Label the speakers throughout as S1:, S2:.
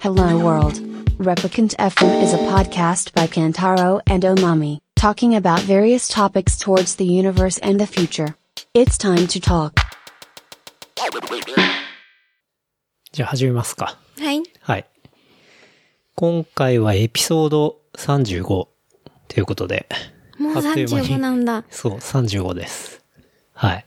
S1: Hello World. Replicant FM is a podcast by Kantaro and Omami, talking about various topics towards the universe and the future. It's time to talk.
S2: じゃあ始めますか。
S3: はい。
S2: はい。今回はエピソード35ということで、
S3: もう
S2: あっという間に
S3: 35なんだ。
S2: そう、35です。はい。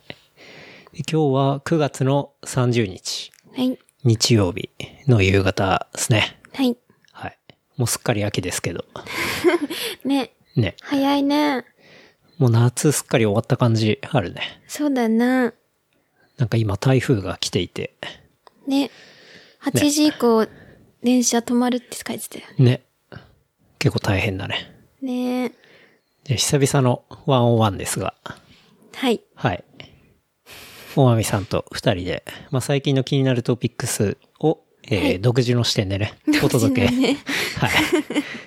S2: で今日は9月の30日、
S3: はい。
S2: 日曜日の夕方ですね。
S3: はい。
S2: はい。もうすっかり秋ですけど、
S3: ね。
S2: ね。
S3: 早いね。
S2: もう夏すっかり終わった感じあるね。
S3: そうだね。
S2: なんか今台風が来ていて、
S3: ね。8時以降、電車止まるって書いてたよ
S2: ね。結構大変だね。
S3: ね。ね
S2: じゃあ久々の101ですが、
S3: はい。
S2: はい。おまみさんと二人で、まあ、最近の気になるトピックスを、えー独自の視点で ね、お届け、はい、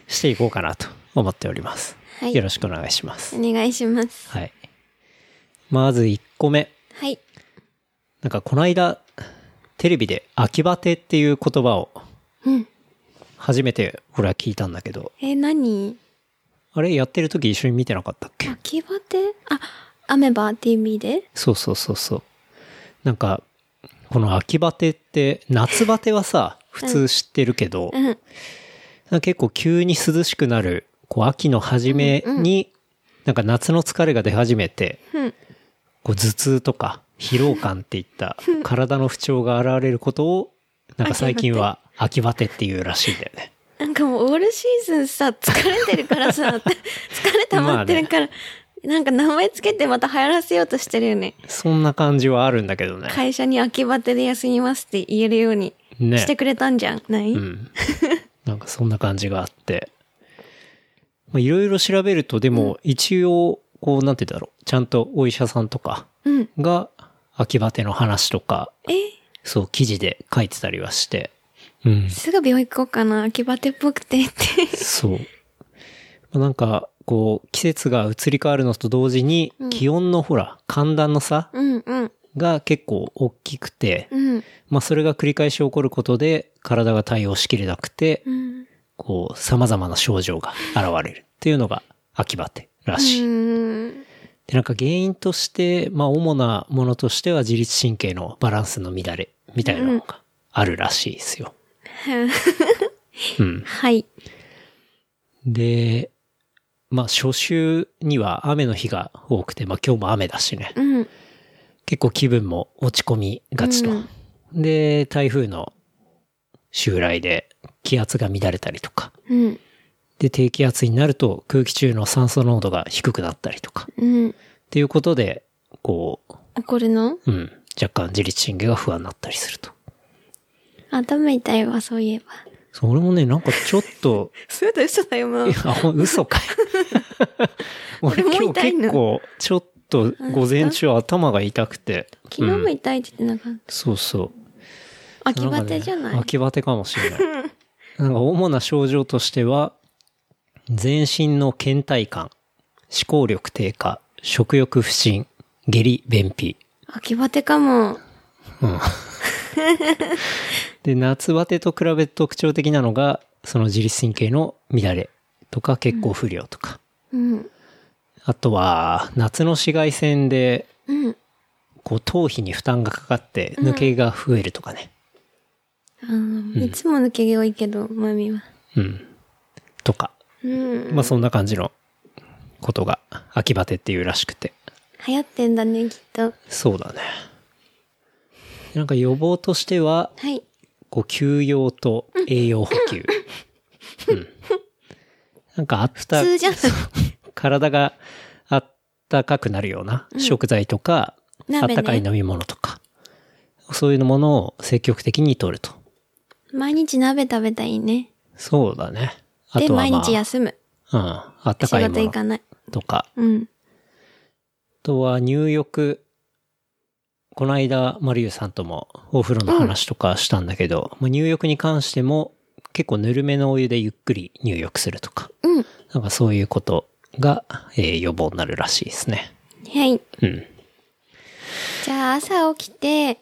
S2: していこうかなと思っております。
S3: はい
S2: よろしくお願いします。
S3: お願いします。
S2: はい。まず1個目。
S3: はい。
S2: なんかこの間、テレビで秋バテっていう言葉を、
S3: うん。
S2: 初めて俺は聞いたんだけど、
S3: え、何
S2: あれやってる時一緒に見てなかったっけ
S3: 秋バテあ、アメバっていう意味で
S2: そうそうそうそう。なんか、この秋バテって、夏バテはさ、普通知ってるけど、
S3: うん。
S2: なんか結構急に涼しくなる、こう秋の初めに、なんか夏の疲れが出始めて、
S3: うん。
S2: こう頭痛とか疲労感っていった体の不調が現れることを、なんか最近は秋バテっていうらしいんだよね。
S3: なんかもうオールシーズンさ、疲れてるから さ、疲れ溜まってるから、なんか名前つけてまた流行らせようとしてるよね。
S2: そんな感じはあるんだけどね。
S3: 会社に秋バテで休みますって言えるように
S2: ね
S3: してくれたんじゃない、
S2: うん。なんかそんな感じがあって。まあいろいろ調べると、でも一応、こう、なんて言うんだろう。ちゃんとお医者さんとか
S3: うん
S2: が、秋バテの話とか、
S3: え
S2: そう、記事で書いてたりはして。うん。
S3: すぐ病院行こうかな。秋バテっぽくてって。
S2: そう。まあなんか、こう、季節が移り変わるのと同時に、気温のほら、寒暖の差
S3: うんうん。
S2: が結構大きくて、
S3: うん。
S2: まあそれが繰り返し起こることで、体が対応しきれなくて、
S3: うん。
S2: こう、様々な症状が現れるっていうのが秋バテら
S3: う
S2: しい。
S3: ん。
S2: で、なんか原因として、まあ主なものとしては自律神経のバランスの乱れみたいなのがあるらしいですよ。うん。
S3: はい。
S2: で、まあ初週には雨の日が多くて、まあ今日も雨だしね。
S3: うん。
S2: 結構気分も落ち込みがちと。で、台風の襲来で気圧が乱れたりとか。
S3: うん。
S2: で、低気圧になると空気中の酸素濃度が低くなったりとか。
S3: うん。
S2: っていうことで、こ
S3: 怒るの
S2: う、うん、若干自律神経が不安になったりすると。
S3: 頭痛いわ、そういえば。
S2: そう俺もね、なんかちょっと、
S3: そうだ、嘘だよ、も
S2: いや、ほん嘘 かい。俺
S3: 俺も
S2: 今日
S3: 痛いの
S2: 結構、ちょっと午前中頭が痛くて。
S3: 昨日
S2: う
S3: も
S2: ん
S3: 痛いって言ってなかっ
S2: そうそう。
S3: た。秋バテじゃない、
S2: んかね秋バテかもしれ ない。なんか主な症状としては、全身の倦怠感、思考力低下、食欲不振、下痢、便秘。
S3: 秋バテかも。
S2: で、夏バテと比べて特徴的なのが、その自律神経の乱れとか血行不良とか。
S3: うん。
S2: あとは、夏の紫外線で、
S3: うん。
S2: こう、頭皮に負担がかかって抜け毛が増えるとかね。
S3: あーいつも抜け毛多いけど、マミは。
S2: うん。とか。
S3: うん。
S2: まあ、そんな感じのことが、秋バテっていうらしくて。
S3: 流行ってんだね、きっと。
S2: そうだね。なんか予防としては、
S3: はい。
S2: こう、休養と栄養補 給。うん。なんか、アフター
S3: 普通じゃん。
S2: 体があったかくなるような食材とか、あっ
S3: 鍋ね
S2: たかい飲み物とか、そういうものを積極的に摂ると。
S3: 毎日鍋食べたいね。
S2: そうだね。あ
S3: で、
S2: とは、
S3: 毎
S2: まあ、
S3: 日休む。
S2: うん、あった
S3: 仕
S2: かい
S3: 事
S2: も
S3: 行
S2: の
S3: かない。
S2: とか、あ
S3: うん。
S2: とは入浴、この間、マリュウさんともお風呂の話とかしたんだけど、まあ入浴に関しても結構ぬるめのお湯でゆっくり入浴するとか、
S3: うん。
S2: なんかそういうことが、えー予防になるらしいですね。
S3: はい。
S2: うん。
S3: じゃあ、朝起きて、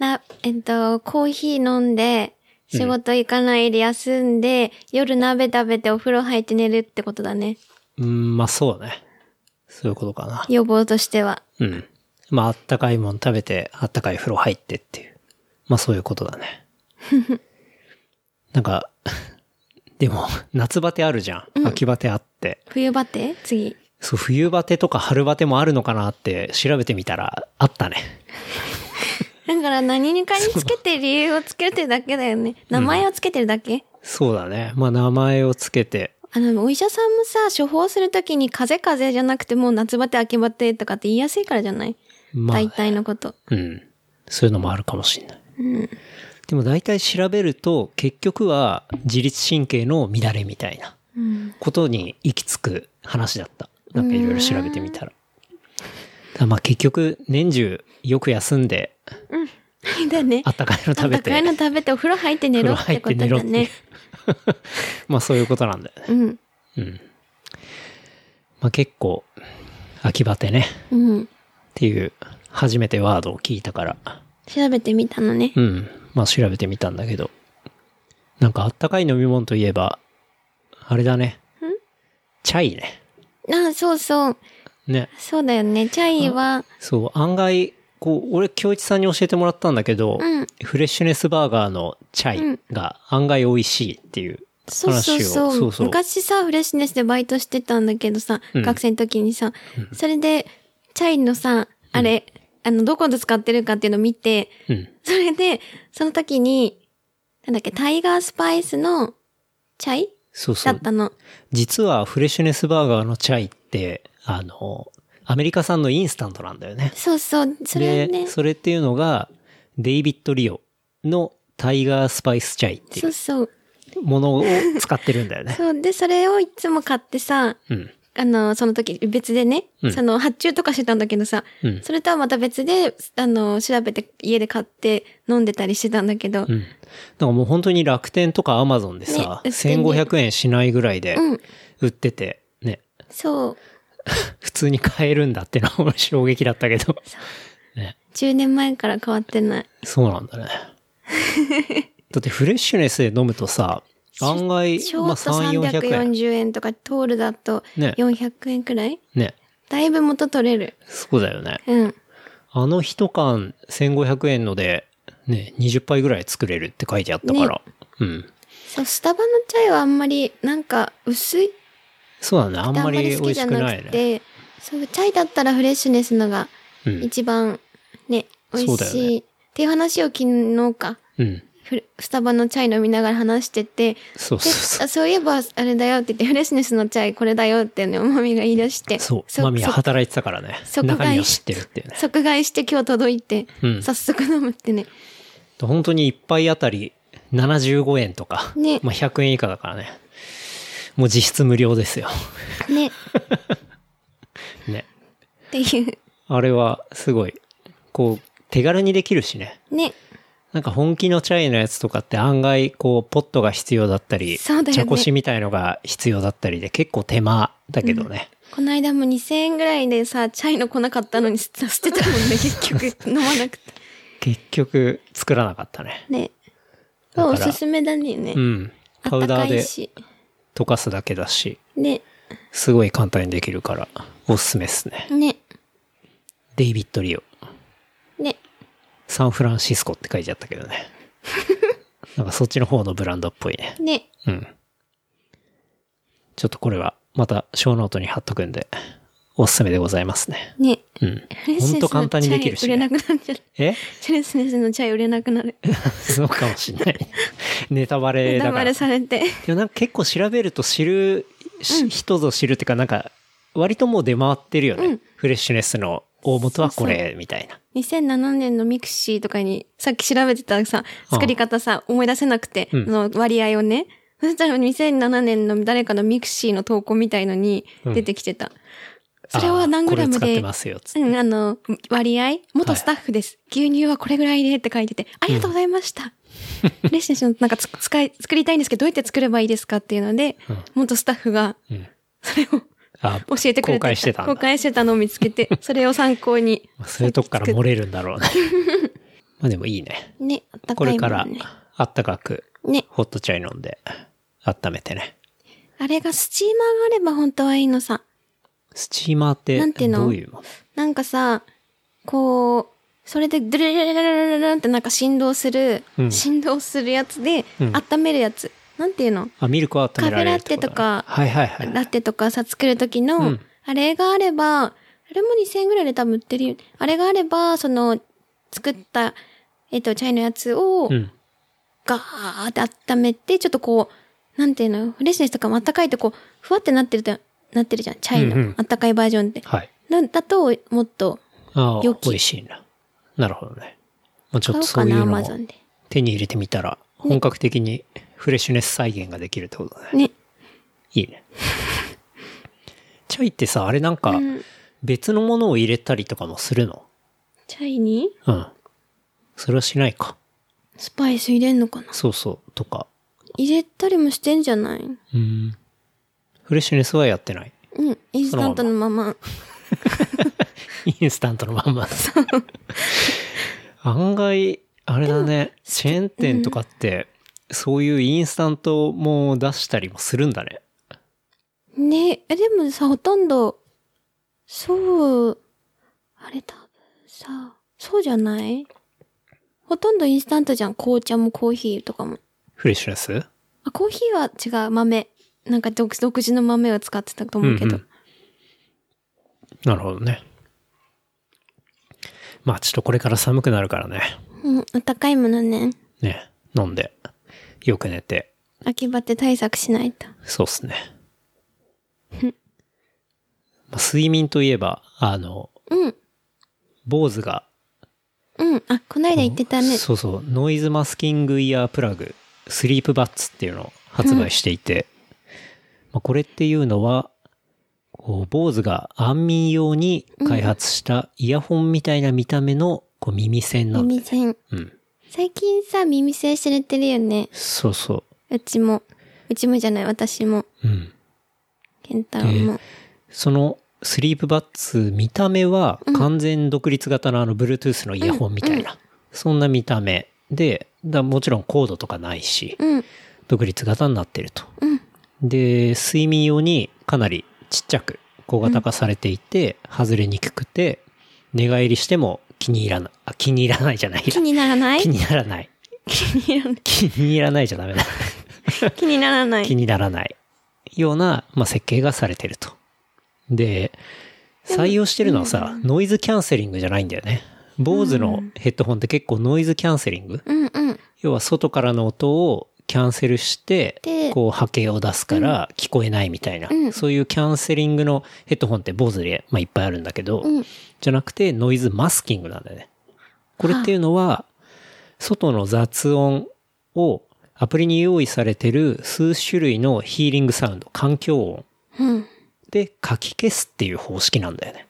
S3: な、えっと、コーヒー飲んで、仕事行かないで休んで、夜鍋食べてお風呂入って寝るってことだね。
S2: うん、まあそうね。そういうことかな。
S3: 予防としては。
S2: うん。まああったかいもん食べて、あったかい風呂入ってっていう。まあそういうことだね。 なんか、でも、夏バテあるじゃん。秋バテあって。
S3: 冬バテ次。
S2: そう、冬バテとか春バテもあるのかなって調べてみたら、あったね。
S3: だから何にかにつけて理由をつけてるだけだよね。名前をつけてるだけ、
S2: そうだね。まあ名前をつけて、
S3: あの、お医者さんもさ、処方するときに風邪風邪じゃなくてもう夏バテ秋バテとかって言いやすいからじゃない、
S2: まあ
S3: 大体のこと。
S2: うん。そういうのもあるかもしれない。でも大体調べると、結局は自律神経の乱れみたいな
S3: うん。
S2: ことに行き着く話だった。なんかいろいろ調べてみたら。だからまあ結局、年中よく休んで、
S3: だね。
S2: あったかいの食べて、
S3: 暖かいの食べてお風呂入って寝ろっ
S2: 風
S3: て
S2: 呂
S3: ことだ
S2: 入って寝ろっ
S3: ね。
S2: ていう まあそういうことなんだよね。
S3: うん。
S2: うん。まあ結構、秋バテね。
S3: うん。
S2: っていう、初めてワードを聞いたから。
S3: 調べてみたのね。
S2: うん。まあ調べてみたんだけど。なんかあったかい飲み物といえば、あれだね。チャイね。
S3: あ、そうそう。
S2: ね。
S3: そうだよね。チャイは、
S2: そう、案外、こう、俺、京一さんに教えてもらったんだけど、
S3: うん
S2: フレッシュネスバーガーのチャイが案外美味しいっていう
S3: そう
S2: 話を。
S3: そうそう
S2: そうそう
S3: 昔さ、フレッシュネスでバイトしてたんだけどさ、
S2: うん
S3: 学生の時にさ、それで、チャイのさ、あれ、あの、どこで使ってるかっていうのを見て、
S2: うん。
S3: それで、その時に、なんだっけ、タイガースパイスのチャイ
S2: そうそ
S3: だ
S2: う
S3: っ。たの。
S2: 実はフレッシュネスバーガーのチャイって、あの、アメリカ産のインスタントなんだよね。
S3: そうそう、それね
S2: で、。それっていうのが、デイビッド・リオのタイガースパイスチャイってい
S3: そううそう。
S2: ものを使ってるんだよ ね。
S3: そう、で、それをいつも買ってさ、
S2: うん。
S3: あの、その時、別でね、
S2: うん
S3: その、発注とかしてたんだけどさ、
S2: うん
S3: それとはまた別で、あの、調べて、家で買って飲んでたりしてたんだけ
S2: う
S3: ど、
S2: ん。だからもう本当に楽天とかアマゾンでさ、
S3: ね売ってんね
S2: 1500円しないぐらいで
S3: うん
S2: 売ってて、ね、
S3: そう、
S2: 普通に買えるんだってのは衝撃だったけど。ね、
S3: 10年前から変わってない。
S2: そうなん だね。だってフレッシュネスで飲むとさ、案外、
S3: ショ
S2: まあ
S3: ー
S2: 3、
S3: ト
S2: 400円。
S3: 340円とか、トールだと
S2: ね
S3: 400円くらい、
S2: ね。
S3: だいぶ元取れる。
S2: そうだよね。
S3: うん。
S2: あの一缶1500円ので、ね、20杯ぐらい作れるって書いてあったから。うん。
S3: そう、スタバのチャイはあんまり、なんか、薄い
S2: そうだね。あんまり
S3: あん
S2: 美味しくない
S3: く
S2: ね。
S3: て、そう、チャイだったらフレッシュネスのが
S2: うん。
S3: 一番ね、
S2: うん
S3: 美味
S2: そうだ
S3: し
S2: よ
S3: い、っていう話を昨日か、
S2: うん。
S3: フレスタバのチャイ飲みながら話してて、
S2: そう
S3: で
S2: そうそう
S3: あ。そういえばあれだよって言って、フレッシュネスのチャイこれだよってね、おまみが言い出して、
S2: そう。マミは
S3: そ
S2: 働いてたからね。
S3: 即
S2: 中身
S3: 買
S2: を
S3: い
S2: 知ってるっていうね。
S3: 即買いして今日届いて、
S2: うん
S3: 早速飲むってね。
S2: 本当に一杯あたり75円とか。
S3: ね
S2: まあ100円以下だからね。もう実質無料ですよ。
S3: ね。っ
S2: ね。
S3: ていう。
S2: あれはすごい、こう、手軽にできるしね。
S3: ね。
S2: なんか本気のチャイのやつとかって案外こうポットが必要だったり、
S3: そうだよね
S2: 茶こしみたいのが必要だったりで結構手間だけどね。
S3: この間も2000円ぐらいでさ、チャイの粉買ったのに捨て捨てたもんね、結局。飲まなくて。
S2: 結局作らなかったね。
S3: ね。
S2: だから
S3: おすすめだね。
S2: うん。パ
S3: あ
S2: ウ
S3: った
S2: ダ
S3: か
S2: ー
S3: い
S2: で
S3: し。
S2: 溶かすだけだし、
S3: ね。
S2: すごい簡単にできるから、おすすめっすね。
S3: ね。
S2: デイビッド・リオ。
S3: ね。
S2: サンフランシスコって書いてあったけど ね。なんかそっちの方のブランドっぽいね。
S3: ね。
S2: うん。ちょっとこれはまた小ノートに貼っとくんで、おすすめでございますね。
S3: ね。
S2: うん。
S3: フレッシュ
S2: ほん
S3: ネ
S2: と
S3: ス
S2: 簡
S3: の
S2: 単
S3: チ
S2: にで
S3: ャ
S2: き
S3: イ
S2: るし
S3: 売
S2: ね
S3: れなくなるじゃん。
S2: え
S3: フレッシュネスのチャイ売れなくなる。
S2: そうかもしん ない。ネタバレだ
S3: 騙
S2: から。
S3: れ
S2: で
S3: されて。
S2: もなんか結構調べると知る、し人ぞ知るっていうかなんか、割ともう出回ってるよね。フレッシュネスの大元はこれ、みたいな。
S3: 2007年のミクシーとかに、さっき調べてたさ、作り方さ、思い出せなくて、
S2: うん
S3: の割合をね。そしたら2007年の誰かのミクシーの投稿みたいのに出てきてた。それ
S2: あー
S3: は何グラム
S2: これ使っ
S3: で
S2: てますよ、つって
S3: うん、あの、割合元スタッフです。牛乳はこれぐらいでって書いてて、ありがとうございました。フレッシュネスのなんかつ使い、作りたいんですけど、どうやって作ればいいですかっていうので、
S2: うん
S3: 元スタッフが
S2: うん。
S3: それを
S2: あ、
S3: 教えてくれて
S2: 公開してたんだ
S3: 公開してたのを見つけて、それを参考に。
S2: そういうとこから 漏れるんだろうね。まあでもいいね。
S3: ね、あった
S2: こ
S3: か
S2: れ
S3: いも
S2: か
S3: ん
S2: ら
S3: ね。
S2: あったかく
S3: ね。
S2: ホットチャイ飲んで、温めてね。
S3: あれがスチーマーがあれば本当はいいのさ。
S2: スチーマーって、
S3: なんていうの
S2: どういうもの
S3: なんかさ、こう、それでドゥルルルルルルルンってなんか振動する、
S2: うん
S3: 振動するやつで、
S2: うん
S3: 温めるやつ。なんていうの
S2: あ、ミルクを温められるってこと、ね、
S3: カ
S2: はいはいはい。
S3: ラテとかさ、作る時の、
S2: うん
S3: あれがあれば、あれも2000円ぐらいで多分売ってるよ。あれがあれば、その、作った、えっ、と、チャイのやつを、
S2: うん。
S3: ガーって温めて、ちょっとこう、なんていうの、フレッシュネスとかも温かいとこう、ふわってなってるじゃん、なってるじゃん、チャイ
S2: うんう
S3: の
S2: ん。
S3: 温かいバージョンって。
S2: はい。
S3: なんだと、もっと、
S2: ああ、
S3: 良き
S2: 美味しいな。なるほどね。まあちょっ
S3: 買
S2: と
S3: おう
S2: そ
S3: か
S2: うい
S3: な、
S2: う
S3: ア
S2: の
S3: マゾ
S2: を
S3: ンで。
S2: 手に入れてみたら、本格的にフレッシュネス再現ができるってことだね。
S3: ね。
S2: い いね。チャイってさ、あれなんか
S3: ん、
S2: 別のものを入れたりとかもするの
S3: チャイに
S2: うん。それはしないか。
S3: スパイス入れんのかな
S2: そうそう、とか。
S3: 入れたりもしてんじゃない
S2: うん。フレッシュネスはやってない。
S3: うん、インスタントのまま。
S2: インスタントのまんま。 案外、あれだね、チェーン店とかって、そういうインスタントも出したりもするんだね。
S3: ねえ、でもさ、ほとんど、そう、あれ多分さ、そうじゃないほとんどインスタントじゃん。紅茶もコーヒーとかも。
S2: フレッシュネス
S3: あコーヒーは違う豆。なんか独独自の豆を使ってたと思うけど。
S2: うんうんなるほどね。まあ、ちょっとこれから寒くなるからね。
S3: うん、あったかいものね。
S2: ね、飲んで、よく寝て、
S3: 秋バテ対策しないと。
S2: そうっすね。まあ睡眠といえば、あの、
S3: うん、
S2: 坊主が、
S3: うん。あ、こないだ言ってたね。
S2: そうそう、ノイズマスキングイヤープラグ、スリープバッツっていうのを発売していて、まあこれっていうのは、こう、坊主が安眠用に開発したイヤホンみたいな見た目のこう耳栓なんで
S3: 耳、栓。
S2: うん。
S3: 最近さ、耳栓知れてるよね。
S2: そうそう
S3: ちも。うちもじゃない、私も。
S2: う。うん。
S3: ケンタロウも。
S2: そのスリープバッツ見た目は完全独立型のあの Bluetooth のイヤホンみたいな、そんな見た目でだもちろんコードとかないし
S3: うん、
S2: 独立型になってると
S3: うん、
S2: で睡眠用にかなりちっちゃく小型化されていて、外れにくくて寝返りしても気に入らないあ気に入らないじゃない
S3: 気にならない
S2: 気にならない
S3: 気にならない。
S2: 気に入らないじゃダメだ
S3: 気にならない。
S2: 気にならないような、まあ、設計がされてると。で、採用してるのはさ、ノイズキャンセリングじゃないんだよね。BOSE のヘッドホンって結構ノイズキャンセリング
S3: うんうん。
S2: 要は外からの音をキャンセルして
S3: で、
S2: こう波形を出すから聞こえないみたいな、
S3: うん
S2: そういうキャンセリングのヘッドホンって BOSE で、まあ、いっぱいあるんだけど、
S3: うん
S2: じゃなくてノイズマスキングなんだよね。これっていうのは、外の雑音をアプリに用意されてる数種類のヒーリングサウンド、環境音
S3: うん。
S2: で書き消すっていう方式なんだよね。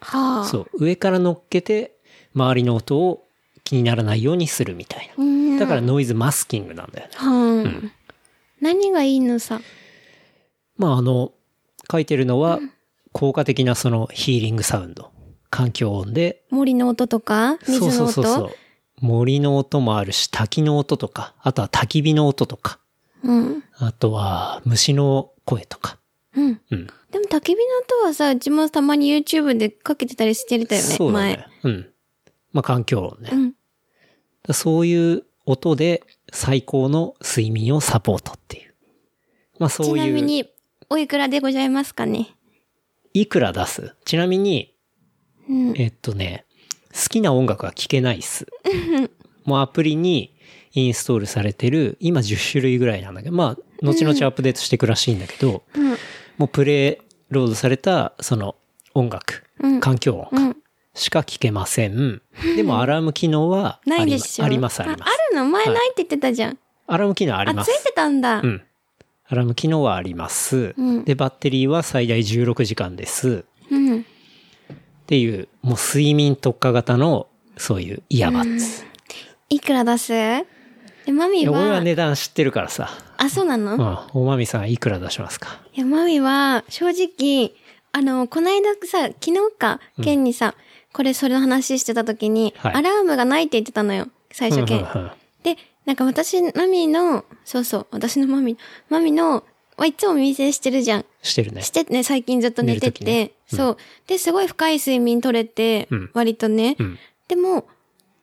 S3: はあ。。
S2: そうう。上から乗っけて、周りの音を気にならないようにするみたいな。
S3: ん。
S2: だから、ノイズマスキングなんだよね。
S3: はあ。何がいいのさ。
S2: まあ、あの、書いてるのは、効果的なそのヒーリングサウンド、環境音で
S3: 森の音とか水の
S2: そう
S3: 音
S2: そうそうそう。森の音もあるし、滝の音とか、あとは焚き火の音とか、
S3: うん。
S2: あとは虫の声とか。
S3: うん。
S2: うん。
S3: でも焚き火の音はさ、うちもたまに YouTube でかけてたりしてたよね。
S2: そうだ
S3: 前
S2: ね。。うん。まあ環境音ね。
S3: うん。
S2: だそういう音で最高の睡眠をサポートっていう。まあ
S3: ち
S2: そう
S3: なみ
S2: いう。
S3: に、おいくらでございますかね。
S2: いくら出すちなみに、
S3: うん。
S2: えっとね、好きな音楽は聴けないっ す。もうアプリにインストールされてる、今10種類ぐらいなんだけど、まあ、後々アップデートしていくらしいんだけど、
S3: うん。
S2: もうプレイロードされた、その音楽、
S3: うん。
S2: 環境音
S3: うん。
S2: しか聞けません。でもアラーム機能はあ
S3: ない
S2: り
S3: で
S2: ま
S3: しょ
S2: あります、あります。
S3: あるの前
S2: はい
S3: ないって言ってたじゃん。
S2: アラーム機能あり
S3: あ、
S2: ま
S3: つい
S2: す。
S3: てたんだ
S2: う。ん。アラーム機能はあります。
S3: うん
S2: で、バッテリーは最大16時間です。
S3: うん。
S2: っていう、もう睡眠特化型の、そういうイヤーバッツ。
S3: いくら出すえ、マ
S2: い
S3: ミ
S2: や俺は
S3: は、
S2: 値段知ってるからさ。
S3: あ、そうなの
S2: うん。おまみさんいくら出しますか
S3: いや、マミは、正直、あの、こないださ、昨日か、ケンにさ、これ、それの話してた時に、
S2: はい
S3: アラームがないって言ってたのよ、最初、ケン。
S2: うんうんうん
S3: で、なんか私、マミの、そうそう、私のマミ、マミの、はいつも耳栓してるじゃん。
S2: してるね
S3: し。てね、最近ずっと寝てて。
S2: 寝る時ねうん
S3: そう。で、すごい深い睡眠取れて、
S2: うん
S3: 割とね。
S2: うん。
S3: でも、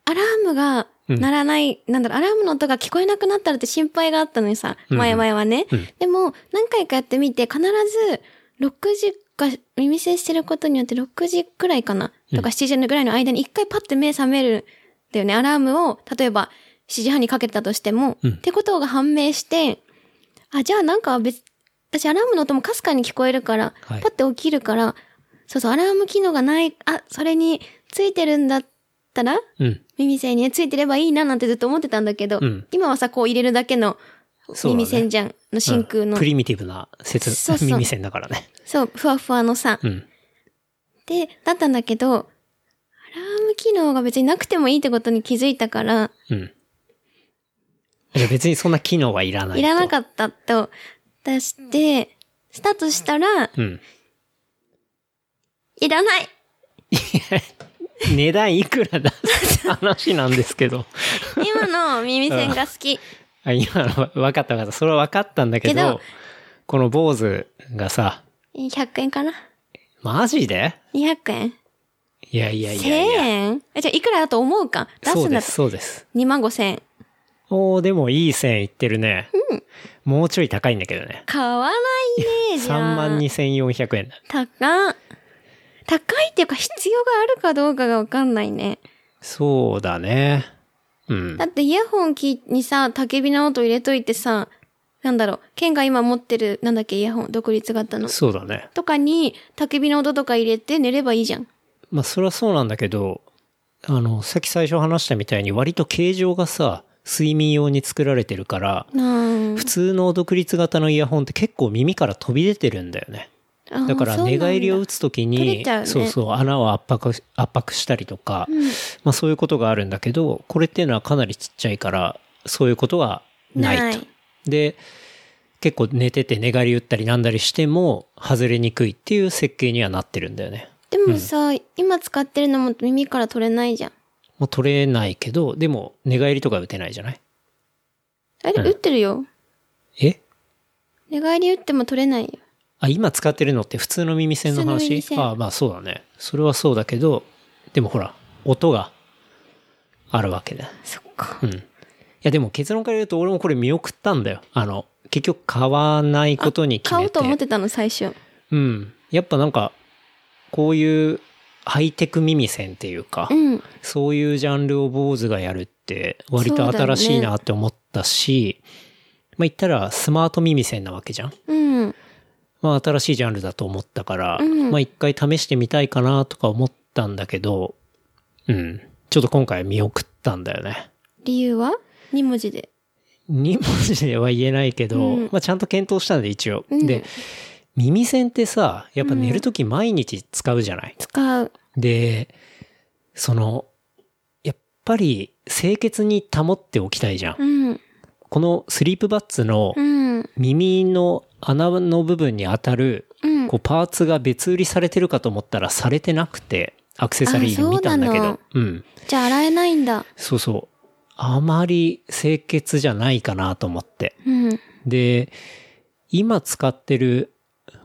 S3: アラームが
S2: うん
S3: 鳴らない、なんだろう、アラームの音が聞こえなくなったらって心配があったのにさ、
S2: うん
S3: 前々はね。
S2: うん
S3: でも、何回かやってみて、必ず、6時か、耳栓してることによって6時くらいかな、
S2: うん
S3: とか7時ぐらいの間に一回パッて目覚めるんだよね。アラームを、例えば、7時半にかけてたとしても、
S2: うん
S3: ってことが判明して、あ、じゃあなんか別、私アラームの音もかすかに聞こえるから、
S2: はい
S3: パッて起きるから、そうそう、アラーム機能がない、あ、それについてるんだったら、
S2: うん。
S3: 耳栓にねついてればいいななんてずっと思ってたんだけど、
S2: うん
S3: 今はさ、こう入れるだけの
S2: そうだね
S3: 耳栓じゃん、の真空
S2: うん
S3: の
S2: プ、リミティブな説
S3: そう そう
S2: 耳栓だからね。
S3: そう、ふわふわのさ、
S2: うん。
S3: で、だったんだけど、アラーム機能が別になくてもいいってことに気づいたから、
S2: うん。いや別にそんな機能はいらないと。
S3: いらなかったと出して、したとしたら、
S2: うん。
S3: いらない
S2: 値段いくらだって話なんですけど。
S3: 今の耳栓が好き。
S2: あ今のは分かった分かった。それは分かったんだけど、
S3: けど
S2: この坊主がさ、
S3: 100円かな
S2: マジで
S3: ?200 円
S2: いやいやい
S3: ?1000
S2: やいや。
S3: 円え、じゃあいくらだと思うか出
S2: そ
S3: す
S2: うん
S3: だ
S2: で
S3: っ
S2: す、
S3: た
S2: そうです。
S3: 2万5千円。
S2: おー、でもいい線いってるね。もうちょい高いんだけどね。
S3: 買わないね、じゃあ。
S2: 3万。2400円だ。
S3: 高っ。高いっていうか必要があるかどうかがわかんないね。
S2: そうだね。うん
S3: だ。ってイヤホンきにさ、焚き火の音入れといてさ、なんだろう、ケンが今持ってる、なんだっけ、イヤホン、独立型の。
S2: そうだね。
S3: とかに、焚き火の音とか入れて寝ればいいじゃん。
S2: まあそれはそうなんだけど、あの、さっき最初話したみたいに割と形状がさ、睡眠用に作られてるから、
S3: うん
S2: 普。通の独立型のイヤホンって結構耳から飛び出てるんだよね。
S3: あ
S2: だから
S3: そうなん
S2: 寝
S3: だ
S2: 返りを打つとき
S3: 取
S2: に、
S3: れちゃうね
S2: そうそう、穴を圧迫し、圧迫したりとか、
S3: うん
S2: まあそういうことがあるんだけど、これっていうのはかなりちっちゃいから、そういうことはないと。
S3: ない
S2: で、結構寝てて寝返り打ったりなんだりしても、外れにくいっていう設計にはなってるんだよね。
S3: でもさ、今使ってるのも耳から取れないじゃん。
S2: もう取れないけど、でも寝返りとか打てないじゃない
S3: あれ、
S2: うん
S3: 打ってるよ。
S2: え
S3: 寝返り打っても取れないよ。
S2: あ、今使ってるのって普通の耳栓の
S3: 普通の
S2: 話
S3: 耳栓
S2: ああまあそうだね。それはそうだけど、でもほら、音があるわけだ。
S3: そっか。
S2: うん。いやでも結論から言うと俺もこれ見送ったんだよ。あの、結局買わないことに決めて。
S3: 買おうと思ってたの、最初。
S2: うん。やっぱなんか、こういうハイテク耳栓っていうか、
S3: うん。
S2: そういうジャンルを坊主がやるって割と新しいなって思ったし、まあ言ったらスマート耳栓なわけじゃん。
S3: うん。
S2: まあ新しいジャンルだと思ったから、
S3: うん
S2: まあ一回試してみたいかなとか思ったんだけど、うん。ちょっと今回見送ったんだよね。
S3: 理由は ?2 文字で。
S2: 2文字では言えないけど、
S3: うん
S2: まあちゃんと検討したんで一応。
S3: うん
S2: で、耳栓ってさ、やっぱ寝るとき毎日使うじゃない、
S3: 使う。
S2: で、その、やっぱり清潔に保っておきたいじゃん。
S3: うん。
S2: このスリープバッツの
S3: うん。
S2: 耳の穴の部分に当たる、
S3: うん。
S2: こうパーツが別売りされてるかと思ったらされてなくて、アクセサリーで見たんだけ
S3: あそうな
S2: ど
S3: の。
S2: うん。
S3: じゃあ洗えないんだ。
S2: そうそう。あまり清潔じゃないかなと思って。
S3: うん。
S2: で、今使ってる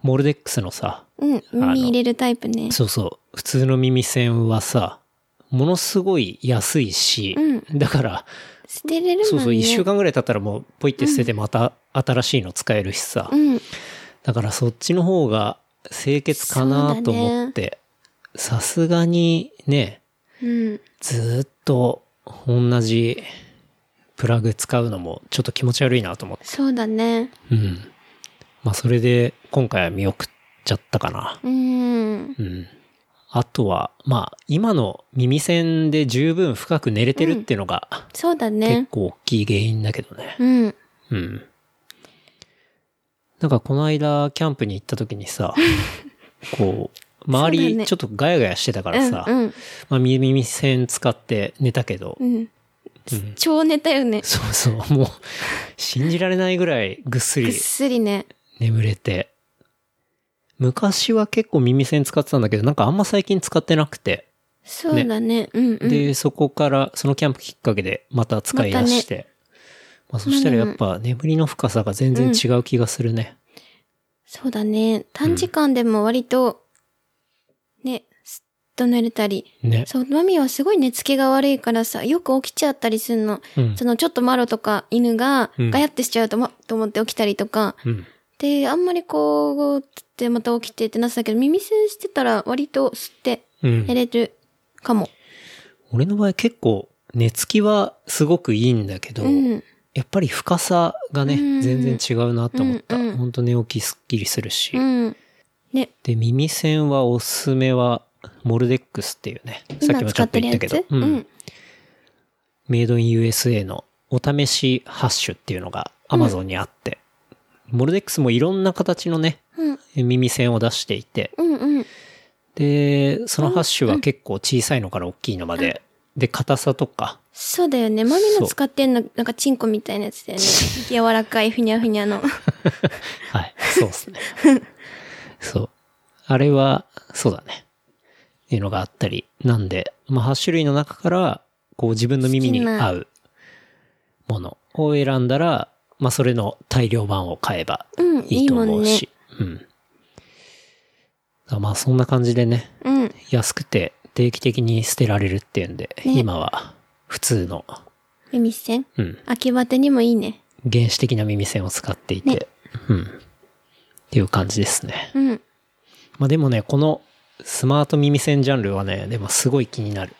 S2: モルデックスのさ、
S3: うん。耳入れるタイプね。
S2: そうそう、普通の耳栓はさ、ものすごい安いし、
S3: う
S2: だから、
S3: 捨てれるもんね。
S2: そうそう、1週間ぐらい経ったらもうポイって捨ててまた新しいの使えるしさ、
S3: うん。
S2: だからそっちの方が清潔かなと思って、さすがにね、
S3: うん。
S2: ずーっと同じプラグ使うのもちょっと気持ち悪いなと思って。
S3: そうだね。
S2: うん。まあそれで今回は見送っちゃったかな。
S3: うん。
S2: うん。あとは、まあ今の耳栓で十分深く寝れてるっていうのが
S3: そうだ
S2: 結
S3: ね。
S2: 構大きい原因だけどね。
S3: うん。
S2: うん。なんかこの間キャンプに行った時に さ、こう、周
S3: そうだ
S2: り
S3: ね
S2: ちょっとガヤガヤしてたからさ、
S3: うん。
S2: まあ耳栓使って寝たけど、
S3: うん。
S2: うん
S3: 超寝たよね。
S2: そうそう、もう、信じられないぐらいぐっす
S3: ぐっ
S2: り
S3: すりね。
S2: 眠れて。昔は結構耳栓使ってたんだけど、なんかあんま最近使ってなくて。
S3: そうだね。うんうん。
S2: で、そこから、そのキャンプきっかけでまた使い出して。まあ、そしたらやっぱ眠りの深さが全然違う気がするね。
S3: そうだね。短時間でも割と、ね、すっと寝れたり。
S2: ね。
S3: そう、マミはすごい寝つきが悪いからさ、よく起きちゃったりするの。
S2: うん
S3: そ。のちょっとマロとか犬が
S2: うん
S3: ガヤってしちゃうと,、ま、と思って起きたりとか。
S2: うん。
S3: で、あんまりこう、つってまた起きてってなってたけど、耳栓してたら割と吸って
S2: うん
S3: 寝。れるかも。
S2: 俺の場合結構寝つきはすごくいいんだけど、
S3: うん。
S2: やっぱり深さがね、
S3: うん
S2: 全然違うなと思った。
S3: うんうん
S2: ほんと寝起きすっきりするし。
S3: うん。ね。
S2: で、耳栓はおすすめは、モルデックスっていうね、さっきもちょっと言ったけど、
S3: う
S2: うん
S3: ん。
S2: メイドイン USA のお試しハッシュっていうのが Amazon にあって、モルデックスもいろんな形のね、
S3: うん。
S2: 耳栓を出していて、
S3: うん。うん。
S2: で、そのハッシュは結構小さいのから大きいのまで、で、硬さとか、
S3: そうだよね。マミ
S2: そ
S3: の
S2: う
S3: 使ってんの、なんかチンコみたいなやつ だよね。柔らかいふにゃふにゃの。
S2: はい、そうですね。そう。あれは、そうだね。っていうのがあったり。なんで、まあ、8種類の中から、こう自分の耳に合うものを選んだら、まあ、それの大量版を買えば
S3: うん。
S2: い
S3: い
S2: い
S3: い
S2: と
S3: も
S2: 思
S3: ん
S2: う
S3: ね。
S2: し。うん。だからまあ、そんな感じでね、
S3: うん。
S2: 安くて定期的に捨てられるっていうんで、
S3: ね
S2: 今は普通の、
S3: 耳栓
S2: うん、
S3: 秋バテにもいいね。
S2: 原始的な耳栓を使っていて、
S3: ね
S2: うん。っていう感じですね。
S3: うん。
S2: まあでもね、このスマート耳栓ジャンルはね、でもすごい気になる。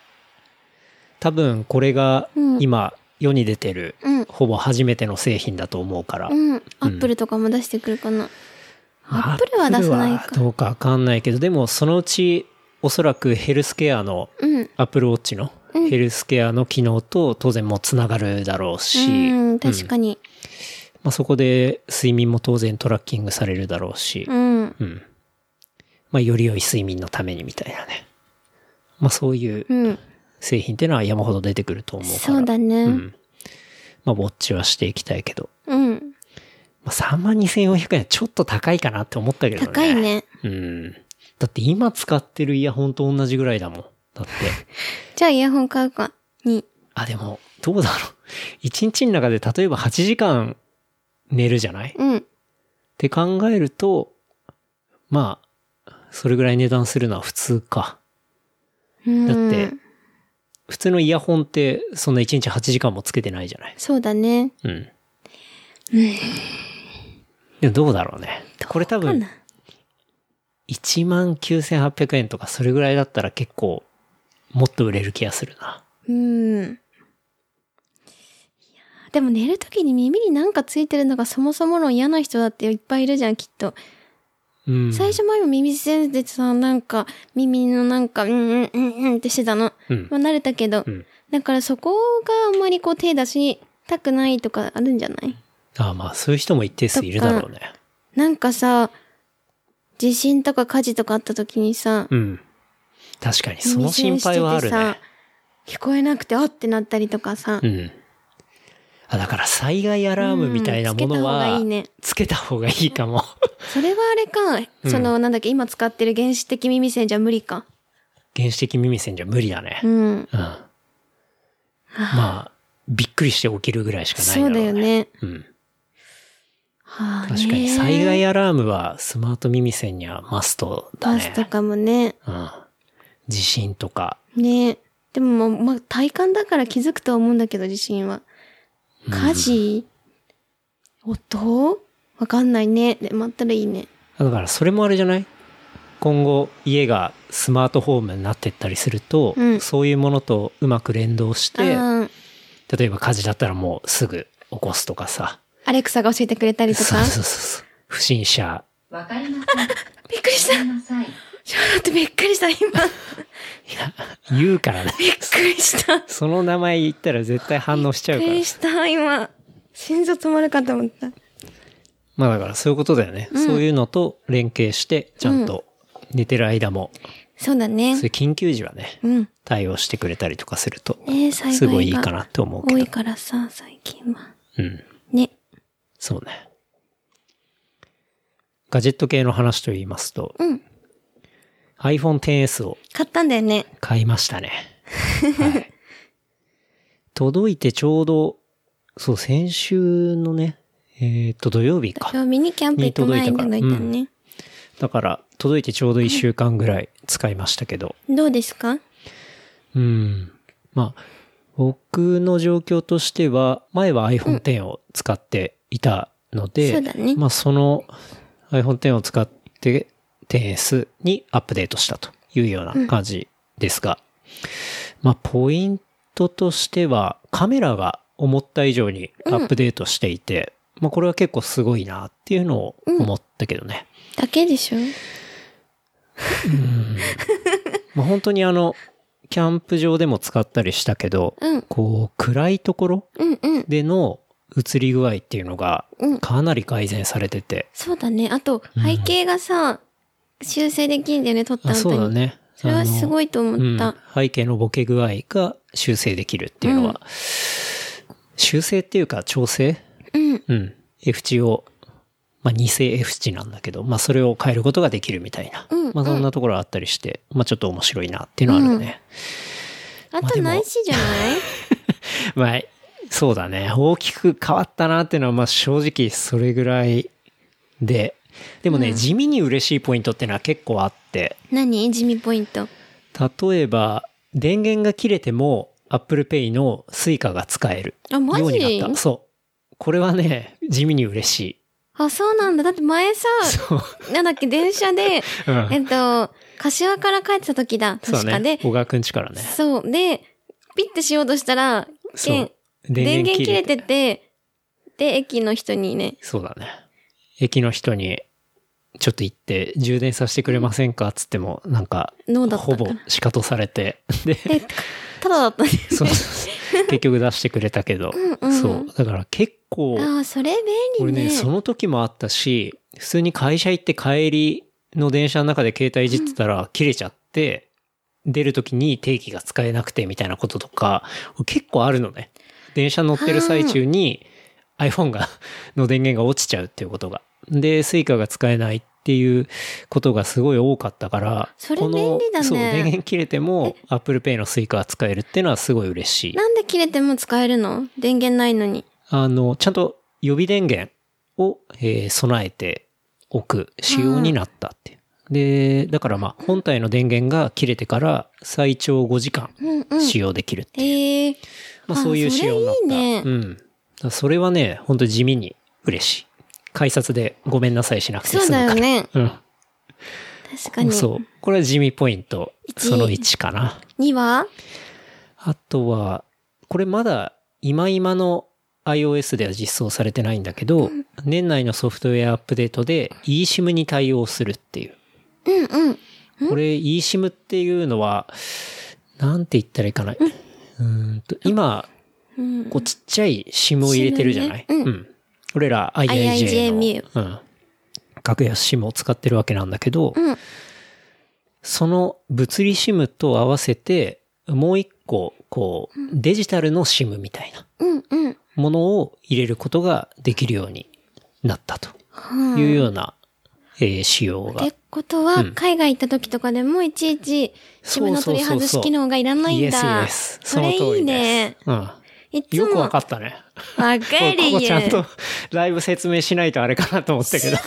S2: 多分これが
S3: うん
S2: 今世に出てる、
S3: うん
S2: ほぼ初めての製品だと思うから。
S3: うん。アップルとかも出してくるかな。
S2: まあ
S3: アップルは出さない
S2: アップ
S3: か
S2: ルはどうかわかんないけど、でもそのうちおそらくヘルスケアの
S3: うん。
S2: アップルウォッチのヘルスケアの機能と当然もうつながるだろうし、
S3: うん、確かに。
S2: まあ、そこで睡眠も当然トラッキングされるだろうし、
S3: うん。
S2: うん。まあ、より良い睡眠のためにみたいなね。まあ、そういう
S3: うん。
S2: 製品っていうのは山ほど出てくると思うから。
S3: そうだね。う。
S2: うんん。まあ、ウォッチはしていきたいけど。まあ、3万2400円はちょっと高いかなって思ったけどね。
S3: 高い。ね。
S2: うん。だって今使ってるイヤホンと同じぐらいだもん。 だって。
S3: じゃあイヤホン買うか。に。
S2: あ、でも、どうだろう。1日の中で例えば8時間寝るじゃない
S3: うん。
S2: って考えると、まあ、それぐらい値段するのは普通か。
S3: うん。
S2: だって、普通のイヤホンってそんな1日8時間もつけてないじゃない
S3: そうだね。
S2: うん。でもどうだろうね。これ多
S3: か
S2: 分
S3: な。
S2: 19,800円とかそれぐらいだったら結構もっと売れる気がするな。
S3: うん。いやーでも寝るときに耳になんかついてるのがそもそも論嫌な人だっていっぱいいるじゃん、きっと。
S2: うん。
S3: 最初前も耳栓でさ、なんか耳のなんか、うんうんうんうんってしてたの。
S2: うん
S3: まあ慣れたけど。
S2: うん
S3: だからそこがあんまりこう手出したくないとかあるんじゃない
S2: ああまあそういう人も一定数いるだろうね。
S3: なんかさ、地震とか火事とかあった時にさ、
S2: うん。確かにその心配はある
S3: 耳栓
S2: ね
S3: して。てさ、聞こえなくてあってなったりとかさ、
S2: うん。あ、だから災害アラームみたいなもの
S3: うんつけた方が
S2: は、
S3: いいね
S2: つけた方がいいかも。
S3: それはあれか、そのなんだっけ、今使ってる原始的耳栓じゃ無理か。
S2: 原始的耳栓じゃ無理だね
S3: う。ん。
S2: うん。まあ、びっくりして起きるぐらいしかないだ
S3: そ
S2: ろう
S3: う
S2: ね。
S3: だよ。ね。
S2: うん。
S3: はあ、
S2: 確かに
S3: ね
S2: 災害アラームはスマート耳栓にはマストだね。
S3: バスとかもね。
S2: うん。地震とか。
S3: ねでももう、まあ、体感だから気づくとは思うんだけど、地震は。火事、音わかんないね。で、待ったらいいね。
S2: だからそれもあれじゃない今後家がスマートホームになってったりすると、
S3: うん
S2: そういうものとうまく連動して、
S3: あー
S2: 例えば火事だったらもうすぐ起こすとかさ。
S3: アレクサが教えてくれたりと
S2: そう
S3: か。
S2: そうそうそう。不審者。
S4: わかりません。わ
S3: びっくりした。
S4: かりません。
S3: ちょっとびっくりし た、今。
S2: 言うから ね。
S3: びっくりした。びっ
S2: その名前言ったら絶対反応しちゃう
S3: く
S2: から
S3: り。した、今。心臓止まるかと思った。
S2: まあだからそういうことだよね。そういうのと連携して、ちゃんと寝てる間も、
S3: そうだね
S2: そうい。う緊急時はね、
S3: うん。
S2: 対応してくれたりとかすると、
S3: ねえ、災害が
S2: すごいいいかなって思うけ
S3: 多
S2: ど
S3: い。からさ、最近は。
S2: うん。
S3: ね。
S2: そうね。ガジェット系の話と言いますと、
S3: うん。
S2: iPhone XS を
S3: 買ったんだよね。
S2: 買いましたね。はい、届いてちょうどそう、先週のね、えーっと、土曜日か。
S3: 曜日にキャンプ行く前に届いたのね。
S2: だから、届いてちょうど1週間ぐらい使いましたけど。
S3: どうですか
S2: うん。まあ、僕の状況としては、前は iPhone X を使っていたので、
S3: そうだね
S2: まあ、その iPhone X を使って 10S にアップデートしたというような感じですが、まあ、ポイントとしては、カメラが思った以上にアップデートしていて、まあ、これは結構すごいなっていうのを思ったけどね。
S3: だけでしょ
S2: まあ、本当にあの、キャンプ場でも使ったりしたけど、
S3: うん
S2: こう、暗いところ
S3: うんうん。
S2: での映り具合っていうのが
S3: うん、
S2: かなり改善されてて。
S3: そうだね。あと、背景がさ、修正できんだよね、撮った
S2: あ
S3: 後
S2: そうだ
S3: に。
S2: ね。
S3: それはすご
S2: い
S3: いと思った。
S2: 背景のボケ具合が修正できるっていうのは、
S3: うん
S2: 修正っていうか調整
S3: うん。
S2: うん。F 値を、まあ、偽 F 値なんだけど、まあ、それを変えることができるみたいな。
S3: うん
S2: まあ、そんなところあったりして、まあ、ちょっと面白いなっていうのはあるね。ま
S3: あ
S2: あ
S3: と
S2: でも
S3: ないしじ ゃない
S2: まあ、そうだね。大きく変わったなっていうのは、まあ正直それぐらいで。でもね、地味に嬉しいポイントっていうのは結構あって、
S3: 何地味ポイント。
S2: 例えば、電源が切れても Apple Pay の Suica が使える
S3: あ、マ
S2: ように
S3: ジ
S2: なった。そう。これはね、地味に嬉しい。
S3: あ、そうなんだ。だって 前さ、
S2: そう。
S3: なんだっけ、電車で、
S2: うん
S3: えっと、柏から帰ってた時だ。
S2: そう
S3: 確
S2: だ
S3: かで
S2: ね。。小川くんちからね。
S3: そう。で、ピッてしようとしたら、
S2: そう
S3: けん電源切れてて、で、駅の人にね、
S2: そうだね。駅の人に、ちょっと行って、充電させてくれませんかっつっても、なんか、
S3: ノーだったか
S2: ほ
S3: ら
S2: ぼ仕方されて、で、
S3: で、ただだったね。
S2: そうそう結局出してくれたけど、
S3: んうん
S2: そう。だから結構、
S3: ああ、それ便
S2: 俺
S3: 利ね。
S2: ね、その時もあったし、普通に会社行って帰りの電車の中で携帯いじってたら切れちゃって、出る時に定期が使えなくてみたいなこととか、結構あるのね。電車乗ってる最中に iPhone が、の電源が落ちちゃうっていうことが。で、スイカが使えないっていうことがすごい多かったから、
S3: それ
S2: この
S3: 便利だね
S2: そう、電源切れても Apple Pay のスイカが使えるっていうのはすごい嬉しい。
S3: なんで切れても使えるの電源ないのに。
S2: あの、ちゃんと予備電源を、えー備えておく仕様になったっていう。で、だからまあ、本体の電源が切れてから最長5時間
S3: うんうん。
S2: 使用できるっていう。
S3: ええ
S2: まあ、そういう仕様になった。
S3: あそれいいね
S2: うん。だからそれはね、本当地味に嬉しい。改札でごめんなさいしなくて
S3: そう
S2: 済む
S3: だ
S2: から。
S3: よね。
S2: うん。
S3: 確かに。
S2: そう。これは地味ポイント、
S3: 一
S2: その1かな。
S3: 2は
S2: あとは、これまだ今今の iOS では実装されてないんだけど、年内のソフトウェアアップデートで eSIM に対応するっていう。
S3: うんうん。
S2: これ eSIM っていうのは、なんて言ったらいいかな。うーんと今、
S3: うん
S2: こうちっちゃい SIM を入れてるじゃない、
S3: SIM ねうん
S2: 俺ら IIJ の、
S3: IIJ
S2: うん、格安 SIM を使ってるわけなんだけど、
S3: うん
S2: その物理 SIM と合わせて、もう一個、こう、デジタルの SIM みたいな
S3: うんうん。
S2: ものを入れることができるようになったと
S3: はあ
S2: いうような、えー仕様が
S3: ってことは、
S2: うん
S3: 海外行った時とかでもいちいち自分の取り外し機能がいらないんだ。
S2: イエスイエス。
S3: そ
S2: その
S3: れ
S2: 通
S3: いい
S2: り
S3: ね
S2: で。す。うん。
S3: いつ
S2: よくわ
S3: も、わ
S2: か
S3: か
S2: ったね。
S3: る
S2: ここ
S3: よ。
S2: ちゃん
S3: すぐ
S2: と
S3: わ
S2: ライブ説明しないとあれかなと思ったけど。
S3: か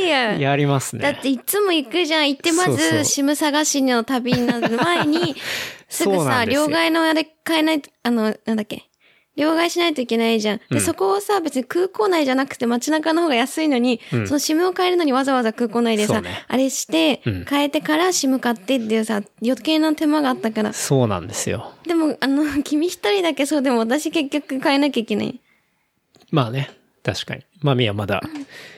S3: るよ。
S2: やります
S3: だ
S2: ね
S3: っ。ていつも行くじゃん。行ってまず、
S2: そうそう
S3: シム探しの旅になる前に、 すぐ
S2: そうな
S3: さ、
S2: んですよ
S3: 両替のあれ変えないと、あの、なんだっけ。両替しないといけないじゃん。で、そこをさ、別に空港内じゃなくて街中の方が安いのに、そのシムを変えるのにわざわざ空港内で
S2: そ
S3: さ、
S2: うね
S3: あれして、
S2: うん
S3: 変えてからシム買ってっていうさ、余計な手間があったから。
S2: そうなんですよ。
S3: でも、あの、 君一人だけそうでも私結局変えなきゃいけない。
S2: まあね。確かに。マミはまだ、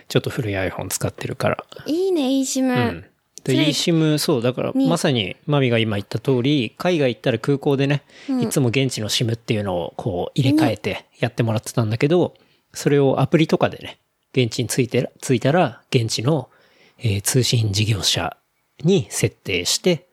S2: ちょっと古い iPhone 使ってるから。
S3: いいね、いいシム。
S2: うん。
S3: それ
S2: で、eSIM、そう、だから、まさに、マミが今言った通り、海外行ったら空港でね、いつも現地の SIM っていうのを、こう、入れ替えてやってもらってたんだけど、それをアプリとかでね、現地に着いて、着いたら、現地の、えー通信事業者に設定して、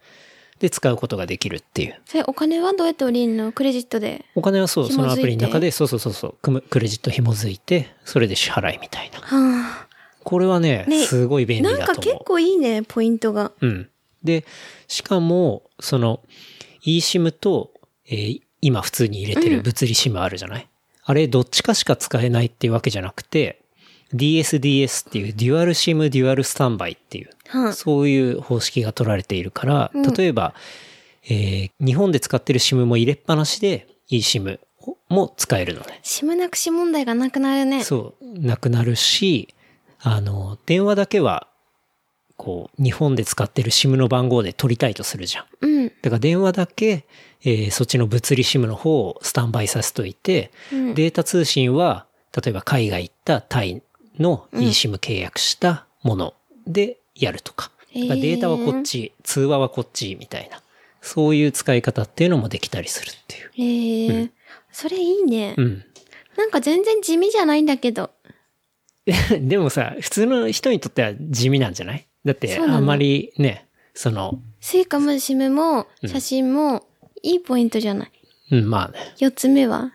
S2: で、使うことができるっていう。
S3: それお金はどうやって降りんのクレジットで。
S2: お金はそう、そ
S3: 紐づいて
S2: のアプリの中で、そうそうそうそう、クムクレジット紐づいて、それで支払いみたいな。
S3: はあ、
S2: これはね、
S3: ね
S2: すごい便利だ
S3: な
S2: と
S3: ん
S2: 思う。
S3: か結構いいね、ポイントが。
S2: うん。で、しかも、その、eSIM と、えー今普通に入れてる物理 SIM あるじゃない、あれどっちかしか使えないっていうわけじゃなくて、DSDS っていうデュアルシムデュアルスタンバイっていう、
S3: はあ
S2: そういう方式が取られているから
S3: うん、
S2: 例えば、えー日本で使ってる SIM も入れっぱなしで、eSIM も使えるのね。
S3: シムなくし問題がなくなるね。
S2: そう、なくなるし、あの、電話だけは、こう、日本で使ってる SIM の番号で取りたいとするじゃん。
S3: うん。
S2: だから電話だけ、えーそっちの物理 SIM の方をスタンバイさせといて、
S3: うん
S2: データ通信は、例えば海外行ったタイの eSIM 契約したものでやるとか。
S3: へー
S2: だからデータはこっち、通話はこっちみたいな。そういう使い方っていうのもできたりするっていう。
S3: へえーそれいいね、
S2: うん。
S3: なんか全然地味じゃないんだけど。
S2: でもさ、普通の人にとっては地味なんじゃないだって、
S3: そうなの
S2: あんまりね、その、
S3: スイカもシムも写真もいいポイントじゃない。
S2: うん、まあね。
S3: 四つ目は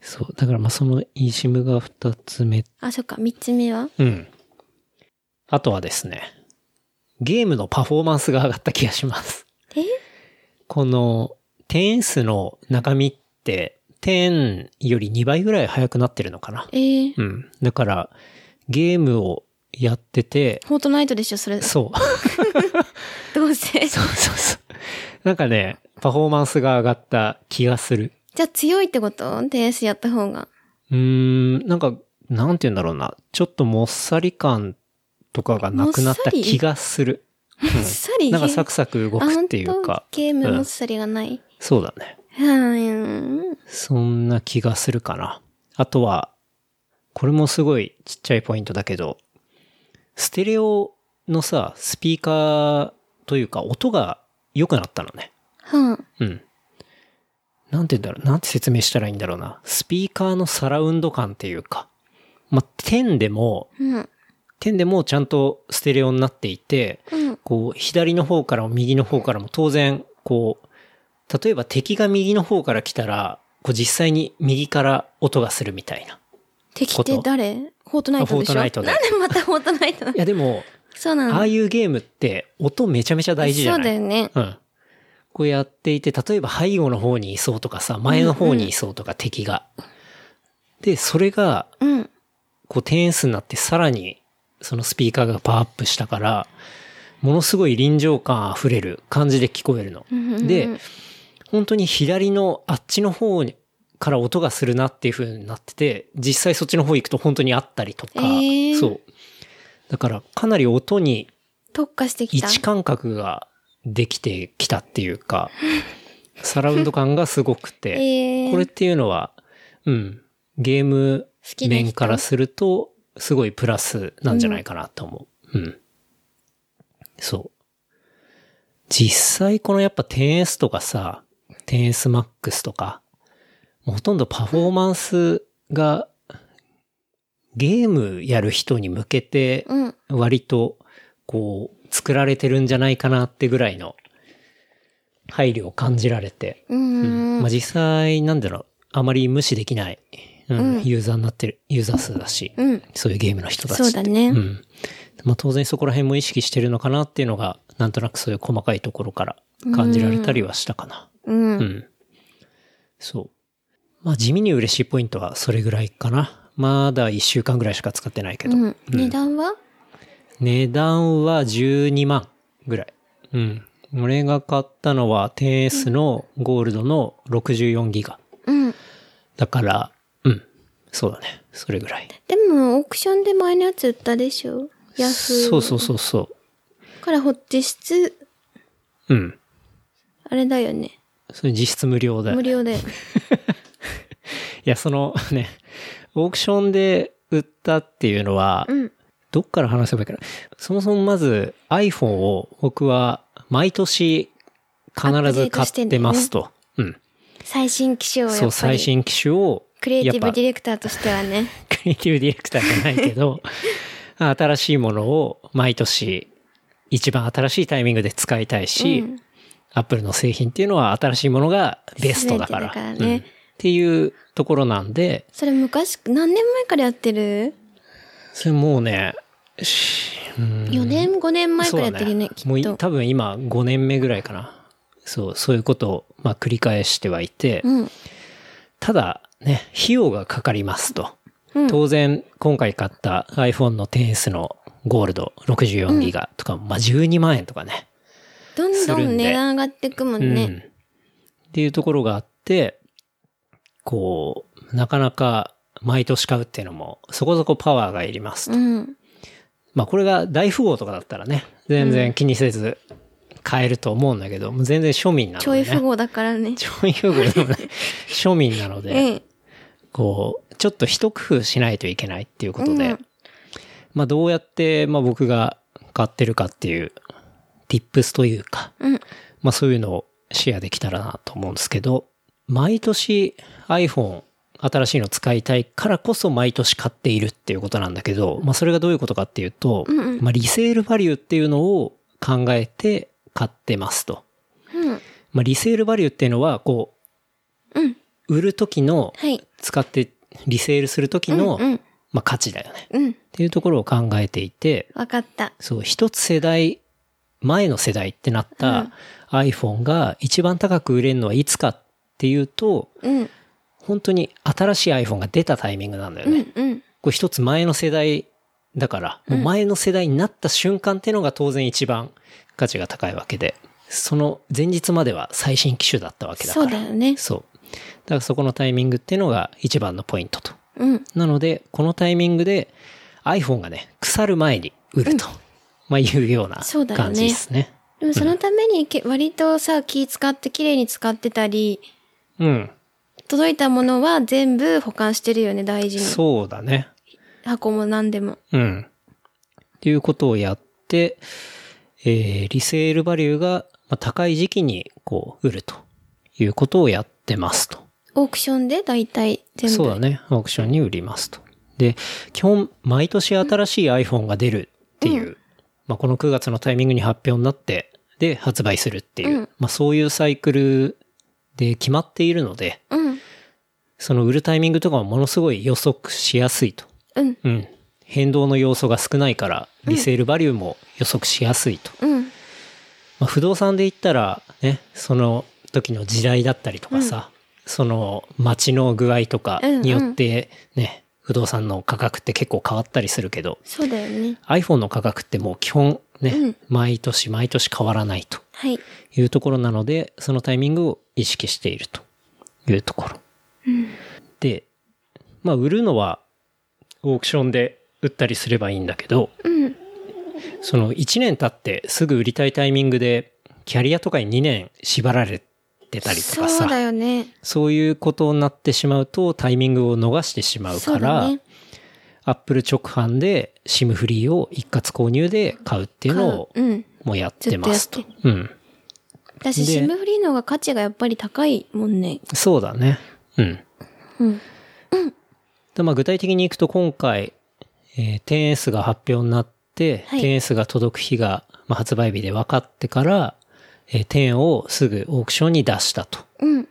S2: そう。だからまあその eSIM が二つ目。
S3: あ、そっか。三つ目は
S2: うん。あとはですね、ゲームのパフォーマンスが上がった気がします。
S3: え
S2: この、点数の中身って、点より2倍ぐらい速くなってるのかな。
S3: えー、
S2: うん。だから、ゲームをやってて、
S3: フォートナイトでしょ、それ。
S2: そう。
S3: どうせ。じ
S2: そうそうそう。なんかね、パフォーマンスが上がった気がする。
S3: ゃあ強いってこと ?DS やった方が。
S2: うーん、なんか、なんて言うんだろうな。ちょっともっさり感とかがなくなった気がする。
S3: もっさり。
S2: なんかサクサク動くっていう
S3: あ本
S2: か
S3: 当。ゲーム
S2: うん
S3: もっさりがない。
S2: そうだね。
S3: うん。
S2: そんな気がするかな。あとは、これもすごいちっちゃいポイントだけど、ステレオのさ、スピーカーというか音が良くなったのね。
S3: はあ、
S2: うん。なんて言うんだろう。なんて説明したらいいんだろうな。スピーカーのサラウンド感っていうか。まあ、10でも、
S3: うん。
S2: 10でもちゃんとステレオになっていて、
S3: うん。
S2: こう、左の方からも右の方からも当然、こう、例えば敵が右の方から来たら、こう実際に右から音がするみたいな。
S3: 敵って誰フォートナイトでしょ
S2: あフォートナイトで
S3: なんでまたフォートナイトなの
S2: いやでも、
S3: そうなの
S2: ああいうゲームって音めちゃめちゃ大事じゃない
S3: そうだよね。
S2: うん。こうやっていて、例えば背後の方にいそうとかさ、前の方にいそうとか、敵が。で、それが、
S3: うん。
S2: こう、点数になって、さらに、そのスピーカーがパワーアップしたから、ものすごい臨場感あふれる感じで聞こえるの。
S3: うんうんうん
S2: で、本当に左のあっちの方にから音がするなっていう風になってて、実際そっちの方行くと本当にあったりとか、
S3: えー
S2: そう。だから、かなり音に
S3: 特化してき
S2: 位
S3: た。
S2: 置感覚ができてきたっていう か、サラウンド感がすごく
S3: え
S2: て、
S3: ー、
S2: これっていうのは、うん、ゲーム
S3: きな人
S2: 面からすると、すごいプラスなんじゃないかなと思う。うん。そう。実際このやっぱ 10S とかさ、10SMAX とか、もうほとんどパフォーマンスが、ゲームやる人に向けて
S3: うん。
S2: 割と、こう、作られてるんじゃないかなってぐらいの配慮を感じられて。
S3: う
S2: うん
S3: ん。
S2: まあ、実際、なんだろう、あまり無視できない、うん
S3: うん
S2: ユーザーになってる、ユーザー数だし、
S3: うん。
S2: そういうゲームの人たち。
S3: そうだね。
S2: うん。まあ、当然そこら辺も意識してるのかなっていうのが、なんとなくそういう細かいところから感じられたりはしたかな。
S3: うん。
S2: うん。そう。まあ、地味に嬉しいポイントはそれぐらいかな。まだ1週間ぐらいしか使ってないけど。
S3: うん値段は
S2: 値段は12万ぐらい。うん。俺が買ったのは 10S のゴールドの64ギガ。
S3: うん。
S2: だから、うん。そうだね。それぐらい。
S3: でも、オークションで前のやつ売ったでしょヤフー。
S2: そうそうそうそ
S3: から、ほ、実質、
S2: う。うん。
S3: あれだよね。
S2: それ実質無料だよ
S3: 無
S2: ね。
S3: 料で。
S2: いや、その ね、オークションで売ったっていうのは
S3: う、ん。
S2: どっから話せばいいかな。そもそもまず iPhone を僕は毎年必ず買ってますと。うん。
S3: 最新機種をやっぱり。
S2: そう、最新機種を。
S3: クリエイテ
S2: や
S3: ィブ
S2: っぱ
S3: ディレクターとしてはね。
S2: クリエイティブディレクターじゃないけ ど、新しいものを毎年、一番新しいタイミングで使いたいし、
S3: うん
S2: アップルの製品っていうのは新しいものがベストだから。
S3: 全てだから
S2: う
S3: ね
S2: んっていうところなんで、
S3: それ昔、何年前からやってる
S2: それもうね、しうん、
S3: ?4 年、5年前からやってるよね、き
S2: もう
S3: っ
S2: い
S3: と。
S2: 多分今5年目ぐらいかな。そう、そういうことを、まあ、繰り返してはいて、
S3: うん。
S2: ただね、費用がかかりますと。
S3: うん。
S2: 当然、今回買った iPhone の 10S のゴールド64ギガとか、まあ、12万円とかね。
S3: どん
S2: す
S3: ど
S2: る
S3: ん
S2: んで
S3: 値段上がってくも
S2: うん
S3: ね。
S2: ん。っていうところがあって、こう、なかなか毎年買うっていうのも、そこそこパワーがいりますと。
S3: うん。
S2: まあこれが大富豪とかだったらね、全然気にせず買えると思うんだけど、もう全然庶民なの
S3: ち
S2: で、
S3: ょ
S2: ね。
S3: い富豪だからね。
S2: ちょい富豪でもない。庶民なので、
S3: ええ。
S2: こう、ちょっと一工夫しないといけないっていうことで、
S3: うん
S2: まあどうやって、まあ僕が買ってるかっていう、ティップスというか、
S3: うん。
S2: まあそういうのをシェアできたらなと思うんですけど、毎年 iPhone 新しいの使いたいからこそ毎年買っているっていうことなんだけど、まあそれがどういうことかっていうと、
S3: うんうん
S2: まあリセールバリューっていうのを考えて買ってますと。
S3: うん。
S2: まあリセールバリューっていうのは、こ
S3: うん。
S2: う、売る時の、
S3: はい。
S2: 使ってリセールする時
S3: うん。
S2: の、
S3: うん。
S2: まあ価値だよね。
S3: うん。
S2: っていうところを考えていて、
S3: わかった。
S2: そう、一つ世代、前の世代ってなっ
S3: う
S2: た
S3: ん
S2: iPhone が一番高く売れるのはいつかっていうと、
S3: うん。
S2: 本当に新しい iPhone が出たタイミングなんだよ
S3: う
S2: ね。
S3: ん。うん。
S2: これ一つ前の世代だから、もう前の世代になった瞬間っていうのが当然一番価値が高いわけで、その前日までは最新機種だったわけだか
S3: そ
S2: ら。
S3: うだよね。
S2: そう。だからそこのタイミングっていうのが一番のポイントと。
S3: うん。
S2: なので、このタイミングで iPhone がね、腐る前に売ると、まあいうような
S3: そうだよね
S2: 感じですね。
S3: でもそのためにけ割とさ、気使って綺麗に使ってたり、
S2: うん。
S3: 届いたものは全部保管してるよね、大事に。
S2: そうだね。
S3: 箱も何でも。
S2: うん。っていうことをやって、えー、リセールバリューがまあ高い時期にこう売るということをやってますと。
S3: オークションで大体全部。
S2: そうだね。オークションに売りますと。で、基本、毎年新しい iPhone が出るっていう、まあ、この9月のタイミングに発表になって、で、発売するっていう、
S3: うん
S2: まあ、そういうサイクルで決まっているので、
S3: うん。
S2: その売るタイミングとかもものすごい予測しやすいと。
S3: うん。
S2: うん。変動の要素が少ないから、リセールバリューも予測しやすいと。
S3: うん。
S2: まあ、不動産で言ったら、ね、その時の時代だったりとかさ、その街の具合とかによってね、不動産の価格って結構変わったりするけど、
S3: そうだよね。
S2: iPhone の価格ってもう基本ね、
S3: うん
S2: 毎年毎年変わらないと
S3: はい。
S2: いうところなので、そのタイミングを意識しているというところ。で、まあ売るのはオークションで売ったりすればいいんだけど、
S3: うん。
S2: その1年経ってすぐ売りたいタイミングで、キャリアとかに2年縛られてたりと
S3: そ
S2: かさ、
S3: う
S2: そ
S3: だ
S2: う
S3: よね。
S2: いうことになってしまうとタイミングを逃してしまう
S3: そう
S2: か
S3: だ
S2: ら、
S3: ね。
S2: Apple 直販で SIM フリーを一括購入で買うっていうのを
S3: うん。
S2: もうやってますと。
S3: ずっ
S2: うん。
S3: 私、
S2: で
S3: シムフリーの方が価値がやっぱり高いもんね。
S2: そうだね。うん。
S3: うん。
S2: でまあ具体的にいくと今回、えー 10S が発表になって、
S3: はい
S2: 10S が届く日が、まあ、発売日で分かってから、えー10をすぐオークションに出したと。
S3: うん。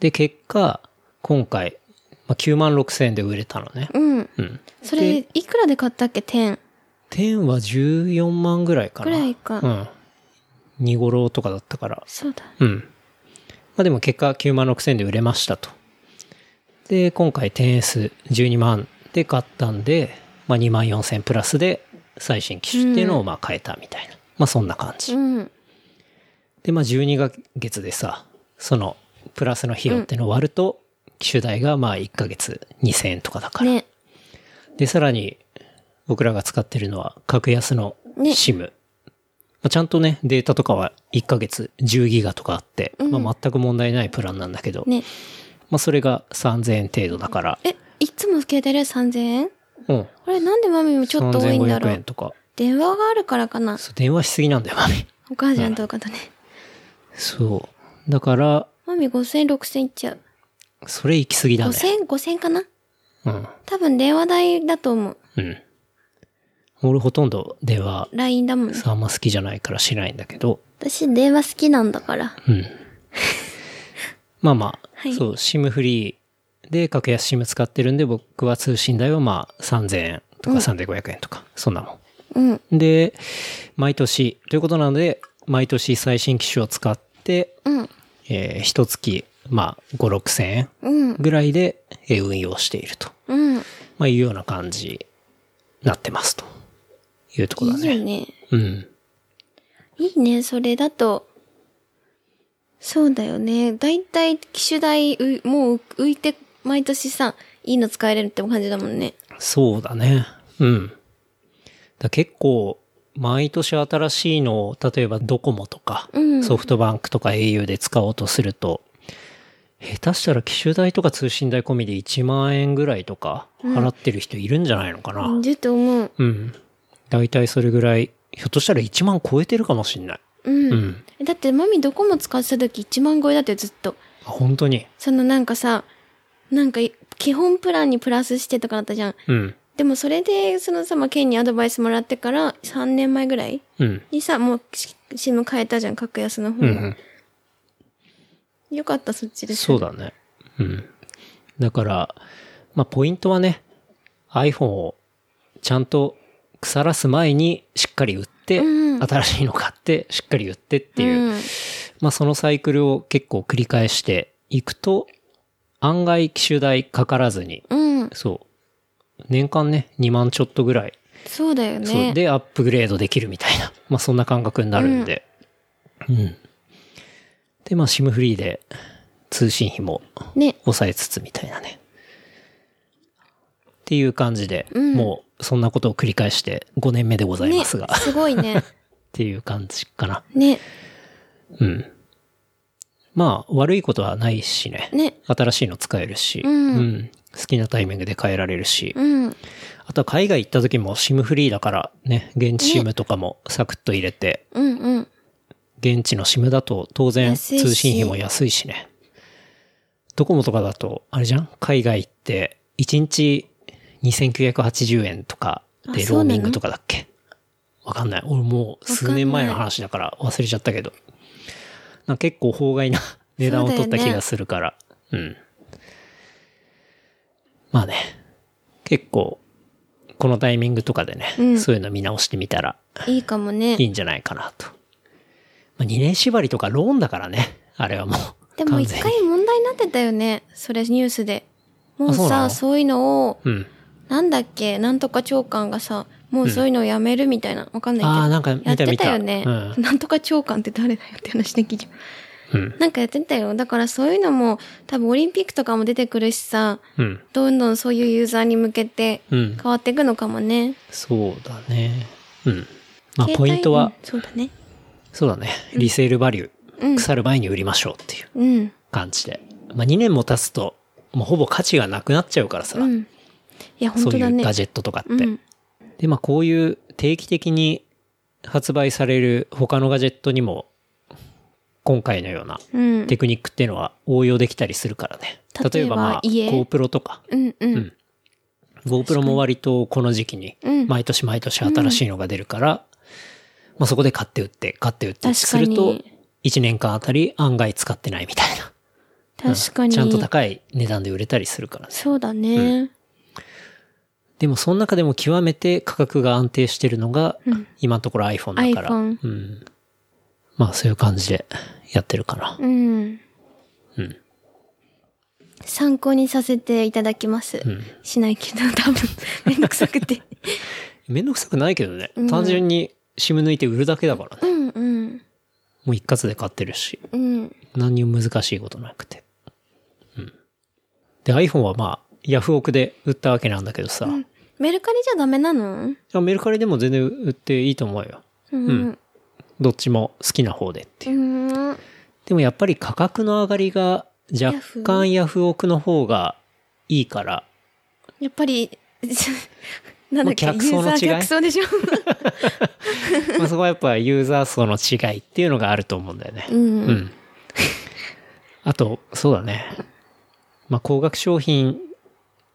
S2: で、結果、今回、まあ、9万6千円で売れたのね。
S3: うん。
S2: うん。
S3: それ、いくらで買ったっけ ?10。
S2: 10は14万ぐらいかな。
S3: ぐらいか
S2: うん。2五郎とかだったから。
S3: そうだ。
S2: うん。まあでも結果9万6千円で売れましたと。で、今回 10S12 万で買ったんで、まあ2万4千プラスで最新機種っていうのをまあ変えたみたいな。まあそんな感じ。
S3: うん。
S2: で、まあ12ヶ月でさ、そのプラスの費用っていうのを割ると、機種代がまあ1ヶ月2000円とかだから。
S3: ね。
S2: で、さらに僕らが使ってるのは格安の
S3: ね
S2: SIM。まあ、ちゃんとね、データとかは1ヶ月10ギガとかあって、まあ、全く問題ないプランなんだけど、
S3: ね。
S2: まあ、それが3000円程度だから、
S3: え、いつも携帯で3000円
S2: うん。
S3: これなんでマミもちょっと多いんだろ
S2: 3500
S3: う
S2: 円。とか。
S3: 電話があるからかな。
S2: そう、電話しすぎなんだよ、マミ。
S3: お母ちゃんとかとね。
S2: そう。だから、
S3: マミ5000、6000いっちゃう。
S2: それ行き過ぎだね。
S3: 5000、5000かな
S2: うん。
S3: 多分電話代だと思う。
S2: うん。俺ほとんど電話、
S3: LINE だもん。
S2: さあんま好きじゃないからしないんだけど、
S3: 私電話好きなんだから。
S2: うん。 まあまあ、
S3: はい
S2: そう、シムフリーで格安シム使ってるんで、僕は通信代はまあ3000円とか3500円とか、そんなも
S3: うん。
S2: ん。で、毎年、ということなので、毎年最新機種を使って、
S3: うん。
S2: えー、一月まあ、5、6千円
S3: うん。
S2: ぐらいでえー運用していると。
S3: うん。
S2: まあ、いうような感じになってますと。いうとこだ
S3: いい
S2: ね。
S3: よね。
S2: うん。
S3: いいね、それだと。そうだよね。だいたい機種代、うもう浮いて、毎年さ、いいの使えるって感じだもんね。
S2: そうだね。うん。だ結構、毎年新しいのを、例えばドコモとか、
S3: うん
S2: ソフトバンクとか au で使おうとすると、下手したら機種代とか通信代込みで1万円ぐらいとか払ってる人いるんじゃないのかな。
S3: いると思う。
S2: うん。大体それぐらい、ひょっとしたら1万超えてるかもしんない。
S3: うん。
S2: うん。
S3: だって、マミどこも使ってた時1万超えだってずっと。
S2: あ本当に。
S3: そのなんかさ、なんかい、基本プランにプラスしてとかだったじゃん。
S2: うん。
S3: でもそれで、そのさ、まあ、ケンにアドバイスもらってから、3年前ぐらい
S2: うん。
S3: にさ、もう、し SIM 変えたじゃん、格安の方。
S2: うん、うん。
S3: よかった、そっちで。
S2: そうだね。うん。だから、まあ、ポイントはね、iPhone をちゃんと腐らす前にしっかり売って、
S3: うん
S2: 新しいの買って、しっかり売ってっていう、
S3: うん。
S2: まあ、そのサイクルを結構繰り返していくと、案外機種代かからずに、
S3: うん。
S2: そう。年間ね、2万ちょっとぐらい
S3: そうだよね。
S2: そうでアップグレードできるみたいな、まあ、そんな感覚になるんで、うんでまあ SIM フリーで通信費も
S3: ね。
S2: 抑えつつみたいなねっていう感じで、
S3: うん
S2: もうそんなことを繰り返して5年目でござい
S3: ね。
S2: ますが、っ
S3: すごいね。
S2: ていう感じかな
S3: ね。
S2: うんまあ悪いことはないしね
S3: ね。
S2: 新しいの使えるし、
S3: うん
S2: うん好きなタイミングで変えられるし、
S3: うん。
S2: あとは海外行った時も SIM フリーだからね、現地 SIM とかもサクッと入れて、
S3: うんうん。
S2: 現地の SIM だと当然
S3: 安いし
S2: 通信費も安いしね。ドコモとかだと、あれじゃん海外行って1日2980円とかで
S3: あそ
S2: ロ
S3: うな
S2: ー
S3: の
S2: ミングとかだっけわかんない。俺もう数年前の話だから忘れちゃったけど。なんか結構法外な値段を取った気がするから。うん。まあね。結構、このタイミングとかでね、
S3: うん
S2: そういうの見直してみたら
S3: いいかもね。
S2: いいんじゃないかなと。まあ、2年縛りとかローンだからね。あれはもう。
S3: でも
S2: 完
S3: 一
S2: 全に
S3: 回問題になってたよね。それニュースで。もう
S2: あそうな
S3: さ、
S2: の
S3: そういうのを、
S2: うん。
S3: なんだっけ、なんとか長官がさ、もうそういうのをやめるみたいな。わかんないけど。
S2: ああ、なんか
S3: やっ
S2: 見た
S3: て
S2: 見
S3: た
S2: た。
S3: よね
S2: う。ん。
S3: なんとか長官って誰だよって話できる。
S2: うん。
S3: なんかやってたよ。だからそういうのも、多分オリンピックとかも出てくるしさ、
S2: うん。
S3: どんどんそういうユーザーに向けて
S2: うん
S3: 変。わっていくのかもね。
S2: そうだね。うん。まあ、
S3: 携
S2: ポ
S3: 帯
S2: イントは、
S3: うんそうだね。
S2: そうだね。リセールバリュ
S3: う
S2: ー。
S3: ん。
S2: 腐る前に売りましょうっていう
S3: うん。
S2: 感じで。まあ、2年も経つと、もうほぼ価値がなくなっちゃうからさ。
S3: うん。いや、本
S2: そう
S3: 当
S2: い
S3: だ
S2: う
S3: ね。
S2: ガジェットとかって。
S3: うん。
S2: で、まあこういう定期的に発売される他のガジェットにも、今回のような
S3: うん。
S2: テクニックっていうのは応用できたりするからね。
S3: 例えば
S2: まあ
S3: 家
S2: GoPro とか、
S3: うんうん
S2: GoPro も割とこの時期に
S3: うん
S2: 毎年毎年新しいのが出るから、まあそこで買って売って、買って売って
S3: 確
S2: す
S3: かに
S2: ると、1年間あたり案外使ってないみたいな。
S3: 確かに。
S2: ちゃんと高い値段で売れたりするからね。
S3: そうだね。
S2: でもその中でも極めて価格が安定してるのが、
S3: うん
S2: 今のところ iPhone だから。
S3: iPhone
S2: うん。まあそういう感じでやってるかな。
S3: うん。
S2: うん
S3: 参考にさせていただきます。
S2: うん。
S3: しないけど、 多分、めんどくさ くて。
S2: めんどくさくないけどね。
S3: うん
S2: 単純に SIM 抜いて売るだけだからね。
S3: うんうん。
S2: もう一括で買ってるし、
S3: うん。
S2: 何にも難しいことなくて。うん。で、iPhone はまあ、ヤフオクで売ったわけなんだけどさ、い
S3: メルカリじゃダメなの
S2: やメルカリでも全然売っていいと思うよ。
S3: うん。
S2: どっちも好きな方でっていう
S3: う。ん。
S2: でもやっぱり価格の上がりが若
S3: ヤフ
S2: 干ヤフオクの方がいいから、
S3: やっぱり、 なんだっけ、
S2: ま
S3: ユ
S2: あ客層の
S3: ーザー
S2: 違い
S3: 客層 でしょ。
S2: まあそこはやっぱユーザー層の違いっていうのがあると思うんだよね
S3: う。ん。
S2: う。ん。 あと、そうだね。まあ高額商品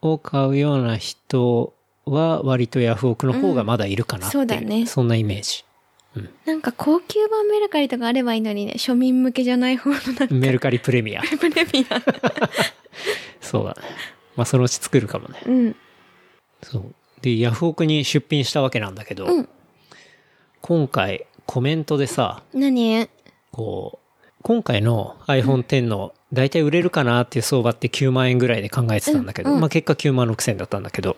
S2: を買うような人は割とヤフオクの方がまだいるかなっていう、
S3: うんそうだね
S2: そんなイメージ。
S3: なんか高級版メルカリとかあればいいのにね、庶民向けじゃない方のなんか
S2: メルカリプレミ ア。
S3: プレミア。
S2: そうだね。まあ そのうち作るかもね。
S3: うん。
S2: そう。で、ヤフオクに出品したわけなんだけど、
S3: うん
S2: 今回コメントでさ、
S3: 何
S2: こう、今回の iPhone X の大体売れるかなっていう相場って9万円ぐらいで考えてたんだけど、
S3: うんうん
S2: まあ結果9万6千だったんだけど、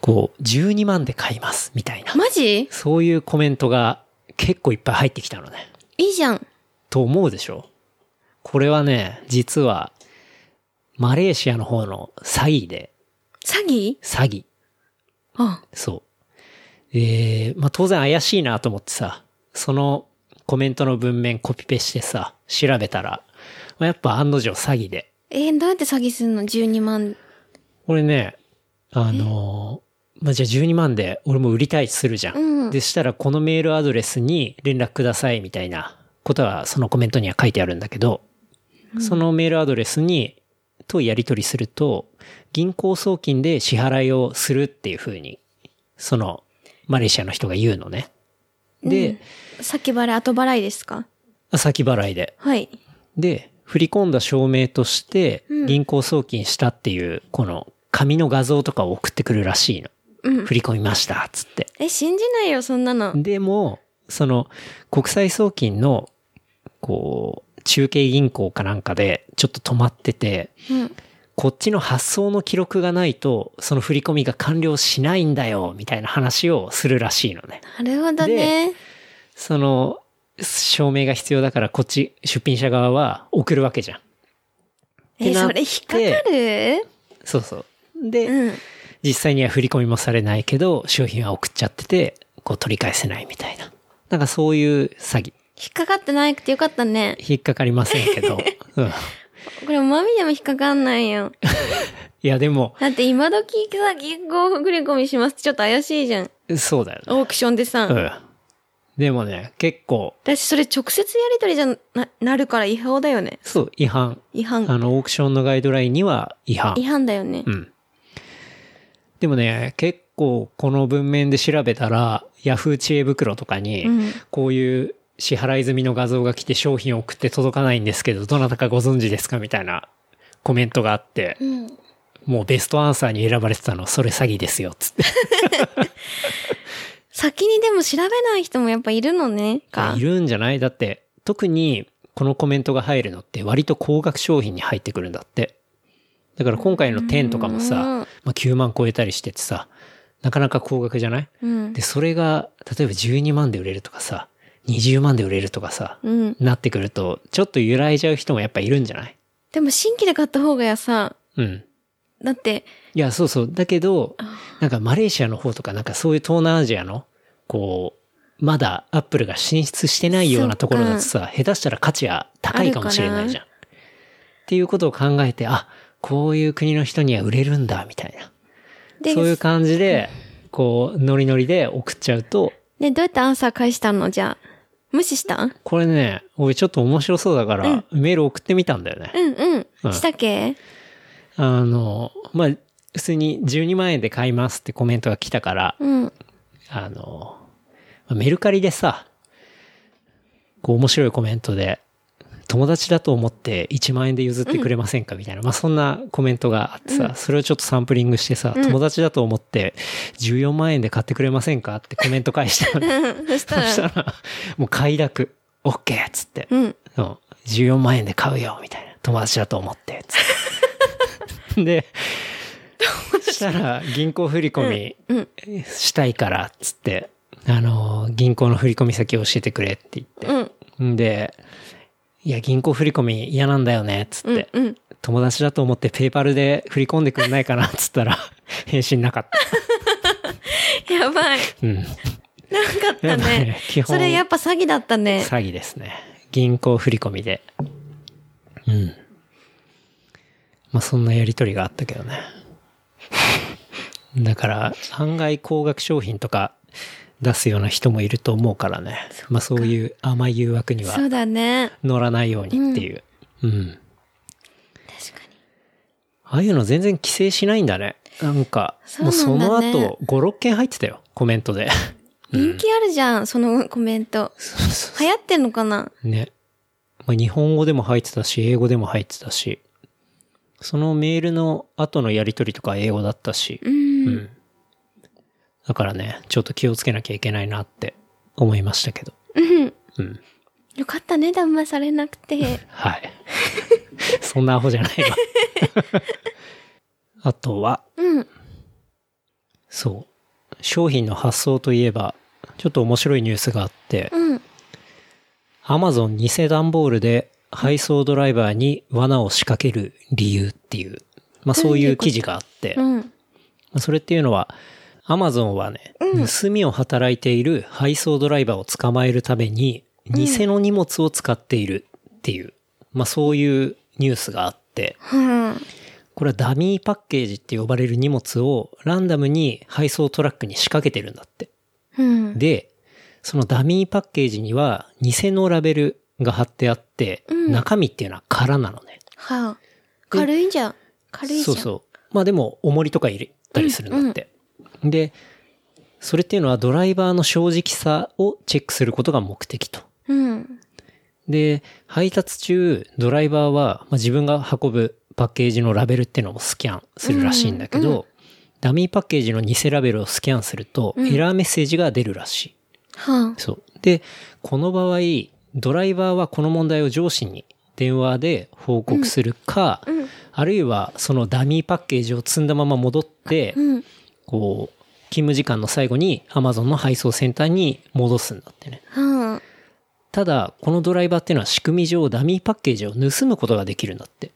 S2: こう、12万で買いますみたいな、
S3: マジ
S2: そういうコメントが結構いっぱい入ってきたのね。
S3: いいじゃん。
S2: と思うでしょこれはね、実は、マレーシアの方の詐欺で、
S3: 詐欺
S2: 詐欺。
S3: あ
S2: そう。えー、まあ、当然怪しいなと思ってさ、そのコメントの文面コピペしてさ、調べたら、まあやっぱ案の定詐欺で。
S3: えーどうやって詐欺するの ?12 万。
S2: これね、あのーまあ、じゃあ12万で俺も売りたいとするじゃん。
S3: うん
S2: でしたらこのメールアドレスに連絡くださいみたいなことはそのコメントには書いてあるんだけど、そのメールアドレスに、とやり取りすると、銀行送金で支払いをするっていう風に、その、マレーシアの人が言うのね。で、
S3: 先払い、後払いですか
S2: 先払いで。
S3: はい。
S2: で、振り込んだ証明として、
S3: うん
S2: 銀行送金したっていう、この、紙の画像とかを送ってくるらしいの。
S3: うん
S2: 振。り込みました、つって。
S3: え、信じないよ、そんなの。
S2: でも、その、国際送金の、こう、中継銀行かなんかで、ちょっと止まってて、
S3: うん。
S2: こっちの発送の記録がないと、その振り込みが完了しないんだよ、みたいな話をするらしいのね。
S3: なるほどね。
S2: その、証明が必要だから、こっち、出品者側は送るわけじゃん。
S3: え、
S2: な
S3: そ
S2: っ
S3: れ
S2: て
S3: 引っかかる
S2: そうそう。で、
S3: うん。
S2: 実際には振り込みもされないけど、商品は送っちゃってて、こう取り返せないみたいな。なんかそういう詐欺。
S3: 引っかかってなくてよかったね。
S2: 引っかかりませんけど。うん。
S3: これ、マミでも引っかかんな いよ。
S2: いや、でも、
S3: だって今時さ、銀行振り込みしますってちょっと怪しいじゃん。
S2: そうだよね。
S3: オークションでさ。
S2: うん。でもね、結構、
S3: 私それ直接やりとりじゃな、なるから違法だよね。
S2: そう、違反。
S3: 違反。
S2: あの、オークションのガイドラインには違反
S3: 違。反だよね
S2: う。ん。でもね、結構この文面で調べたら、ヤフー知恵袋とかに、
S3: うん
S2: こういう支払い済みの画像が来て商品を送って届かないんですけど、どなたかご存知ですかみたいなコメントがあって、
S3: うん。
S2: もうベストアンサーに選ばれてたの、それ詐欺ですよ、つって。
S3: 先にでも調べない人もやっぱいるのね。か。
S2: いるんじゃないだって、特にこのコメントが入るのって割と高額商品に入ってくるんだって。だから今回の10とかもさ、
S3: うん
S2: まあ、9万超えたりしててさ、なかなか高額じゃない
S3: うん
S2: で、。それが、例えば12万で売れるとかさ、20万で売れるとかさ、
S3: うん。
S2: なってくると、ちょっと揺らいじゃう人もやっぱいるんじゃない
S3: でも新規で買った方がやさ、
S2: うん。
S3: だって、
S2: いや、そうそう。だけど
S3: あ、
S2: なんかマレーシアの方とか、なんかそういう東南アジアの、こう、まだアップルが進出してないようなところだとさ、下手したら価値が高いかもしれないじゃん。っていうことを考えて、あ、こういう国の人には売れるんだ、みたいな。
S3: で、
S2: そういう感じで、こう、ノリノリで送っちゃうと、
S3: ね、どうやってアンサー返したのじゃあ。無視した
S2: これね、俺ちょっと面白そうだから、メール送ってみたんだよね。
S3: うんうん。
S2: うん
S3: したっけ
S2: あの、まあ、普通に12万円で買いますってコメントが来たから、
S3: うん。
S2: あの、まあメルカリでさ、こう面白いコメントで、友達だと思って1万円で譲ってくれませんかみたいな、まあ、そんなコメントがあってさ、それをちょっとサンプリングしてさ、
S3: うん
S2: 友達だと思って14万円で買ってくれませんかってコメント返したの
S3: そし
S2: そ
S3: た
S2: した
S3: ら、
S2: ら、もう快諾、OK! っつって。
S3: うん。
S2: うん。14万円で買うよ、みたいな。友達だと思って、つ って。で、そしたら、銀行振り込
S3: うん。
S2: みしたいから、つって、あの、銀行の振り込み先教えてくれって言って。
S3: うん。
S2: んで、いや、銀行振り込み嫌なんだよね、つ
S3: う
S2: っ
S3: ん
S2: て。。
S3: うん。
S2: 友達だと思ってペーパルで振り込んでくんないかな、つったら、 返信なかった。
S3: やばい。
S2: うん。
S3: なかっ
S2: やっぱ
S3: た
S2: り
S3: ね
S2: ね。 基本
S3: それやっぱ詐欺だったね。
S2: 詐欺ですね。銀行振り込みで。うん。まあそんなやりとりがあったけどね。 だから、案外高額商品とか出すような人もいると思うからね。まあそういう甘い誘惑に
S3: そ
S2: は
S3: うだね。
S2: 乗らないようにっていう。うん。
S3: 確かに。
S2: ああいうの全然規制しないんだね。なんか、もうそ
S3: そうな
S2: の
S3: んだね
S2: 後、5、6件入ってたよ。コメント で。
S3: 人気あるじゃん、そのコメント。流行ってんのかな
S2: ね。まあ、日本語でも入ってたし、英語でも入ってたし、そのメールの後のやりとりとか英語だったし、
S3: うん。
S2: うんだからね、ちょっと気をつけなきゃいけないなって思いましたけど。
S3: うん。
S2: うん。
S3: よかったね、騙されなくて。
S2: はい。 そんなアホじゃないわ。 あとは、
S3: うん。
S2: そう。商品の発送といえば、ちょっと面白いニュースがあって、
S3: うん。
S2: Amazon 偽段ボールで配送ドライバーに罠を仕掛ける理由っていう、まあそういう記事があって、
S3: うん。
S2: まあそれっていうのは、アマゾンはね、盗みを働いている配送ドライバーを捕まえるために、偽の荷物を使っているっていう、まあそういうニュースがあって、
S3: うん。
S2: これはダミーパッケージって呼ばれる荷物をランダムに配送トラックに仕掛けてるんだって。
S3: うん。
S2: で、そのダミーパッケージには偽のラベルが貼ってあって、
S3: うん
S2: 中身っていうのは空なのね。
S3: はあ。軽いじゃん。軽いじゃ
S2: そ
S3: ん。
S2: うそう。まあでも、重りとか入れたりするんだって。で、それっていうのはドライバーの正直さをチェックすることが目的と。
S3: う。うん。
S2: で、配達中、ドライバーは、まあ、自分が運ぶパッケージのラベルっていうのもスキャンするらしいんだけど、ダミーパッケージの偽ラベルをスキャンすると、
S3: うん
S2: エラーメッセージが出るらしい。
S3: はあ。
S2: そう。で、この場合、ドライバーはこの問題を上司に電話で報告するか、
S3: うん。
S2: あるいはそのダミーパッケージを積んだまま戻って、
S3: うん。
S2: こう、勤務時間の最後に Amazon の配送センターに戻すんだってね。
S3: はあ。
S2: ただ、このドライバーっていうのは仕組み上ダミーパッケージを盗むことができるんだって。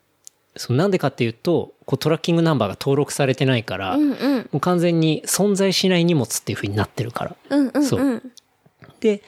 S2: そうなんでかっていうと、こうトラッキングナンバーが登録されてないから、
S3: う
S2: も
S3: んうん。
S2: う完全に存在しない荷物っていう風になってるから。
S3: うんうん
S2: そう
S3: うん。
S2: で、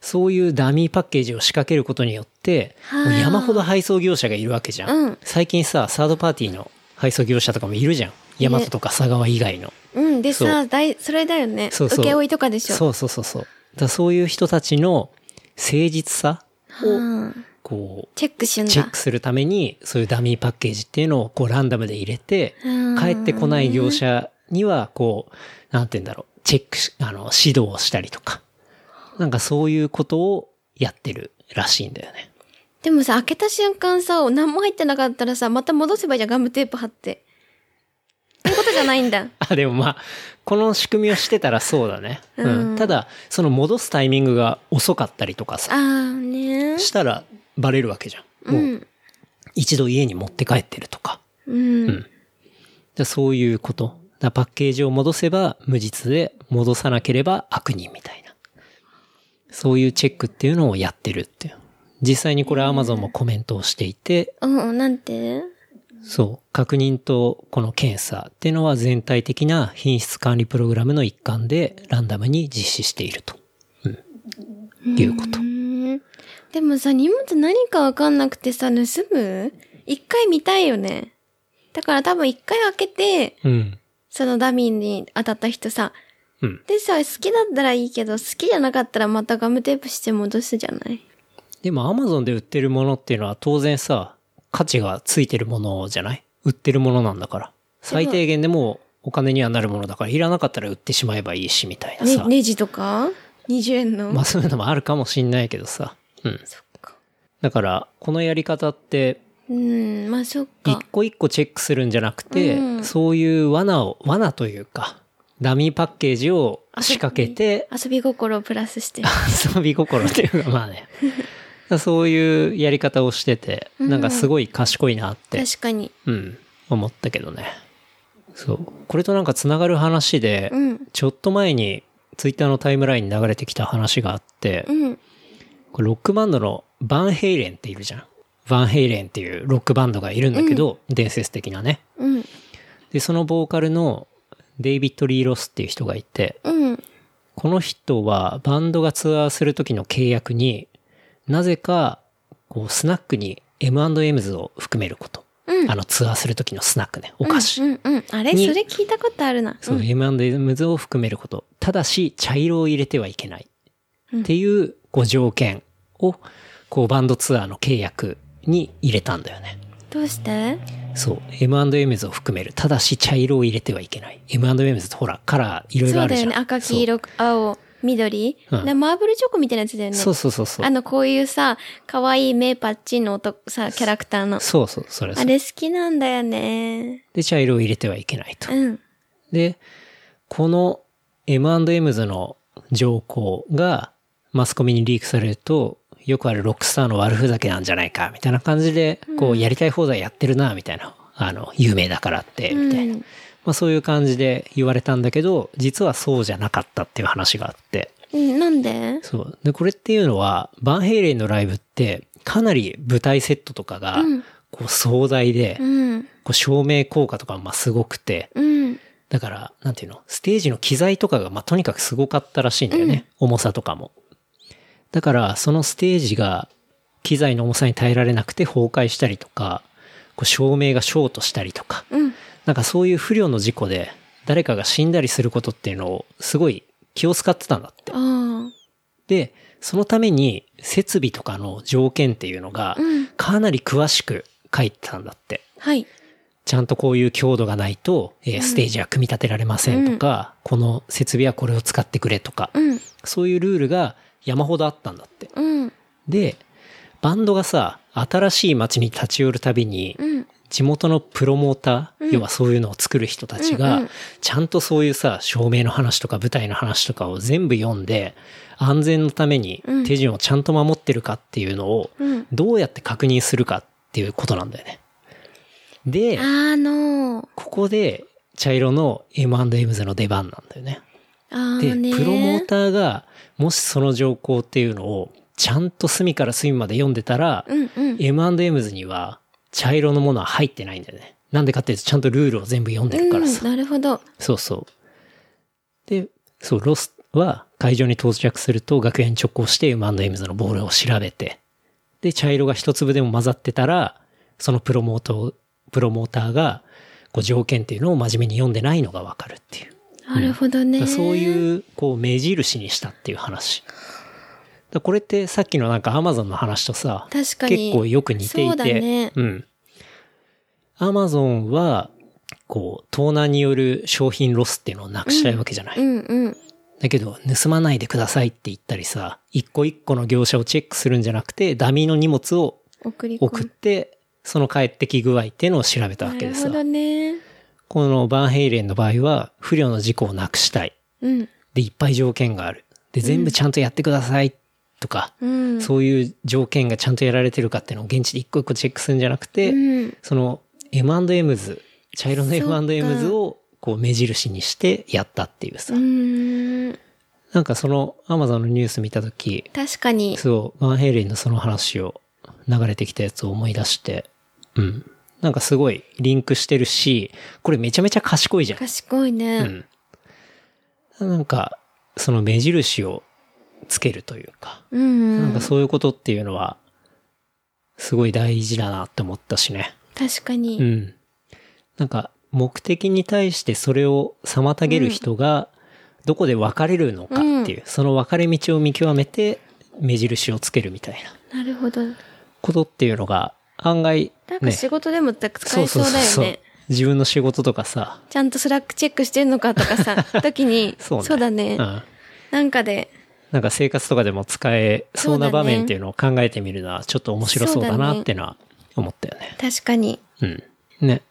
S2: そういうダミーパッケージを仕掛けることによって、
S3: はあ
S2: もう山ほど配送業者がいるわけじゃん。
S3: うん
S2: 最近さ、サードパーティーの配送業者とかもいるじゃん。
S3: いる
S2: ヤマトとか佐川以外の。
S3: うん。で
S2: そう
S3: さ、だい、それだよね。
S2: そうそう
S3: 受け負いとかでしょ。
S2: そうそうそうそう。だからそういう人たちの誠実さを、
S3: はあ。
S2: こう、
S3: チェックしんだ。
S2: チェックするために、そういうダミーパッケージっていうのを、こう、ランダムで入れて、
S3: うん
S2: 帰ってこない業者には、こう、なんて言うんだろう、チェックし、あの、指導をしたりとか、なんかそういうことをやってるらしいんだよね。
S3: でもさ、開けた瞬間さ、何も入ってなかったらさ、また戻せばいいじゃん、ガムテープ貼って。そういうことじゃないん だ。
S2: あ、でもまあ、この仕組みをしてたらそうだね。うん。
S3: うん
S2: ただ、その戻すタイミングが遅かったりとか
S3: あ
S2: さ、
S3: ーねー
S2: したらバレるわけじゃん。
S3: う
S2: もう、
S3: ん。
S2: 一度家に持って帰ってるとか。
S3: う
S2: ん。
S3: ん
S2: じゃあそういうこと。だからパッケージを戻せば無実で、戻さなければ悪人みたいな。そういうチェックっていうのをやってるっていう。実際にこれ Amazon もコメントをしていて、
S3: うん、なんて
S2: そう、確認とこの検査っていうのは全体的な品質管理プログラムの一環でランダムに実施していると。うん。いうこと
S3: う。ーん。でもさ、荷物何かわかんなくてさ、盗む一回見たいよね。だから多分一回開けて、
S2: うん。
S3: そのダミーに当たった人さ。
S2: うん。
S3: でさ、好きだったらいいけど、好きじゃなかったらまたガムテープして戻すじゃない
S2: でも Amazon で売ってるものっていうのは当然さ、価値がついてるものじゃない売ってるものなんだから。最低限でもお金にはなるものだから、いらなかったら売ってしまえばいいし、みたいな
S3: ね、
S2: さ。
S3: ネジとか ?20 円の、
S2: まあそういうのもあるかもしんないけどさ。うん。
S3: そっか。
S2: だから、このやり方って、
S3: うん、まあそっ
S2: 一
S3: か。
S2: 個一個チェックするんじゃなくて、
S3: うん
S2: そういう罠を、罠というか、ダミーパッケージを仕掛けて、
S3: 遊び心をプラスして。
S2: 遊び心っていうか、まあ ね。そういうやり方をしてて、なんかすごい賢いなって
S3: 確かに。
S2: うん、思ったけどね。そう。これとなんかつながる話で、
S3: うん。
S2: ちょっと前にツイッターのタイムラインに流れてきた話があって、
S3: うん。
S2: これロックバンドのバンヘイレンっているじゃん。バンヘイレンっていうロックバンドがいるんだけど、伝説的なね。
S3: うん。
S2: で、そのボーカルのデイビッド・リー・ロスっていう人がいて、
S3: うん。
S2: この人はバンドがツアーする時の契約になぜかこうスナックに M&M's を含めること。
S3: うん
S2: あのツアーする時のスナックね、お菓子。
S3: うんうん。あれ
S2: に
S3: それ聞いたことあるな。
S2: そう、M&M's を含めること。ただし、茶色を入れてはいけない。っていう、ご条件を、こう、バンドツアーの契約に入れたんだよね。
S3: どうして
S2: そう、M&M's を含める。ただし、茶色を入れてはいけない。M&M's ってほら、カラーいろいろ
S3: そ
S2: あ
S3: う
S2: る
S3: だ
S2: じゃ
S3: よ
S2: ん。
S3: ね。赤、黄色、青、緑。
S2: うん
S3: なマーブルチョコみたいなやつだよね。
S2: そう。そうそうそうそう。
S3: あの、こういうさ、可愛い目パッチンの男さ、キャラクターの。
S2: そうそう、それそ
S3: あ
S2: れ
S3: れ好きなんだよね。
S2: で、茶色を入れてはいけないと。
S3: うん。
S2: で、この M&M's の条項がマスコミにリークされると、よくあるロックスターの悪ふざけなんじゃないか、みたいな感じで、こう、やりたい放題やってるな、みたいな。あの、有名だからって、みたいな。
S3: うん
S2: まあそういう感じで言われたんだけど、実はそうじゃなかったっていう話があって。
S3: うんなんで
S2: そう。で、これっていうのは、バンヘイレンのライブって、かなり舞台セットとかが
S3: うん、
S2: こう壮大で、
S3: うん。
S2: こう照明効果とかもまあすごくて、
S3: うん。
S2: だから、なんていうの、ステージの機材とかが、まあ、とにかくすごかったらしいんだよね。重さとかも。だから、そのステージが、機材の重さに耐えられなくて崩壊したりとか、こう照明がショートしたりとか、
S3: うん。
S2: なんかそういう不慮の事故で、誰かが死んだりすることっていうのを、すごい気を使ってたんだって。
S3: あ
S2: で、そのために設備とかの条件っていうのが
S3: あ。うん。
S2: かなり詳しく書いてたんだって。
S3: はい。
S2: ちゃんとこういう強度がないと、えーステージは組み立てられませんとか、この設備はこれを使ってくれとか、
S3: うん。
S2: そういうルールが山ほどあったんだって。
S3: うん。
S2: で、バンドがさ、新しい街に立ち寄るたびに、
S3: うん。
S2: 地元のプロモーター、
S3: うん
S2: 要はそういうのを作る人たち
S3: う
S2: が
S3: んうん、
S2: ちゃんとそういうさ、照明の話とか舞台の話とかを全部読んで、安全のために
S3: うん
S2: 手順をちゃんと守ってるかっていうのを、
S3: うん。
S2: どうやって確認するかっていうことなんだよね。で、
S3: あのー、
S2: ここで茶色の M&M's の出番なんだよね。
S3: あ
S2: で、
S3: ーねー。
S2: プロモーターがもしその条項っていうのをちゃんと隅から隅まで読んでたら、
S3: うんうん。
S2: M&M's には茶色のものは入ってないんだよね。なんでかっていうとちゃんとルールを全部読んでるから
S3: うん、
S2: さ。
S3: なるほど。
S2: そうそう。で、そう、ロスは会場に到着すると学園直行して M&M's のボールを調べて、で、茶色が一粒でも混ざってたら、そのプロモートを、プロモーターが、こう条件っていうのを真面目に読んでないのがわかるっていう。
S3: なるほどね
S2: だ
S3: ー。
S2: からそういう、こう、目印にしたっていう話。だからこれってさっきのなんか Amazon の話とさ、
S3: 確かに。
S2: 結構よく似てい
S3: そうだ
S2: て、
S3: ね
S2: うん。アマゾンは、こう、盗難による商品ロスっていうのをなくしたいわけじゃない。
S3: うんうん。
S2: だけど、盗まないでくださいって言ったりさ、一個一個の業者をチェックするんじゃなくて、ダミーの荷物を
S3: 送り込む。
S2: 送って、その帰ってき具合っていうのを調べたわけで
S3: な
S2: さ
S3: るほ、どね。
S2: このバンヘイレンの場合は、不慮の事故をなくしたい。
S3: うん。
S2: で、いっぱい条件がある。で、全部ちゃんとやってくださいとか、
S3: うん。
S2: そういう条件がちゃんとやられてるかっていうのを現地で一個一個チェックするんじゃなくて、
S3: うん。
S2: その M&M's、茶色の
S3: そっか
S2: F&M's をこう目印にしてやったっていうさ。
S3: うーん。
S2: なんかその Amazon のニュース見たとき、
S3: 確かに。
S2: そう、ワンヘイレンのその話を流れてきたやつを思い出して、うん。なんかすごいリンクしてるし、これめちゃめちゃ賢いじゃん。
S3: 賢いね。
S2: うん。なんか、その目印をつけるというか、
S3: うん。うん
S2: なんかそういうことっていうのは、すごい大事だなって思ったしね。
S3: 確か
S2: う
S3: に。
S2: ん。なんか、目的に対してそれを妨げる人が、どこで分かれるのかっていう、その分かれ道を見極めて、目印をつけるみたいな
S3: なるほど。
S2: ことっていうのが、案外、
S3: なんか
S2: ね、
S3: 仕事でも使えそうだよね。。
S2: 自分の仕事とかさ、
S3: ちゃんとスラックチェックしてんのかと かさ、時に、
S2: そうね
S3: そうだね
S2: う。ん。
S3: なんかで、
S2: なんか生活とかでも使えそうな
S3: そうだ
S2: 場
S3: ね
S2: 面っていうのを考えてみるのは、ちょっと面白そうだなっていうのは思ったよね。
S3: 確かに。
S2: うん。ね。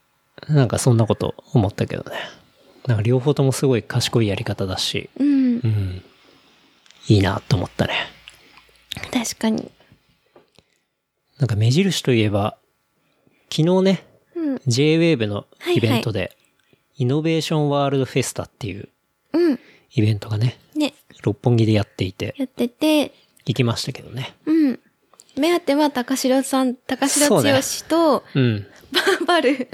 S2: なんかそんなこと思ったけどね。なんか両方ともすごい賢いやり方だし、
S3: うん
S2: う。ん。いいなと思ったね。
S3: 確かに。
S2: なんか目印といえば、昨日ね、
S3: うん。
S2: JWAVE の
S3: はいはい
S2: イベントで、イノベーションワールドフェスタっていう
S3: うん。
S2: イベントがね、
S3: ね。
S2: 六本木でやっていて、
S3: やってて、
S2: 行きましたけどね。
S3: うん。目当ては高城さん、高城
S2: そう
S3: 剛
S2: ね
S3: と、
S2: うん。
S3: バーバル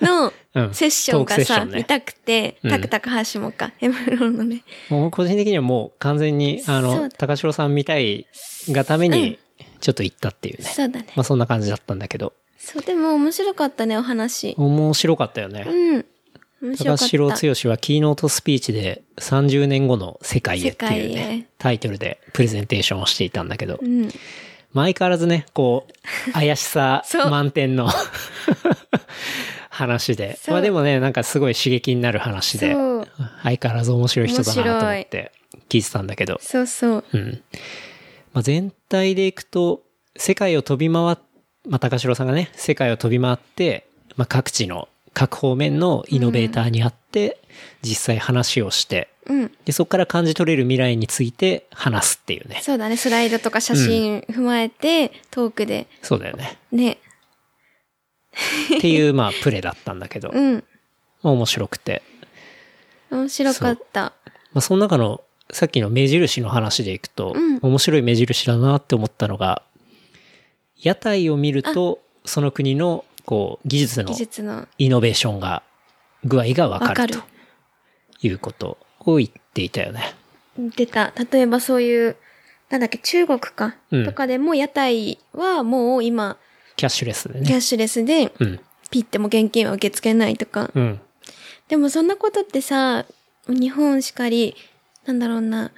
S3: の
S2: うん
S3: セッションが
S2: トークセッショ
S3: さ、
S2: ンね
S3: 見たくて、
S2: うん
S3: タクタク橋もか、エムロンのね。
S2: もう個人的にはもう完全に、あ
S3: そう
S2: の、
S3: だ
S2: 高城さん見たいがために、ちょっと行ったっていうね。
S3: そうだね。
S2: まあそんな感じだったんだけど、
S3: そう、でも面白かったね、お話。
S2: 面白かったよね。
S3: うん。面白か
S2: 高
S3: った。
S2: 城剛はキーノートスピーチで30年後の世界へっていう
S3: 世界へ
S2: ね、タイトルでプレゼンテーションをしていたんだけど
S3: う、ん。
S2: まあ相変わらずね、こう、怪しさ
S3: そう
S2: 満点の 話で、
S3: そう
S2: まあでもね、なんかすごい刺激になる話で、
S3: そう。
S2: 相変わらず面白い人だなと思
S3: 面白
S2: っ
S3: い
S2: て聞いてたんだけど、
S3: そうそう。
S2: うん。まあ、全体でいくと、世界を飛び回っ、まあ、高城さんがね、世界を飛び回って、まあ、各地の、各方面のイノベーターに会って、実際話をして、
S3: うん。
S2: で、そこから感じ取れる未来について話すっていうね。
S3: そうだね。スライドとか写真踏まえて、トークで。
S2: そうだよね。
S3: ね。
S2: っていう、まあ、プレだったんだけど、ま
S3: うん。
S2: あ面白くて。
S3: 面白かった。
S2: まあ、その中の、さっきの目印の話でいくと、
S3: うん
S2: 面白い目印だなって思ったのが、屋台を見ると、その国の、こう、技術の
S3: 技術の。
S2: イノベーションが、具合がわ
S3: わ
S2: か
S3: か
S2: る
S3: る
S2: と。いうことを言っていたよね。
S3: 出た。例えばそういう、なんだっけ、中国か。
S2: うん
S3: とかでも屋台はもう今、
S2: キャッシュレスで
S3: キャ
S2: ね。
S3: ッシュレスで、
S2: うん。
S3: ピッても現金は受け付けないとか。
S2: うん。
S3: でもそんなことってさ、日本しかり、なんだろうな、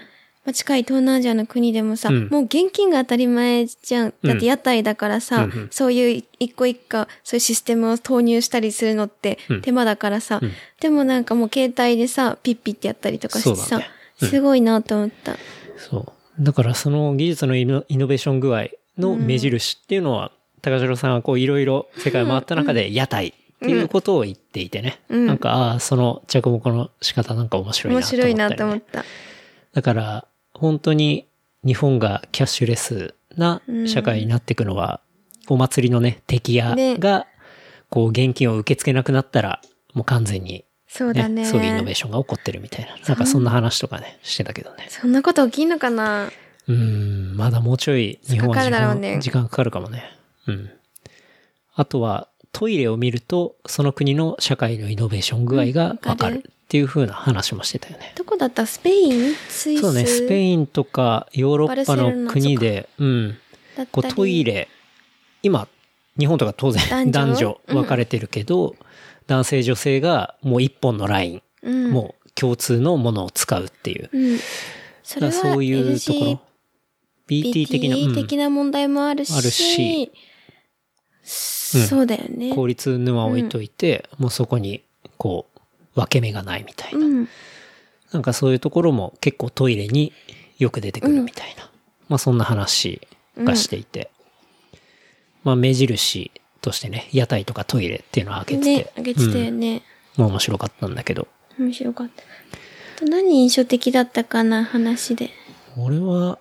S3: まあ近い東南アジアの国でもさ、
S2: うん
S3: もう現金が当たり前じゃん。だって屋台だからさ、
S2: うんうん
S3: そういう一個一個、そういうシステムを投入したりするのって
S2: うん
S3: 手間だからさ、
S2: うん
S3: でもなんかもう携帯でさ、ピッピってやったりとかして
S2: そうだ
S3: さ、
S2: ねうん
S3: すごいなと思った。
S2: そう。だからその技術のイノイノベーション具合の目印っていうのは、高城さんはこういろいろ世界を回った中で屋台っていうことを言っていてね。
S3: うん
S2: なんか、ああ、その着目の仕方なんか面白いな
S3: 面
S2: と思った、
S3: 白
S2: ね。
S3: いなと思った。
S2: だから、本当に日本がキャッシュレスな社会になっていくのは、お祭りのね、敵屋
S3: ね
S2: が、こう現金を受け付けなくなったら、もう完全に、
S3: そうだ
S2: ね
S3: ね。
S2: そういうイノベーションが起こってるみたいな。なんかそんな話とかね、してたけどね。
S3: そんなこと起きんのかな
S2: うーん、まだもうちょい日本は時間
S3: かかるだろうね
S2: 時間かかるかもね。うん。あとは、トイレを見ると、その国の社会のイノベーション具合がわ
S3: わ
S2: か
S3: か
S2: る
S3: る
S2: っていう風な話もしてたよね。
S3: どこだったスペインスイス
S2: そうね、スペインとかヨーロッパ
S3: バルセロ
S2: の
S3: ナ
S2: 国で、うん、
S3: だった
S2: こ
S3: り
S2: うトイレ、今、日本とか当然男
S3: 男女
S2: 女
S3: うん
S2: 分かれてるけど、男性女性がもう一本のライン、
S3: うん、
S2: もう共通のものを使うっていう。
S3: うん。それは
S2: だからそういうところ
S3: LGBT、
S2: BT 的な、うん
S3: 的な問題もあるし、
S2: あるし
S3: そうだよね。
S2: 公立沼を置いといて、もうそこに、こう、分け目がないみたいな。
S3: うん。
S2: なんかそういうところも結構トイレによく出てくるみたいな。まあそんな話がしていて。まあ目印としてね、屋台とかトイレっていうのを挙げて
S3: ね
S2: て、、
S3: あげてたよね。
S2: まあ面白かったんだけど。
S3: 面白かった。あと何印象的だったかな、話で。
S2: 俺は、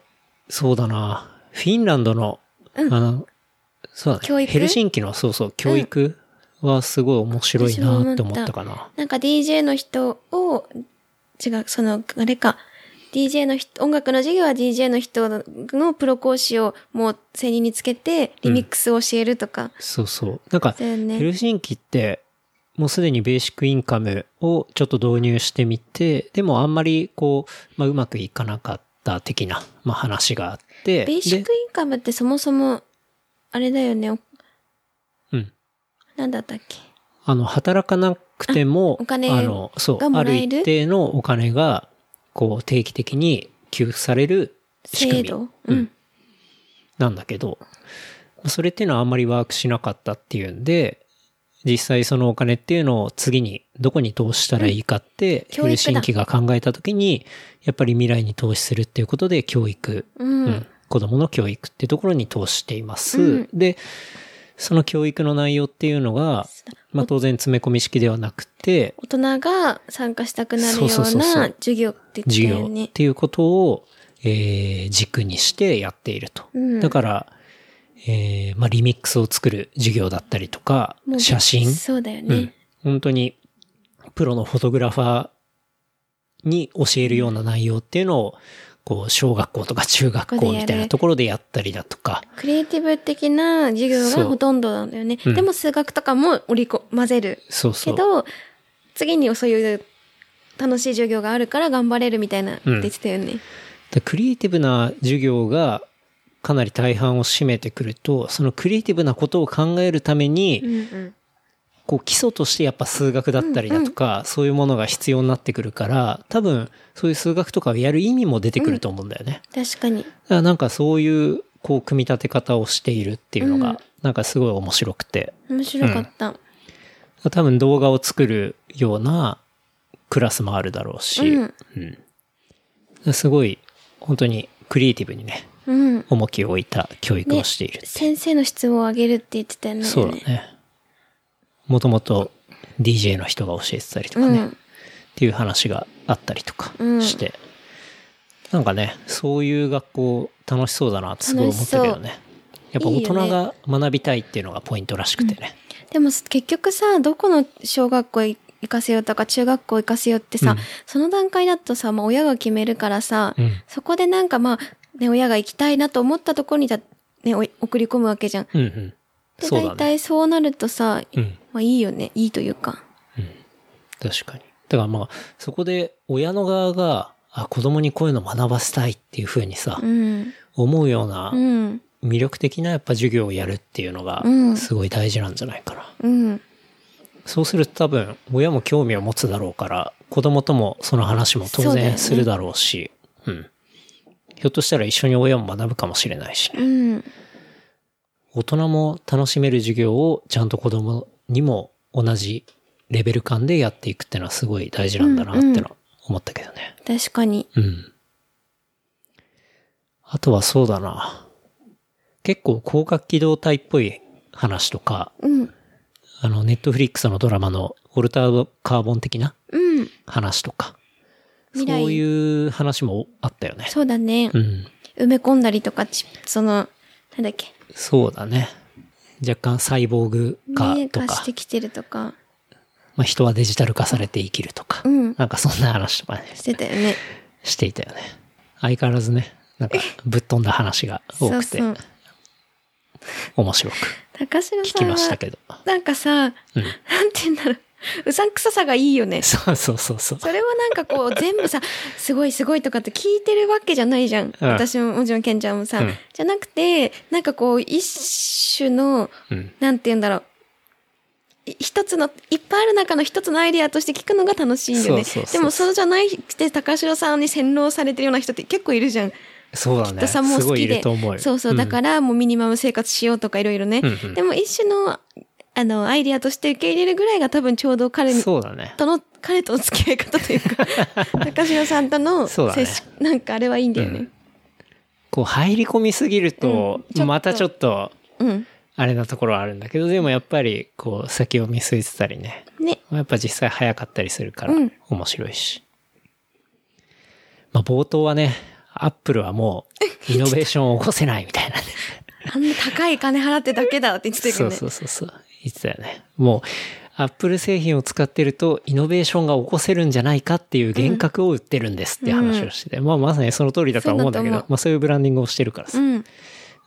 S2: そうだな、フィンランドの、あの、そうだね、
S3: 教育
S2: ヘルシンキの、そうそう、教育はすごい面白いなって思ったかな。
S3: なんか DJ の人を、違う、その、あれか。DJ の人、音楽の授業は DJ の人のプロ講師をもう専任につけて、リミックスを教えるとか。
S2: そうそう。なんか、
S3: だよ
S2: ヘ
S3: ね。
S2: ルシンキって、もうすでにベーシックインカムをちょっと導入してみて、でもあんまりこう、まあ、うまくいかなかった的な、まあ、話があって。
S3: ベーシック
S2: で
S3: インカムってそもそも、あれだよね、
S2: うん。
S3: なんだったっけ
S2: あの、働かなくても、
S3: あお金
S2: あの、そう、
S3: が
S2: あ
S3: もら
S2: る
S3: える
S2: 一定のお金が、こう、定期的に給付される仕組
S3: 制
S2: み。
S3: 度
S2: う
S3: うんん。
S2: なんだけど、それっていうのはあんまりワークしなかったっていうんで、実際そのお金っていうのを次にどこに投資したらいいかって、
S3: 教育だ
S2: ヘルシンキが考えた時に、やっぱり未来に投資するっていうことで教育、
S3: うん。
S2: うん子供の教育っていうところに投資しています。
S3: うん
S2: で、その教育の内容っていうのが、まあ当然詰め込み式ではなくて、
S3: 大人が参加したくなる
S2: そう
S3: よ
S2: そう
S3: う
S2: そうそう
S3: な授業って
S2: 授
S3: 言った
S2: 業
S3: よ
S2: っ
S3: ね。
S2: ていうことを、えー軸にしてやっていると。
S3: うん
S2: だから、えーまあ、リミックスを作る授業だったりとか、
S3: もう
S2: 写真、
S3: そうだよ
S2: うん
S3: ね。、
S2: 本当にプロのフォトグラファーに教えるような内容っていうのを、こう、小学校とか中学
S3: ここ
S2: 校
S3: でや
S2: み
S3: る
S2: たいなところでやったりだとか、
S3: クリエイティブ的な授業
S2: そう
S3: がほとんどなんだよね。
S2: うん
S3: でも数学とかも織りこ、混ぜる。
S2: そうそ
S3: け
S2: う。
S3: ど、次にそういう楽しい授業があるから頑張れるみたいなって言ってたよね。
S2: でクリエイティブな授業がかなり大半を占めてくると、そのクリエイティブなことを考えるために、
S3: うんうん。
S2: こう基礎としてやっぱ数学だったりだとか、そういうものが必要になってくるから、多分そういう数学とかをやる意味も出てくると思うんだよね。
S3: 確か
S2: だ
S3: に。
S2: からなんかそういうこう組み立て方をしているっていうのが、
S3: うん
S2: なんかすごい面白くて、
S3: 面白かった。
S2: 多分動画を作るようなクラスもあるだろうし、
S3: うん
S2: うんすごい本当にクリエイティブにね、
S3: うん。
S2: 重きを置いた教育をしている。
S3: 先生の質問を上げるって言ってたよね。
S2: そうだね。もともと DJ の人が教えてたりとかね、
S3: うん
S2: っていう話があったりとか
S3: うん
S2: して、なんかね、そういう学校楽しそうだなってすごい思ったけどね。やっぱ大
S3: いいよ
S2: 人
S3: ね
S2: が学びたいっていうのがポイントらしくてね。
S3: でも結局さ、どこの小学校行かせようとか中学校行かせようってさ、
S2: うん
S3: その段階だとさ、まあ親が決めるからさ、
S2: うん。
S3: そこでなんかまあ、ね、親が行きたいなと思ったところにだ、ね、お送り込むわけじゃん。
S2: うんうん。
S3: で、
S2: そうだ
S3: 大
S2: ね。
S3: 体そうなるとさ、
S2: うん。
S3: まあいいよね。いいというか。
S2: 確かに。だからまあ、そこで親の側が、あ、子供にこういうの学ばせたいっていうふうにさ、
S3: うん。
S2: 思うような
S3: うん。
S2: 魅力的なやっぱ授業をやるっていうのが
S3: うん
S2: すごい大事なんじゃないかな。
S3: うん。
S2: そうすると多分親も興味を持つだろうから子供ともその話も当
S3: そうだよね
S2: 然するだろうし、うん。ひょっとしたら一緒に親も学ぶかもしれないし、ね、
S3: うん。
S2: 大人も楽しめる授業をちゃんと子供にも同じレベル感でやっていくってのはすごい大事なんだなってのは思ったけどね。
S3: 確かに。
S2: うん。あとはそうだな。結構広角機動隊っぽい話とか、
S3: うん。
S2: あの、ネットフリックスのドラマのオルターカーボン的な
S3: うん。
S2: 話とか、そ
S3: 未来
S2: ういう話もあったよね。
S3: そうだね。
S2: うん。
S3: 埋め込んだりとか、ちその、なんだっけ。
S2: そうだね。若干サイボーグ化
S3: ね
S2: と
S3: 化
S2: か
S3: し、てきてるとか、
S2: まあ、人はデジタル化されて生きるとか、
S3: うん
S2: なんかそんな話とかね、
S3: してたよね。
S2: していたよね。相変わらずね、なんか ぶっ飛んだ話が多くて
S3: そうそう、
S2: 面白く
S3: 高城
S2: 聞
S3: さ
S2: き
S3: ん
S2: ました
S3: は、
S2: けど。
S3: なんかさ、なんて言うんだろう。うさんくささがいいよね。
S2: そうそうそうそう。
S3: それはなんかこ う全部さ、すごいすごいとかって聞いてるわけじゃないじゃん。
S2: うん
S3: 私ももちろんケンちゃんもさ、
S2: うん
S3: じゃなくて、なんかこう一種の、
S2: うん。
S3: なんて言うんだろう。い一つの、いっぱいある中の一つのアイディアとして聞くのが楽しいよね。
S2: そうそうそう
S3: でもそうじゃないくて高城さんに洗脳されてるような人って結構いるじゃん。
S2: そうだ
S3: きっ
S2: ね。
S3: とさ、もう
S2: す
S3: 好
S2: ごい
S3: き
S2: いる
S3: で
S2: と思う。よ
S3: そうそう、だか、らもうミニマム生活しようとかいろいろね。
S2: うんうん
S3: でも一種の、あの、アイディアとして受け入れるぐらいが多分ちょうど
S2: う
S3: 彼
S2: ん
S3: に
S2: そうだね。
S3: との彼との付き合い方とい うか高城さんとの
S2: そうだね
S3: 接し、なんかあれはいいんだよね。
S2: こう入り込みすぎると
S3: うんちょっ、と
S2: またちょっと、
S3: うん、
S2: あれなところはあるんだけど、でもやっぱり、こう、先を見据えてたりね。
S3: ね、
S2: やっぱ実際早かったりするから
S3: うん、
S2: 面白いし。まあ冒頭はね、アップルはも う、イノベーションを起こせないみたいなね。
S3: あんな高い金払ってだけだって言ってた
S2: そ
S3: よ
S2: う
S3: ね。
S2: そうそうそう。言ってたよね。もう、アップル製品を使ってると、イノベーションが起こせるんじゃないかっていう幻覚を売ってるんですっていう話をしてて、まあまさにその通りだとは思うんだけ
S3: そうだと
S2: ど
S3: 思、う
S2: まあそういうブランディングをしてるからさ、
S3: うん、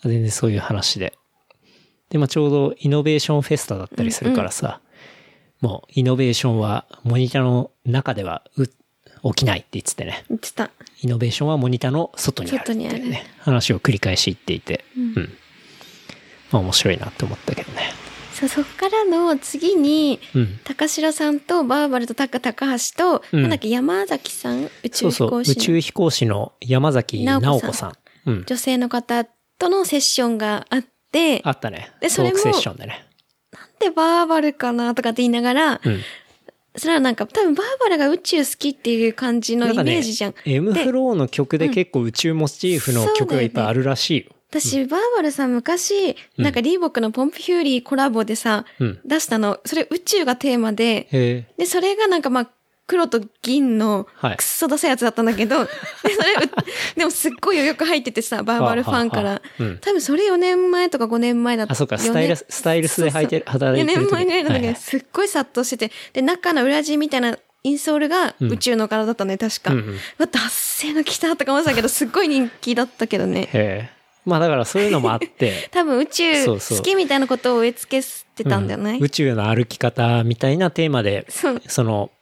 S2: 全然そういう話で。で、まあちょうどイノベーションフェスタだったりするからさ、もうイノベーションはモニターの中ではう起きないって言っててね。
S3: 言ってた。
S2: イノベーションはモニターの外にあるっていう
S3: 外にある
S2: ね、話を繰り返し言っていて、うん。まあ面白いなって思ったけどね。
S3: そうそこからの次に、
S2: うん。
S3: 高城さんとバーバルとタカ高橋と、
S2: うん
S3: なんだっけ山崎さん宇
S2: そ
S3: 宙
S2: うそ
S3: 飛
S2: う、宇
S3: 行士の
S2: 宙飛行士の山崎直子さん。うん。
S3: 女性の方とのセッションがあって、
S2: あったね。
S3: でそ
S2: ト
S3: れ
S2: ー
S3: も
S2: クセッションでね。
S3: でバーバルかなとかって言いながら、
S2: うん。
S3: それはなんか多分バーバルが宇宙好きっていう感じの
S2: なん
S3: イ
S2: か
S3: メ
S2: ね
S3: ージじゃん。、
S2: M フローの曲で結構宇宙モチーフの曲がいっぱいあるらしいよ。
S3: 私、バーバルさん昔、
S2: うん
S3: なんかリーボックのポンプヒューリーコラボでさ、
S2: うん
S3: 出したの、それ宇宙がテーマで、
S2: へえ。
S3: で、それがなんかまあ、黒と銀の
S2: はい
S3: くっそダサいやつだったんだけど、で、それ、 うでもすっごい余力入っててさ、バーバルファンか
S2: は
S3: ら
S2: あは。あはあうん
S3: 多分それ4年前とか5年前だった。
S2: あ、そうか、
S3: 4
S2: スタイル
S3: 年
S2: ス、スタイルスで履いてる、働
S3: 4
S2: いてる時。
S3: 年前ぐらいなんだけ
S2: は
S3: ど、
S2: い
S3: すっごい殺到してて、で、中の裏地みたいなインソールが宇宙の柄だったね、確か。
S2: うん
S3: う
S2: うん
S3: わ、達成の来たとか思ってたけど、すっごい人気だったけどね。
S2: へえ。まあだからそういうのもあっ て。
S3: 多分宇宙
S2: そうそう
S3: 好きみたいなことを植え付けてたんだよね。
S2: うん宇宙の歩き方みたいなテーマで、
S3: そう
S2: その、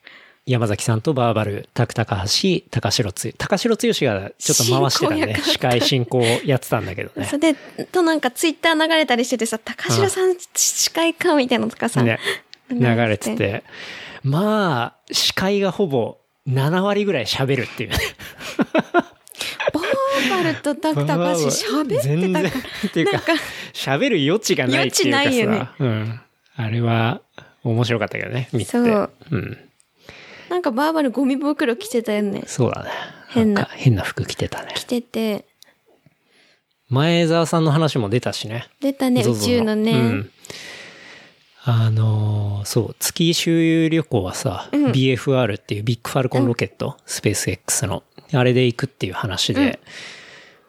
S2: 山崎さんとバーバル、タクタカハシ、高城つ高城剛がちょっと回してた
S3: 進行役だ
S2: ね。
S3: った
S2: 司会進行をやってたんだけどね
S3: そ。れで、となんかツイッター流れたりしててさ、高城さん司会かみたいなのとかさ、
S2: ね、
S3: 流
S2: 流れ
S3: れて
S2: てて。まあ、司会がほぼ7割ぐらい喋るっていうね。
S3: バーバルとタ クタカシ喋って
S2: 全
S3: た
S2: 然
S3: か
S2: っていう
S3: な
S2: か
S3: んか、
S2: 喋る余地がないっていうかさ。
S3: 余地ないよね
S2: うん。あれは、面白かったけどね、見てて。
S3: そう
S2: うん。
S3: なんかバーバルゴミ袋着てたよね。
S2: そうだね。
S3: 変な
S2: なんか変な服着てたね。
S3: 着てて、
S2: 前澤さんの話も出たしね。
S3: 出たね、宇
S2: ZOZO
S3: 宙のね。
S2: うんあのーそう、月周遊旅行はさ、
S3: うん
S2: BFR っていうビッグファルコンロケット、スペース X の、あれで行くっていう話で、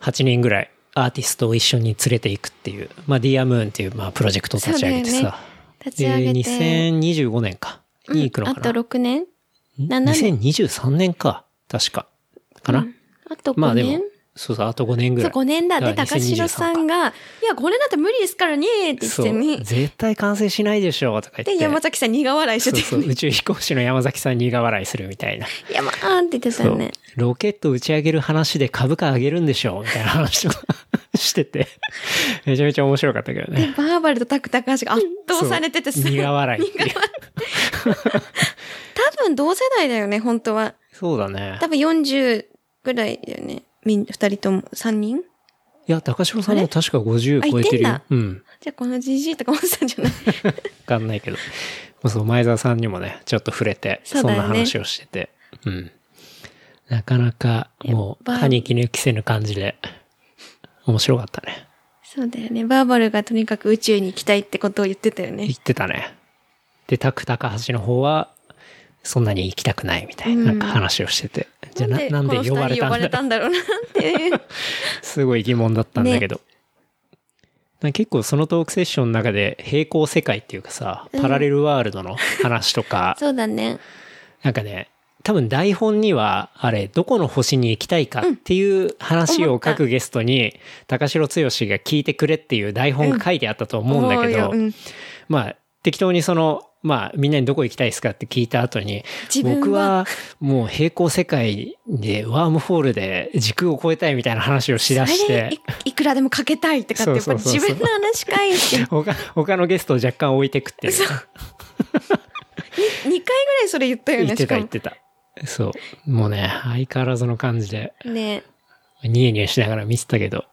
S2: 8人ぐらいアーティストを一緒に連れて行くっていう、まあ、ディアムーンっていう、まあ、プロジェクトを立ち上げて
S3: そうだ
S2: さ、
S3: 立ち
S2: で
S3: 上げて。
S2: 2025年か、に行くの
S3: あと
S2: かな。
S3: 6年7
S2: ん
S3: 年。
S2: 2023年か、確か。かな、
S3: あと
S2: ま
S3: 5
S2: あでも
S3: 年。、
S2: そうそう、あと5年ぐ
S3: そ
S2: ら
S3: う、
S2: い。
S3: 5年だ。で、
S2: だから
S3: 高城さんが、いや、これだって無理ですからねーって言って
S2: そう
S3: てね。
S2: 絶対完成しないでしょとか言って。
S3: で、山崎さん苦笑いし
S2: そう
S3: てて
S2: そう、宇宙飛行士の山崎さんに苦笑いするみたいな。
S3: いや、まあーって言ってたよね。
S2: ロケット打ち上げる話で株価上げるんでしょみたいな話とかして て。めちゃめちゃ面白かったけど
S3: で、
S2: ね。
S3: バーバルとタクタカシが圧倒されてて
S2: そう苦笑いっていう。
S3: 多分同世代だよね、本当は。
S2: そうだね
S3: 多。分40ぐらいだよね。みん、二人とも、三人
S2: いや、高城さんも確か
S3: あれ
S2: 50超えてる
S3: あ言っ
S2: よ。
S3: て
S2: うん。
S3: じゃあこのじじいとか思ってたんじ ゃない
S2: わかんないけど。もうそう、前澤さんにもね、ちょっと触れて、
S3: そ
S2: そ,、ん
S3: うだよね
S2: な話をしてて。うん。なかなか、もう、
S3: やっぱ
S2: 歯に衣着せぬ感じで、面白かったね。
S3: そうだよね。バーバルがとにかく宇宙に行きたいってことを言ってたよね
S2: 言。ってたね。で、タク高橋の方は、そんなに行きたくないみたいな、
S3: うん
S2: なんか話をしてて。じゃあな、なんで呼ばれた
S3: この二人呼ば
S2: ん
S3: れた
S2: だ
S3: んだろうなっていう。
S2: すごい疑問だったんだけど。なんか結構そのトークセッションの中で平行世界っていうかさ、パラレルワールドの話とか、
S3: そうだね。
S2: なんかね、多分台本には、あれ、どこの星に行きたいかっていう話
S3: 思
S2: を
S3: った
S2: 各ゲストに、高城剛が聞いてくれっていう台本が書いてあったと思うんだけど、
S3: 思うようん
S2: まあ、適当にその、まあ、みんなにどこ行きたいですかって聞いた後に、
S3: 自分は
S2: 僕はもう平行世界でワームホールで時空を超えたいみたいな話をしだし
S3: それで
S2: て、
S3: いいくらでもかけたいとかって、やっぱ
S2: そうそうそう
S3: 自
S2: そう
S3: 分の話かいって。
S2: 他他のゲストを若干置いてくっていう。
S3: 2回ぐらいそれ言ったよ
S2: 言
S3: ね、
S2: って
S3: したか
S2: 言っ
S3: も。
S2: てた。そう。もうね、相変わらずの感じで。
S3: ね
S2: ニヤニヤしながら見てたけど。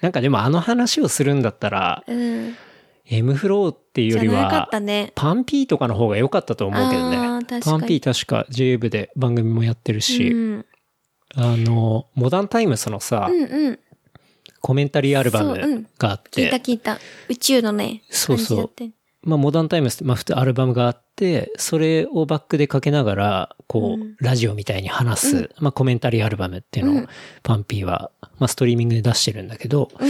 S2: なんかでもあの話をするんだったら、
S3: うん。
S2: M フローっていう
S3: じ
S2: よ
S3: ゃ
S2: り
S3: なか
S2: は
S3: っ、たね。
S2: パンピーとかの方が良かったと思うけど
S3: あ
S2: ね
S3: ー。確か
S2: パ
S3: に
S2: ンピー確か j 部で番組もやってるし、
S3: うん
S2: あの、モダンタイムスのさ、
S3: うんうん。
S2: コメンタリーアルバ
S3: そううん
S2: ムがあっ
S3: 聞い
S2: て、
S3: た聞いた。宇宙のね、
S2: そうそう
S3: 感じだった
S2: まあモダンタイムスって、まあ普通アルバムがあって、それをバックでかけながら、こう、
S3: うん
S2: ラジオみたいに話す、まあコメンタリーアルバムっていうのを、
S3: うん
S2: パンピーは、まあストリーミングで出してるんだけど、
S3: うん。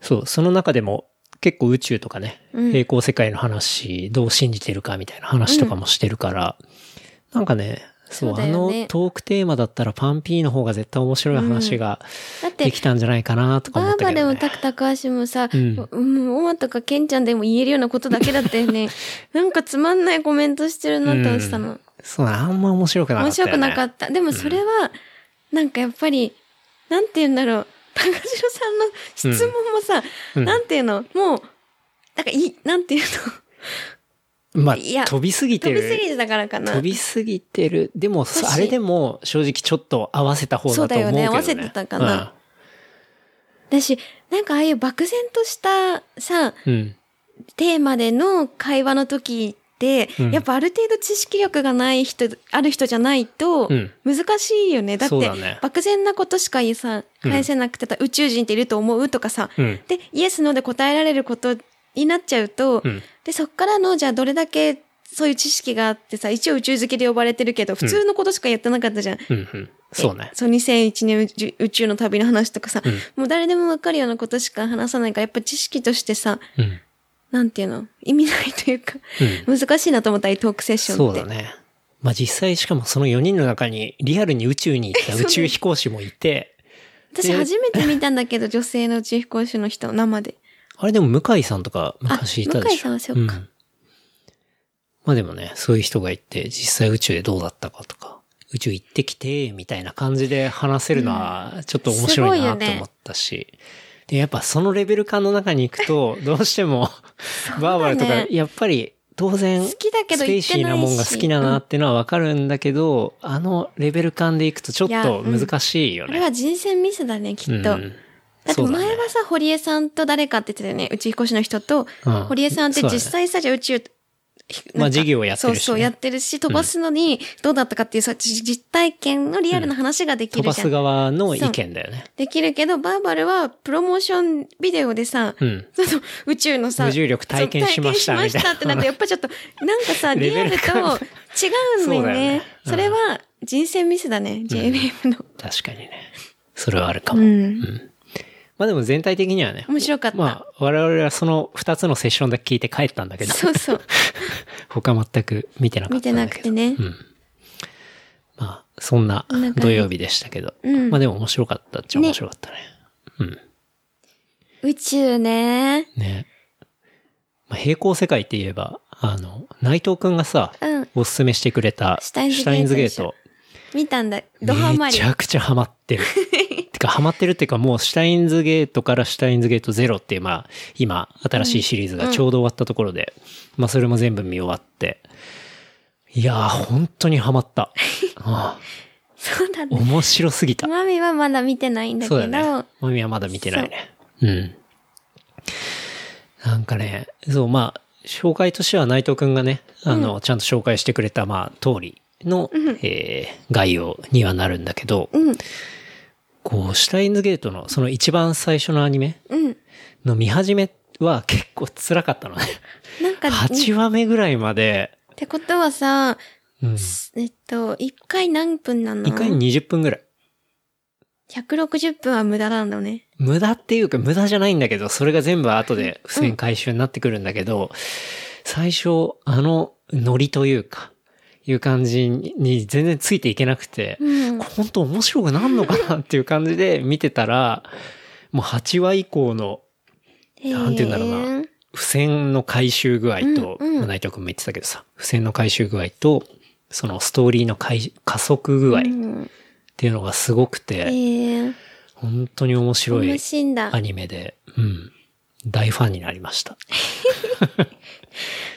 S2: そう、その中でも結構宇宙とかね、
S3: うん
S2: 平行世界の話、どう信じてるかみたいな話とかもしてるから、なんかね、そう
S3: そうだ
S2: あ
S3: よ
S2: の
S3: ね
S2: トークテーマだったらパンピーの方が絶対面白い話が
S3: だって
S2: でき、たんじゃないかなとか思
S3: バ
S2: っ
S3: ー
S2: た
S3: バ
S2: け
S3: で
S2: ど、
S3: も
S2: ね。
S3: タクタク足もさ、
S2: う
S3: うんん、オマとかケンちゃんでも言えるようなことだけだった よね。なんかつまんないコメントしてるなって思ってたの。
S2: そうあんま面白くなか
S3: 面
S2: った、
S3: 白
S2: ね。
S3: くなかった。でもそれは、なんかやっぱり、なんて言うんだろう。高城さんの質問もさ、
S2: うん
S3: なんていうのもう、なんかいい、なんていう
S2: まあ、
S3: いや
S2: 飛びすぎ
S3: の飛
S2: て
S3: び
S2: る。
S3: すぎてたからかな。
S2: 飛びすぎてる。でも、
S3: し
S2: あれでも、正直ちょっと合わせた方だと思うけど、ね。
S3: そうだよね合わせてたかな。だし、なんかああいう漠然としたさ、
S2: うん。うん
S3: テーマでの会話の時って、
S2: うん
S3: やっぱある程度知識力がない人、ある人じゃないと
S2: うん、
S3: 難しいよね。だって
S2: そうだね
S3: 漠然なことしか言いさ、
S2: うん
S3: 返せなくてた、宇宙人っていると思うとかさ、
S2: うん。
S3: で、イエス、ノーで答えられることになっちゃうと、
S2: うん。
S3: で、そっからの、じゃあどれだけ、そういう知識があってさ、一応宇宙好きで呼ばれてるけど、普通のことしかやってなかったじゃん。
S2: うん。うん。そうね。
S3: そう、2001年宇宙宇宙の旅の話とかさ、
S2: うん
S3: もう誰でもわかるようなことしか話さないから、やっぱ知識としてさ、
S2: うん。
S3: なんていうの意味ないというか、 難しいなと思った、ああいうトークセッションって。
S2: そうだね。まあ実際しかもその4人の中にリアルに宇宙に行 った宇宙飛行士もいて、
S3: 私
S2: で
S3: 初めて見たんだけ ど、女性の宇宙飛行士の人、生で。
S2: あれでも向井さんとか昔いたでしょ。
S3: あ向井さんはそうか
S2: んまあでもね、そういう人がいて、実際宇宙でどうだったかとか、宇宙行ってきて、みたいな感じで話せるのはちょっと面白い
S3: すごい
S2: な
S3: よね
S2: と思ったし、で、やっぱそのレベル感の中に行くと、どうして も、バーバルとか、やっぱり当然、
S3: 好きだけど
S2: スペー
S3: 行っ
S2: シ
S3: て
S2: ー
S3: ない
S2: な
S3: し。
S2: もんが好きだなってのはわかるんだけど、あのレベル感でいくとちょっ
S3: いや
S2: と
S3: うん
S2: 難しいよ
S3: あれ
S2: ね。
S3: は人選ミスだね、きっと。
S2: うん
S3: だって
S2: そうだ
S3: 前
S2: ね
S3: はさ、堀江さんと誰かって言ってたよね。宇宙飛行士の人と、
S2: うん
S3: 堀江さんって
S2: そうだね
S3: 実際さ、じゃあ宇宙
S2: ま
S3: な
S2: あ
S3: んか
S2: 授業をやってるし、ね。
S3: そうそう、やってるし、飛ばすのにどうだったかっていう、そう実体験のリアルな話ができ
S2: 飛
S3: る
S2: ば
S3: じゃん。
S2: す側の意見だよね。
S3: できるけど、バーバルはプロモーションビデオでさ、
S2: うん。
S3: その宇宙のさ、
S2: 無重力体験しました
S3: そう体験
S2: み
S3: した
S2: いな
S3: ましたってなって、やっぱちょっと、なんかさ、
S2: レ
S3: リ
S2: ベ
S3: ア
S2: ル
S3: ルと違
S2: 感が
S3: うのよ
S2: そうだよ
S3: ね
S2: ね。
S3: それは人生ミスだね、JWAVE の。
S2: 確かにね。それはあるか
S3: う
S2: も。
S3: ん。
S2: まあでも全体的にはね。
S3: 面白かった。
S2: まあ我々はその2つのセッションだけ聞いて帰ったんだけど、
S3: そうそう。
S2: 他全く見てなかっ
S3: 見
S2: た
S3: て
S2: んだ
S3: な
S2: けど。
S3: くてね。
S2: まあそんな
S3: こんな感じ
S2: 土曜日でしたけど。
S3: うん
S2: まあでも面白かったっちゃ
S3: ね
S2: 面白かったね。
S3: 宇宙ね。
S2: ね。まあ、平行世界って言えば、あの、内藤くんがさ、
S3: うん
S2: おすすめしてくれた、
S3: シュタインズゲートでしょ見たんだ。ドハマ
S2: め
S3: り
S2: ち。ゃくちゃハマって る。てか、ハマってるっていうか、もう、シュタインズゲートからシュタインズゲートゼロっていう、まあ、今、新しいシリーズがちょうど終わったところで、まあ、それも全部見終わって、いやー、本当にハマった。あ
S3: そうだ
S2: あ
S3: ね。
S2: 面白すぎた。
S3: マミはまだ見てないんだけ
S2: そうだ
S3: ど、
S2: ね。マミはまだ見てないね。うん。なんかね、そう、まあ、紹介としては内藤くんがね、あの、ちゃんと紹介してくれた、まあ、通りの、えー概要にはなるんだけど、
S3: うん
S2: こう、シュタインズゲートの、その一番最初のアニメ
S3: うん。
S2: の見始めは結構辛かったのね。
S3: なんか、
S2: 8話目ぐらいまで、
S3: ってことはさ、
S2: うん、
S3: えっと、1回何分なの
S2: 1回に20分ぐらい。
S3: 160分は無駄なんだよね。
S2: 無駄っていうか無駄じゃないんだけど、それが全部後で付箋回収になってくるんだけど、最初、あの、ノリというか、いう感じに全然ついていけなくて、
S3: うん。
S2: 本当面白くなんのかなっていう感じで見てたら、もう8話以降のなんて言うんだろうな
S3: へー
S2: 付箋の回収具合と、
S3: うんうん
S2: まあ内藤君も言ってたけどさ、付箋の回収具合と、そのストーリーの回加速具合っ
S3: うん
S2: ていうのがすごく
S3: へ
S2: て、
S3: ー
S2: 本当に面白い
S3: 面白いんだ
S2: ア。ニメで、うん。大ファンになりました。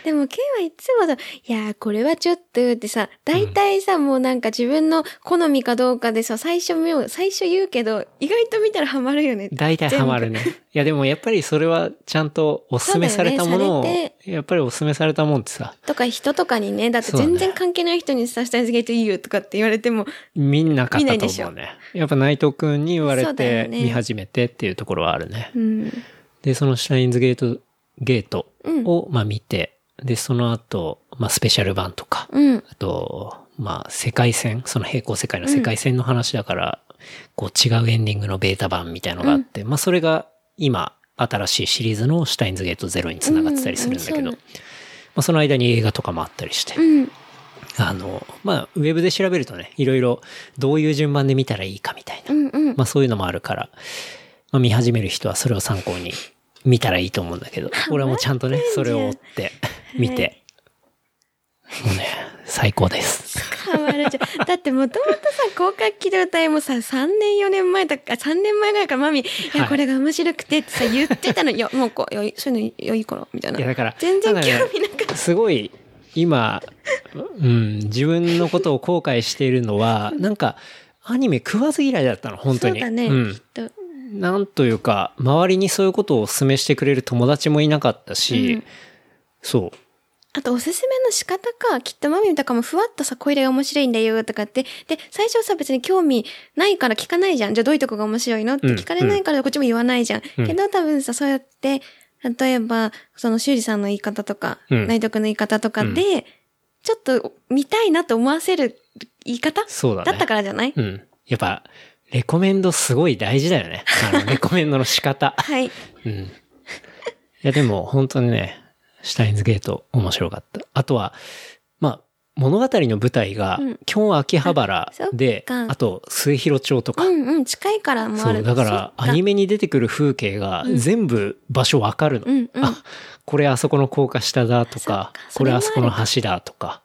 S3: でも、K はいつもさ、いやー、これはちょっとってさ、大体さ、もうなんか自分の好みかどうかでさ、最初目を、最初言うけど、意外と見たらハマるよね。
S2: 大体ハマ るね。いやでもやっぱりそれはちゃんとおすすめされたものを、
S3: そうだよね
S2: やっぱりおすすめされたもんってさ、
S3: とか人とかにね、だって
S2: そうだね
S3: 全然関係ない人にさ、シュタインズゲートいいよとかって言われても、
S2: 見んなかっ
S3: 見な
S2: た
S3: い
S2: と
S3: でしょ
S2: 思うね。やっぱ内藤くんに言わ
S3: そ
S2: れ
S3: うだ
S2: て
S3: よね
S2: 見始めてっていうところはあるね。
S3: うん。
S2: で、そのシュタインズゲート、ゲート
S3: うん
S2: を、まあ見て、で、その後、まあスペシャル版とか、
S3: うん。
S2: あと、まあ、世界線、その平行世界の世界線の話だから、こう違うエンディングのベータ版みたいのがあって、まあそれが今、新しいシリーズのシュタインズゲートゼロに繋がってたりするんだけど、
S3: うんうん
S2: まあその間に映画とかもあったりして、
S3: うん。
S2: あの、まあウェブで調べるとね、いろいろどういう順番で見たらいいかみたいな、
S3: うん。うん。
S2: まあそういうのもあるから、まあ見始める人はそれを参考に見たらいいと思うんだけど、俺はもうちゃんとね、それを追って見て、もうね、最高です。
S3: ハマるじゃん。だってもともとさ、広角機動隊もさ、3年4年前だか、3年前ぐらいからマミ、い
S2: は
S3: や、
S2: い
S3: これが面白くてってさ、言ってたの。いや、もうこう、いやそういうの良いから、みたいな。
S2: いやだから
S3: 全然興
S2: なんか
S3: 味
S2: ね
S3: なかっ
S2: すごい今、うん、自分のことを後悔しているのは、なんかアニメ食わず嫌いだったの、
S3: た。
S2: 本当に。
S3: そうだね、
S2: ん
S3: きっ。と。
S2: なんというか、周りにそういうことをお勧めしてくれる友達もいなかったし、
S3: うん
S2: そう。
S3: あと、おすすめの仕方か、きっとマミとかもふわっとさ、これが面白いんだよとかって、で、最初はさ、別に興味ないから聞かないじゃん。じゃあどういうとこが面白いのって
S2: うん
S3: 聞かれないからこっちも言わないじゃん。
S2: うん
S3: けど多分さ、そうやって、例えば、その修二さんの言い方とか、
S2: うん
S3: 内藤君の言い方とかで、
S2: うん
S3: ちょっと見たいなと思わせる言い方
S2: そうだね
S3: ったからじゃない、
S2: うん。やっぱ、レコメンドすごい大事だよね。あの、レコメンドの仕方。
S3: はい。
S2: うん。いや、でも本当にね、シュタインズゲート面白かった。あとは、まあ、物語の舞台が
S3: うん、
S2: 京、秋葉原で、
S3: あそっ
S2: あ
S3: か
S2: と末広町と
S3: う
S2: か。
S3: んうん、近いからもあ
S2: そ
S3: る。
S2: う、だからアニメに出てくる風景が全部場所わかるの。
S3: うんうん
S2: あ、これあそこの高架下だとか
S3: そっか、
S2: これあ
S3: そ
S2: そ
S3: れ
S2: こ
S3: もあ
S2: の
S3: る
S2: 橋だとか、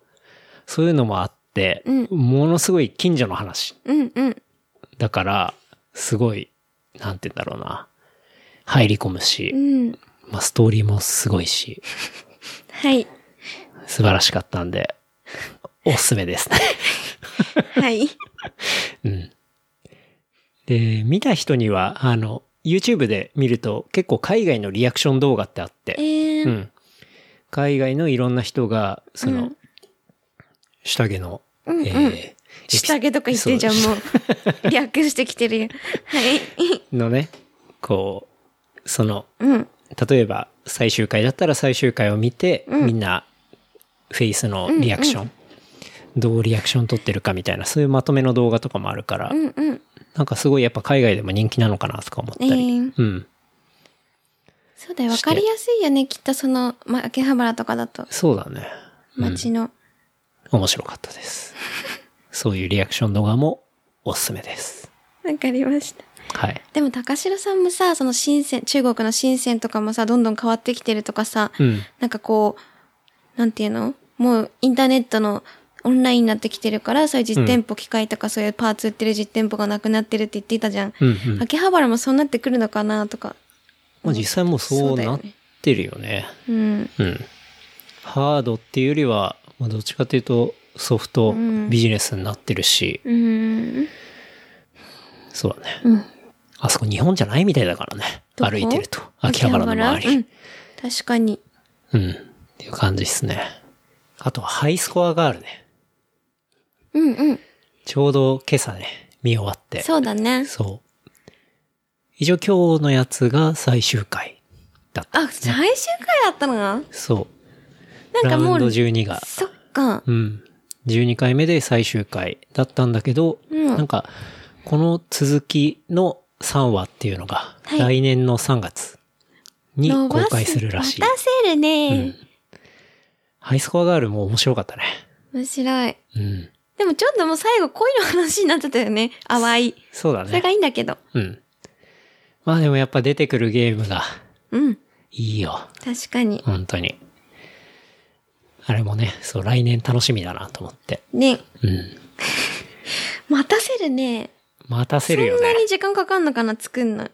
S2: そういうのもあって、
S3: うん
S2: ものすごい近所の話。
S3: うんうん。
S2: だから、すごい、なんて言うんだろうな。入り込むし、
S3: うん。
S2: まあ、ストーリーもすごいし、
S3: はい。
S2: 素晴らしかったんで、おすすめですね。
S3: はい。
S2: うん。で、見た人には、あの、YouTube で見ると結構海外のリアクション動画ってあって、
S3: えー、
S2: うん。海外のいろんな人が、その、
S3: うん
S2: 下着の、
S3: うんうん
S2: えーエピ
S3: 下着とか言ってんじゃん、
S2: そ
S3: もう。略してきてるよ。はい。
S2: のね、こう、その、
S3: うん。
S2: 例えば最終回だったら最終回を見て、みんなフェイスのリアクション、どうリアクション取ってるかみたいなそういうまとめの動画とかもあるから、
S3: うんうん。
S2: なんかすごいやっぱ海外でも人気なのかなとか思ったり、
S3: えー
S2: うん
S3: そうだよ。わかりやすいよね。きっとその、まあ、秋葉原とかだと、
S2: そうだね
S3: 街の。
S2: 面白かった ですそういうリアクション動画もおすすめです
S3: わ、かりました。
S2: はい
S3: でも、高城さんもさ、その深セン、中国の深センとかもさ、どんどん変わってきてるとかさ、
S2: うん
S3: なんかこう、なんていうのもうインターネットのオンラインになってきてるから、そういう実店舗、機械とかそういうパーツ売ってる実店舗がなくなってるって言ってたじゃん。
S2: うんうん
S3: 秋葉原もそうなってくるのかなとか。
S2: まあ実際もうそ
S3: そううだ
S2: な
S3: よ
S2: っ
S3: ね
S2: てるよね
S3: うん。
S2: うんハードっていうよりは、まあ、どっちかというとソフトビジネスになってるし、
S3: うん。
S2: そうだね。
S3: うん
S2: あそこ日本じゃないみたいだからね。
S3: どこ
S2: 歩いてると。秋葉原の周り。
S3: うん。確かに。
S2: うん、っていう感じですね。あとはハイスコアがあるね。
S3: うんうん。
S2: ちょうど今朝ね、見終わって。
S3: そうだね。
S2: そう。一応今日のやつが最終回だったん
S3: あ、
S2: ですね。
S3: 最終回だったのな
S2: そう。ラ
S3: んか
S2: ウ
S3: も
S2: ンド
S3: う、
S2: 12が。
S3: そっか。
S2: うん。12回目で最終回だったんだけど、
S3: うん
S2: なんか、この続きの3話っていうのが、
S3: はい
S2: 来年の3月に
S3: 伸
S2: 公
S3: ば
S2: 開するらしい。
S3: 待たせるね。
S2: ハイスコアガールも面白かったね。
S3: 面白い。
S2: うん。
S3: でもちょっともう最後恋の話になってたよね。淡い。
S2: そうだ
S3: それが
S2: ね。
S3: いいんだけど。
S2: うん。まあでもやっぱ出てくるゲームが
S3: うん。
S2: いいよ。
S3: 確かに。
S2: 本当に。あれもね、そう、来年楽しみだなと思って。
S3: ね。
S2: うん。
S3: 待たせるね。
S2: 待たせるよ
S3: そん
S2: ね
S3: な。に時間かかんのかな作んの。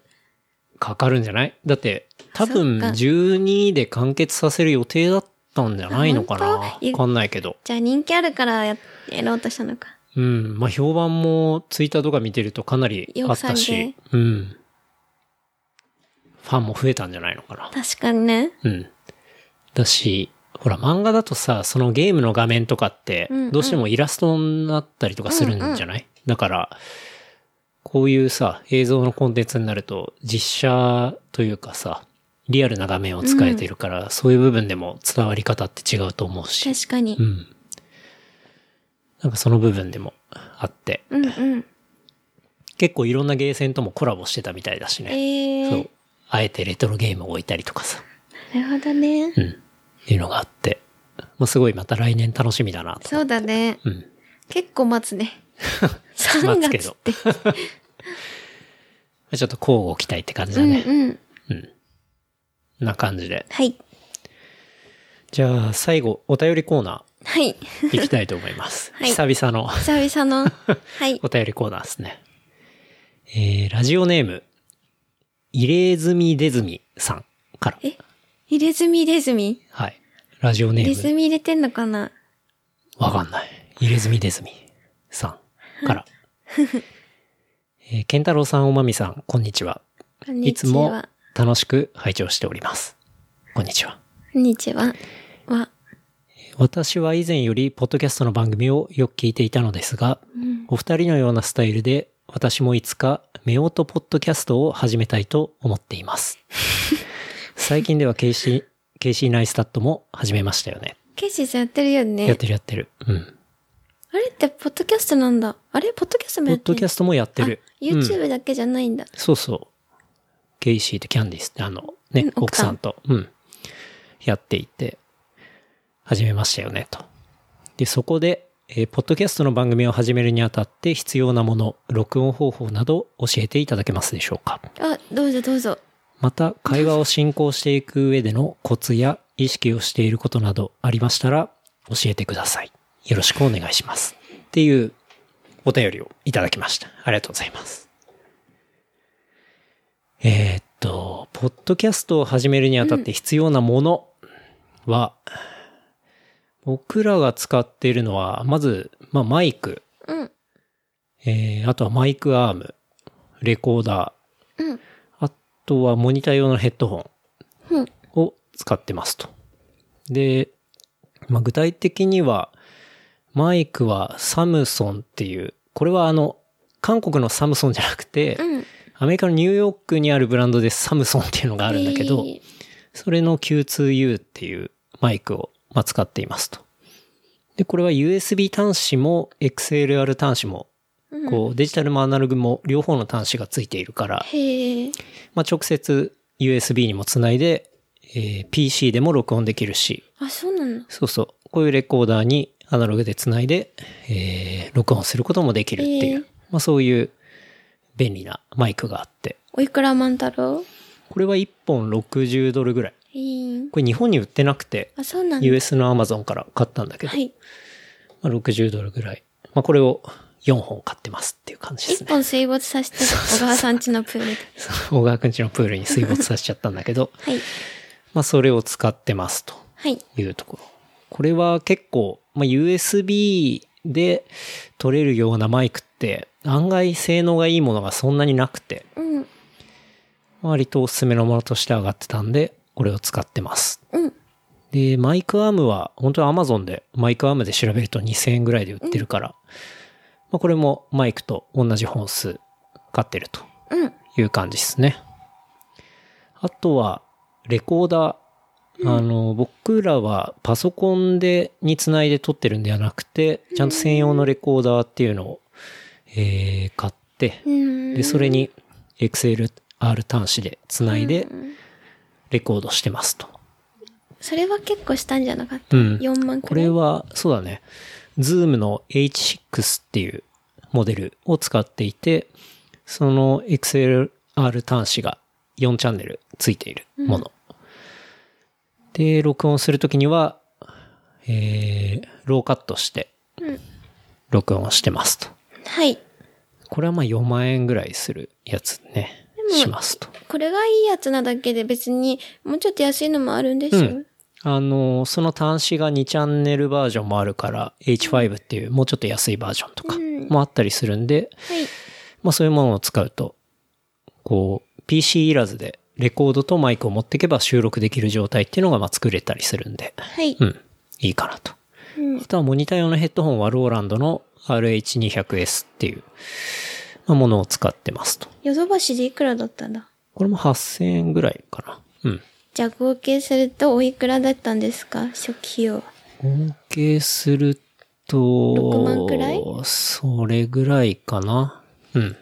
S2: かかるんじゃないだって、多分
S3: そっか
S2: 12で完結させる予定だったんじゃないのかな
S3: あ
S2: わ
S3: 本当
S2: かんないけど。
S3: じゃあ人気あるからや、やろうとしたのか。
S2: うん。まあ、評判もツイッターとか見てるとかなりあった
S3: 量産
S2: し。うん。ファンも増えたんじゃないのかな。
S3: 確かにね。
S2: うん。だし、ほら、漫画だとさ、そのゲームの画面とかって
S3: うんう、ん
S2: どうしてもイラストになったりとかするんじゃない、だから、こういうさ、映像のコンテンツになると、実写というかさ、リアルな画面を使えてるから、そういう部分でも伝わり方って違うと思うし、
S3: 確かに
S2: う。ん。なんかその部分でもあって、
S3: うんうん。
S2: 結構いろんなゲーセンともコラボしてたみたいだし
S3: え
S2: ね。
S3: ー。
S2: そう。あえてレトロゲームを置いたりとかさ。
S3: なるほどね。
S2: うん。っていうのがあって。もうすごいまた来年楽しみだなと。
S3: そうだね。
S2: うん。
S3: 結構 待つね。
S2: 待
S3: 3
S2: つけ
S3: 月
S2: ど
S3: って。
S2: ちょっと交互期待って感じ
S3: う
S2: だ
S3: ん
S2: ね。
S3: うん。
S2: な感じで。
S3: はい。
S2: じゃあ最後、お便りコーナ
S3: はい。
S2: ー行きたいと思います。
S3: はい
S2: 久々の
S3: 久々 の。はい
S2: お。便りコーナーですね。えー、ラジオネーム、入れ墨出墨さんから。
S3: え入れ墨入れ墨
S2: はい。ラジオネ
S3: 入れ
S2: ーム、
S3: 墨入れてんのかな
S2: わかんない。入れ墨出墨さんから。 えー、ケンタロウさん、おまみさん、こんにちは。
S3: こんに
S2: い
S3: ち
S2: つも
S3: は。
S2: 楽しく拝聴しております。こんにちは。
S3: こんにちは。は。
S2: 私は以前よりポッドキャストの番組をよく聞いていたのですが、お二人のようなスタイルで私もいつか目音ポッドキャストを始めたいと思ってい ます。最近ではケイシー、ケイシーナイスタットも始めましたよね。
S3: ケイシーさんやってるよね。
S2: やってるやってる。うん。
S3: あれってポッドキャストなんだ。あれポッドキャストも
S2: ポ
S3: や
S2: ッ
S3: って
S2: ド
S3: る
S2: キャストもやってる。
S3: あ YouTube だけじゃないんだ。
S2: そうそう。ケイシーとキャンディスってあのね、
S3: うん
S2: 奥
S3: 奥
S2: さ
S3: さ
S2: ん
S3: ん
S2: と、うん、やっていて、始めましたよね、と。で、そこで、えーポッドキャストの番組を始めるにあたって必要なもの、録音方法など教えていただけますでしょうか
S3: あ、どうぞどうぞ。
S2: また、会話を進行していく上でのコツや意識をしていることなどありましたら教えてください。よろしくお願いします。っていうお便りをいただきました。ありがとうございます。えーっと、ポッドキャストを始めるにあたって必要なものは、僕らが使っているのは、まず、まあ、マイク、
S3: うん。
S2: えーあとはマイクアーム、レコーダー、
S3: うん。
S2: あとはモニター用のヘッドホ
S3: うん。
S2: ンを使ってますと。で、まあ、具体的には、マイクはサムソンっていう、これはあの、韓国のサムソンじゃなくて、
S3: うん。
S2: アメリカのニューヨークにあるブランドでサムソンっていうのがあるんだけど、
S3: えー
S2: それの Q2U っていうマイクをまあ使っていますと。で、これは USB 端子も XLR 端子も、
S3: うん
S2: こうデジタルもアナログも両方の端子がついているから、
S3: へえ。
S2: まあ直接 USB にもつないで、えー PC でも録音できるし、
S3: あ、そうなんだ。
S2: そうそう、こういうレコーダーにアナログでつないで、えー録音することもできるっていう、
S3: えー
S2: まあそういう便利なマイクがあって、
S3: おいくら万太郎
S2: これは1本60ドルぐらい。
S3: いい。
S2: これ日本に売ってなくて、
S3: あ、そうなんだ。
S2: US の Amazon から買ったんだけど、
S3: はい。
S2: まあ60ドルぐらい。まあ、これを4本買ってますっていう感じで
S3: 一
S2: すね。
S3: 本水没させて、小川さんちのプールで。
S2: 小川くんちのプールに水没させちゃったんだけど、
S3: はい。
S2: まあ、それを使ってますと
S3: はい。
S2: いうところ。これは結構、まあ、USB で取れるようなマイクって、案外性能がいいものがそんなになくて、
S3: うん。
S2: 割とおすすめのものとして上がってたんで、これを使ってます。
S3: うん。
S2: で、マイクアームは、本当は Amazon で、マイクアームで調べると2000円ぐらいで売ってるから、まあこれもマイクと同じ本数買ってると
S3: うん。
S2: いう感じですね。あとは、レコーダー。あの、僕らはパソコンで、につないで撮ってるんではなくて、ちゃんと専用のレコーダーっていうのを、えー買って、
S3: うん。
S2: で、それに XLR 端子でつないで、レコードしてますと。
S3: それは結構したんじゃなかった。
S2: うん
S3: 4万
S2: こ
S3: くらい。
S2: れは、そうだね。ズームの H6 っていうモデルを使っていて、その XLR 端子が4チャンネルついているもの。で、録音するときには、えー、ローカットして
S3: うん、
S2: 録音してますと。
S3: はい。
S2: これはまあ4万円ぐらいするやつね。しますと。
S3: これがいいやつなだけで別に、もうちょっと安いのもあるんですよ。
S2: うんあの、その端子が2チャンネルバージョンもあるから、H5 っていうもうちょっと安いバージョンとか
S3: うん
S2: もあったりするんで、
S3: はい。
S2: まあそういうものを使うと、こう、PC いらずでレコードとマイクを持っていけば収録できる状態っていうのがまあ作れたりするんで、
S3: はい。
S2: うん、いいかなと。
S3: うん
S2: あとはモニター用のヘッドホンはローランドの RH200S っていうまあものを使ってますと。
S3: ヨドバシでいくらだったんだ
S2: これも8000円ぐらいかな。うん。
S3: じゃあ合計するとおいくらだったんですか初期費用。
S2: 合計すると、
S3: 6万くらい
S2: それぐらいかな。うん。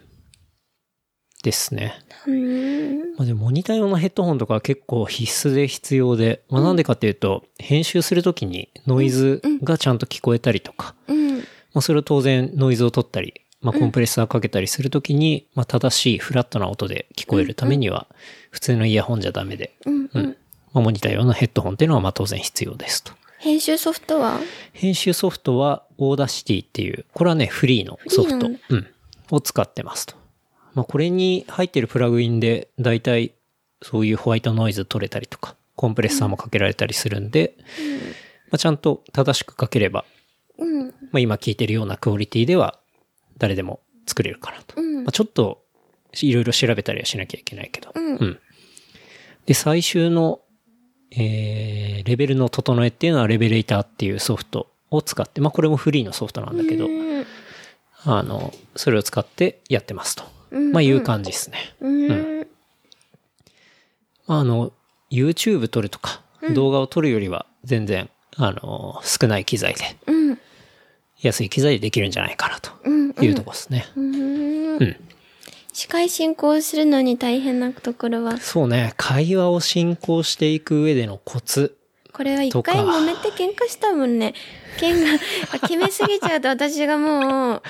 S2: ですね。
S3: うーん。
S2: まあ、でもモニター用のヘッドホンとかは結構必須で必要で、まあ、なんでかっていうと、編集するときにノイズがちゃんと聞こえたりとか、
S3: うん。
S2: まあ、それを当然ノイズを取ったり、まあ、コンプレッサーかけたりするときに、まあ、正しいフラットな音で聞こえるためには、普通のイヤホンじゃダメで、
S3: うん。うん。
S2: まあ、モニター用のヘッドホンっていうのはまあ当然必要ですと。
S3: 編集ソフトは
S2: 編集ソフトはオーダーシティっていう、これはね、フリーのソフト、
S3: フリ
S2: うん、を使ってますと。まあ、これに入ってるプラグインで、だいたいそういうホワイトノイズ取れたりとか、コンプレッサーもかけられたりするんで、まあ、ちゃんと正しくかければ、
S3: うん。
S2: まあ、今聞いてるようなクオリティでは、誰でも作れるかなと。
S3: うん
S2: まあ、ちょっと、いろいろ調べたりはしなきゃいけないけど、
S3: うん
S2: うん。で、最終の、えー、レベルの整えっていうのはレベレーターっていうソフトを使って、まあこれもフリーのソフトなんだけど、
S3: うん。
S2: あの、それを使ってやってますと。
S3: うん
S2: まあいう感じですね。
S3: うん。
S2: まああの、YouTube 撮るとか、動画を撮るよりは全然、あの、少ない機材で、
S3: うん。
S2: 安い機材でできるんじゃないかなと
S3: うん。
S2: いうとこですね。
S3: う
S2: うんん。
S3: 司会進行するのに大変なところは、
S2: そうね、会話を進行していく上でのコツ。
S3: これは一
S2: とか
S3: 回揉めて喧嘩したもんね。喧嘩、 あ決めすぎちゃうと私がもう、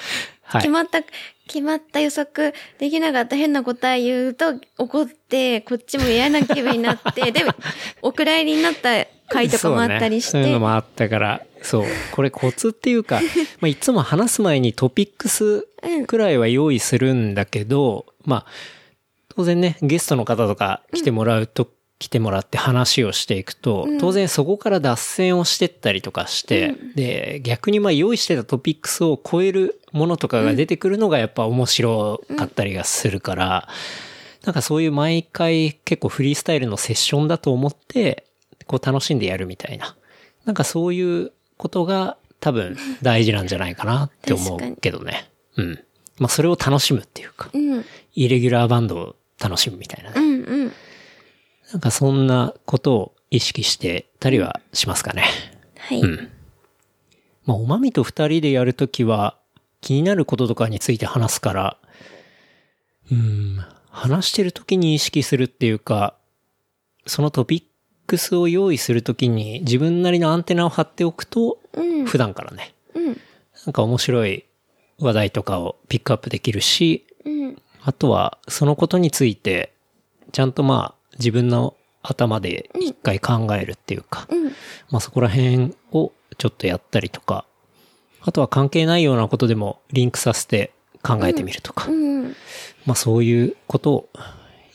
S2: はい
S3: 決。まった、決まった予測できなかった変な答え言うと怒って、こっちも嫌な気分にな って、でも、お蔵入りになった回とかもあったりし
S2: そうねそういう
S3: て。
S2: のもあったから、そう。これコツっていうか、 まあ、いつも話す前にトピックス
S3: うん
S2: くらいは用意するんだけど、まあ、当然ね、ゲストの方とか来てもらうと、来てもらって話をしていくと、
S3: うん
S2: 当然そこから脱線をしてったりとかして、で、逆にまあ用意してたトピックスを超えるものとかが出てくるのがやっぱ面白かったりがするから、なんかそういう毎回結構フリースタイルのセッションだと思って、こう楽しんでやるみたいななんかそういうことが多分大事なんじゃないかなって思うけどね。うん。まあそれを楽しむっていうか、
S3: うん。
S2: イレギュラーバンドを楽しむみたいなね、
S3: うんうん。
S2: なんかそんなことを意識してたりはしますかね。
S3: はい。
S2: まあおまみと二人でやるときは気になることとかについて話すから、うん、話してるときに意識するっていうか、そのトピックスを用意するときに自分なりのアンテナを張っておくと、
S3: うん。
S2: 普段からね、
S3: うん。
S2: なんか面白い話題とかをピックアップできるし、
S3: うん。
S2: あとはそのことについて、ちゃんとまあ自分の頭で一回考えるっていうか、
S3: うん。
S2: まあそこら辺をちょっとやったりとか、あとは関係ないようなことでもリンクさせて考えてみるとか、
S3: うん。
S2: まあそういうことを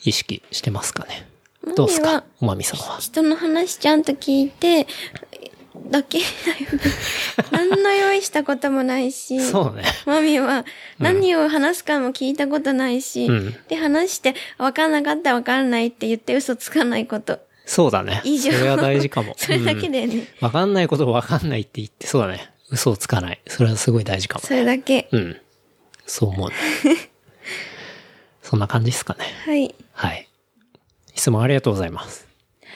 S2: 意識してますかね。どうですかおまみさんは。
S3: 人の話ちゃんと聞いて、だけだよ ね。何の用意したこともないし。
S2: そうね。
S3: マミは何を話すかも聞いたことないし、
S2: うん
S3: で、話して、わかんなかったわからないって言って嘘つかないこと。
S2: そうだね。
S3: 以上。。
S2: それは大事かも
S3: それだけ
S2: うん
S3: だよね。
S2: わかんないことをわかんないって言って、そうだね。嘘をつかない。それはすごい大事かも。
S3: それだけ。
S2: うん。そう 思う。そんな感じですかね。
S3: はい。
S2: はい。質問ありがとうございます。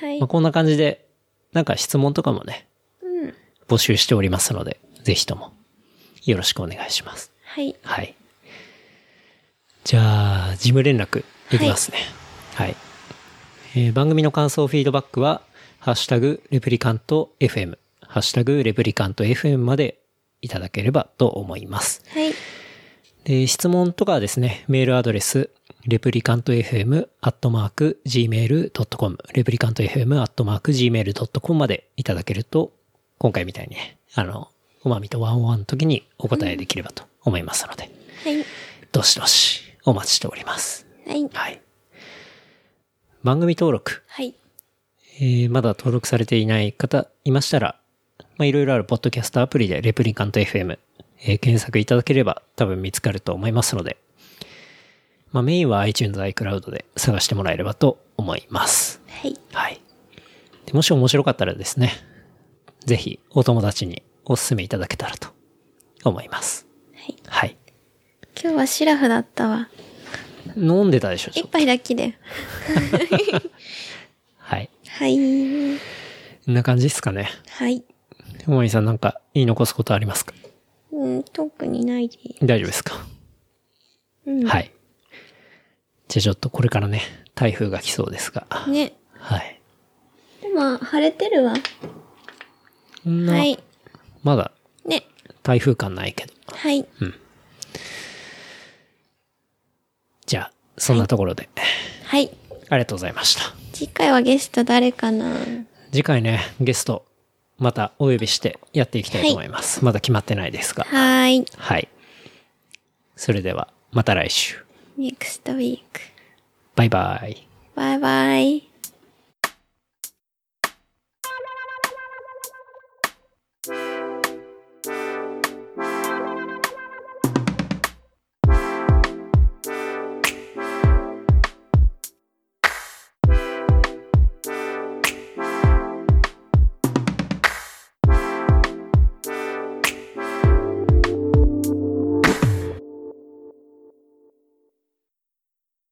S3: はい
S2: まあ、。こんな感じで、なんか質問とかもね、
S3: うん。
S2: 募集しておりますので、ぜひともよろしくお願いします。
S3: はい。
S2: はい。じゃあ、事務連絡いきますね。はい、えー番組の感想フィードバックは、ハッシュタグレプリカント FM、ハッシュタグレプリカント FM までいただければと思います。
S3: はい。
S2: で、質問とかはですね、メールアドレス、レプリカント FM アットマーク Gmail.com、レプリカント FM アットマーク Gmail.com までいただけると、今回みたいにね、あの、おまみとワンオンワンの時にお答えできればと思いますので、
S3: はい。
S2: どしどしお待ちしております。
S3: はい。
S2: はい。番組登録、
S3: はい。
S2: えーまだ登録されていない方いましたら、まあ、いろいろあるポッドキャストアプリでレプリカント FM、えー検索いただければ多分見つかると思いますので、まあ、メインは iTunes、iCloud で探してもらえればと思います。
S3: はい。
S2: はい。でもし面白かったらですね、ぜひお友達にお勧めいただけたらと思います。
S3: はい。
S2: はい。
S3: 今日はシラフだったわ。
S2: 飲んでたでしょちょ
S3: 一
S2: っと
S3: 杯だけだよ。
S2: はい。
S3: はい。
S2: こんな感じですかね。
S3: はい。
S2: おまみさんなんか言い残すことありますか
S3: うん、特にないで。
S2: 大丈夫ですか
S3: うん。
S2: はい。じゃあちょっとこれからね、台風が来そうですが。
S3: ね。
S2: はい。
S3: まあ、晴れてるわ。
S2: こんな、
S3: はい。
S2: まだ
S3: ね。
S2: 台風感ないけど。
S3: はい。
S2: じゃあ、そんなところで、
S3: はい。
S2: ありがとうございました。
S3: 次回はゲスト誰かな
S2: 次回ね、ゲスト、またお呼びしてやっていきたいと思います。まだ決まってないですが。
S3: はーい。
S2: はい。それでは、また来週。
S3: next week.
S2: バイバイ。
S3: Bye bye.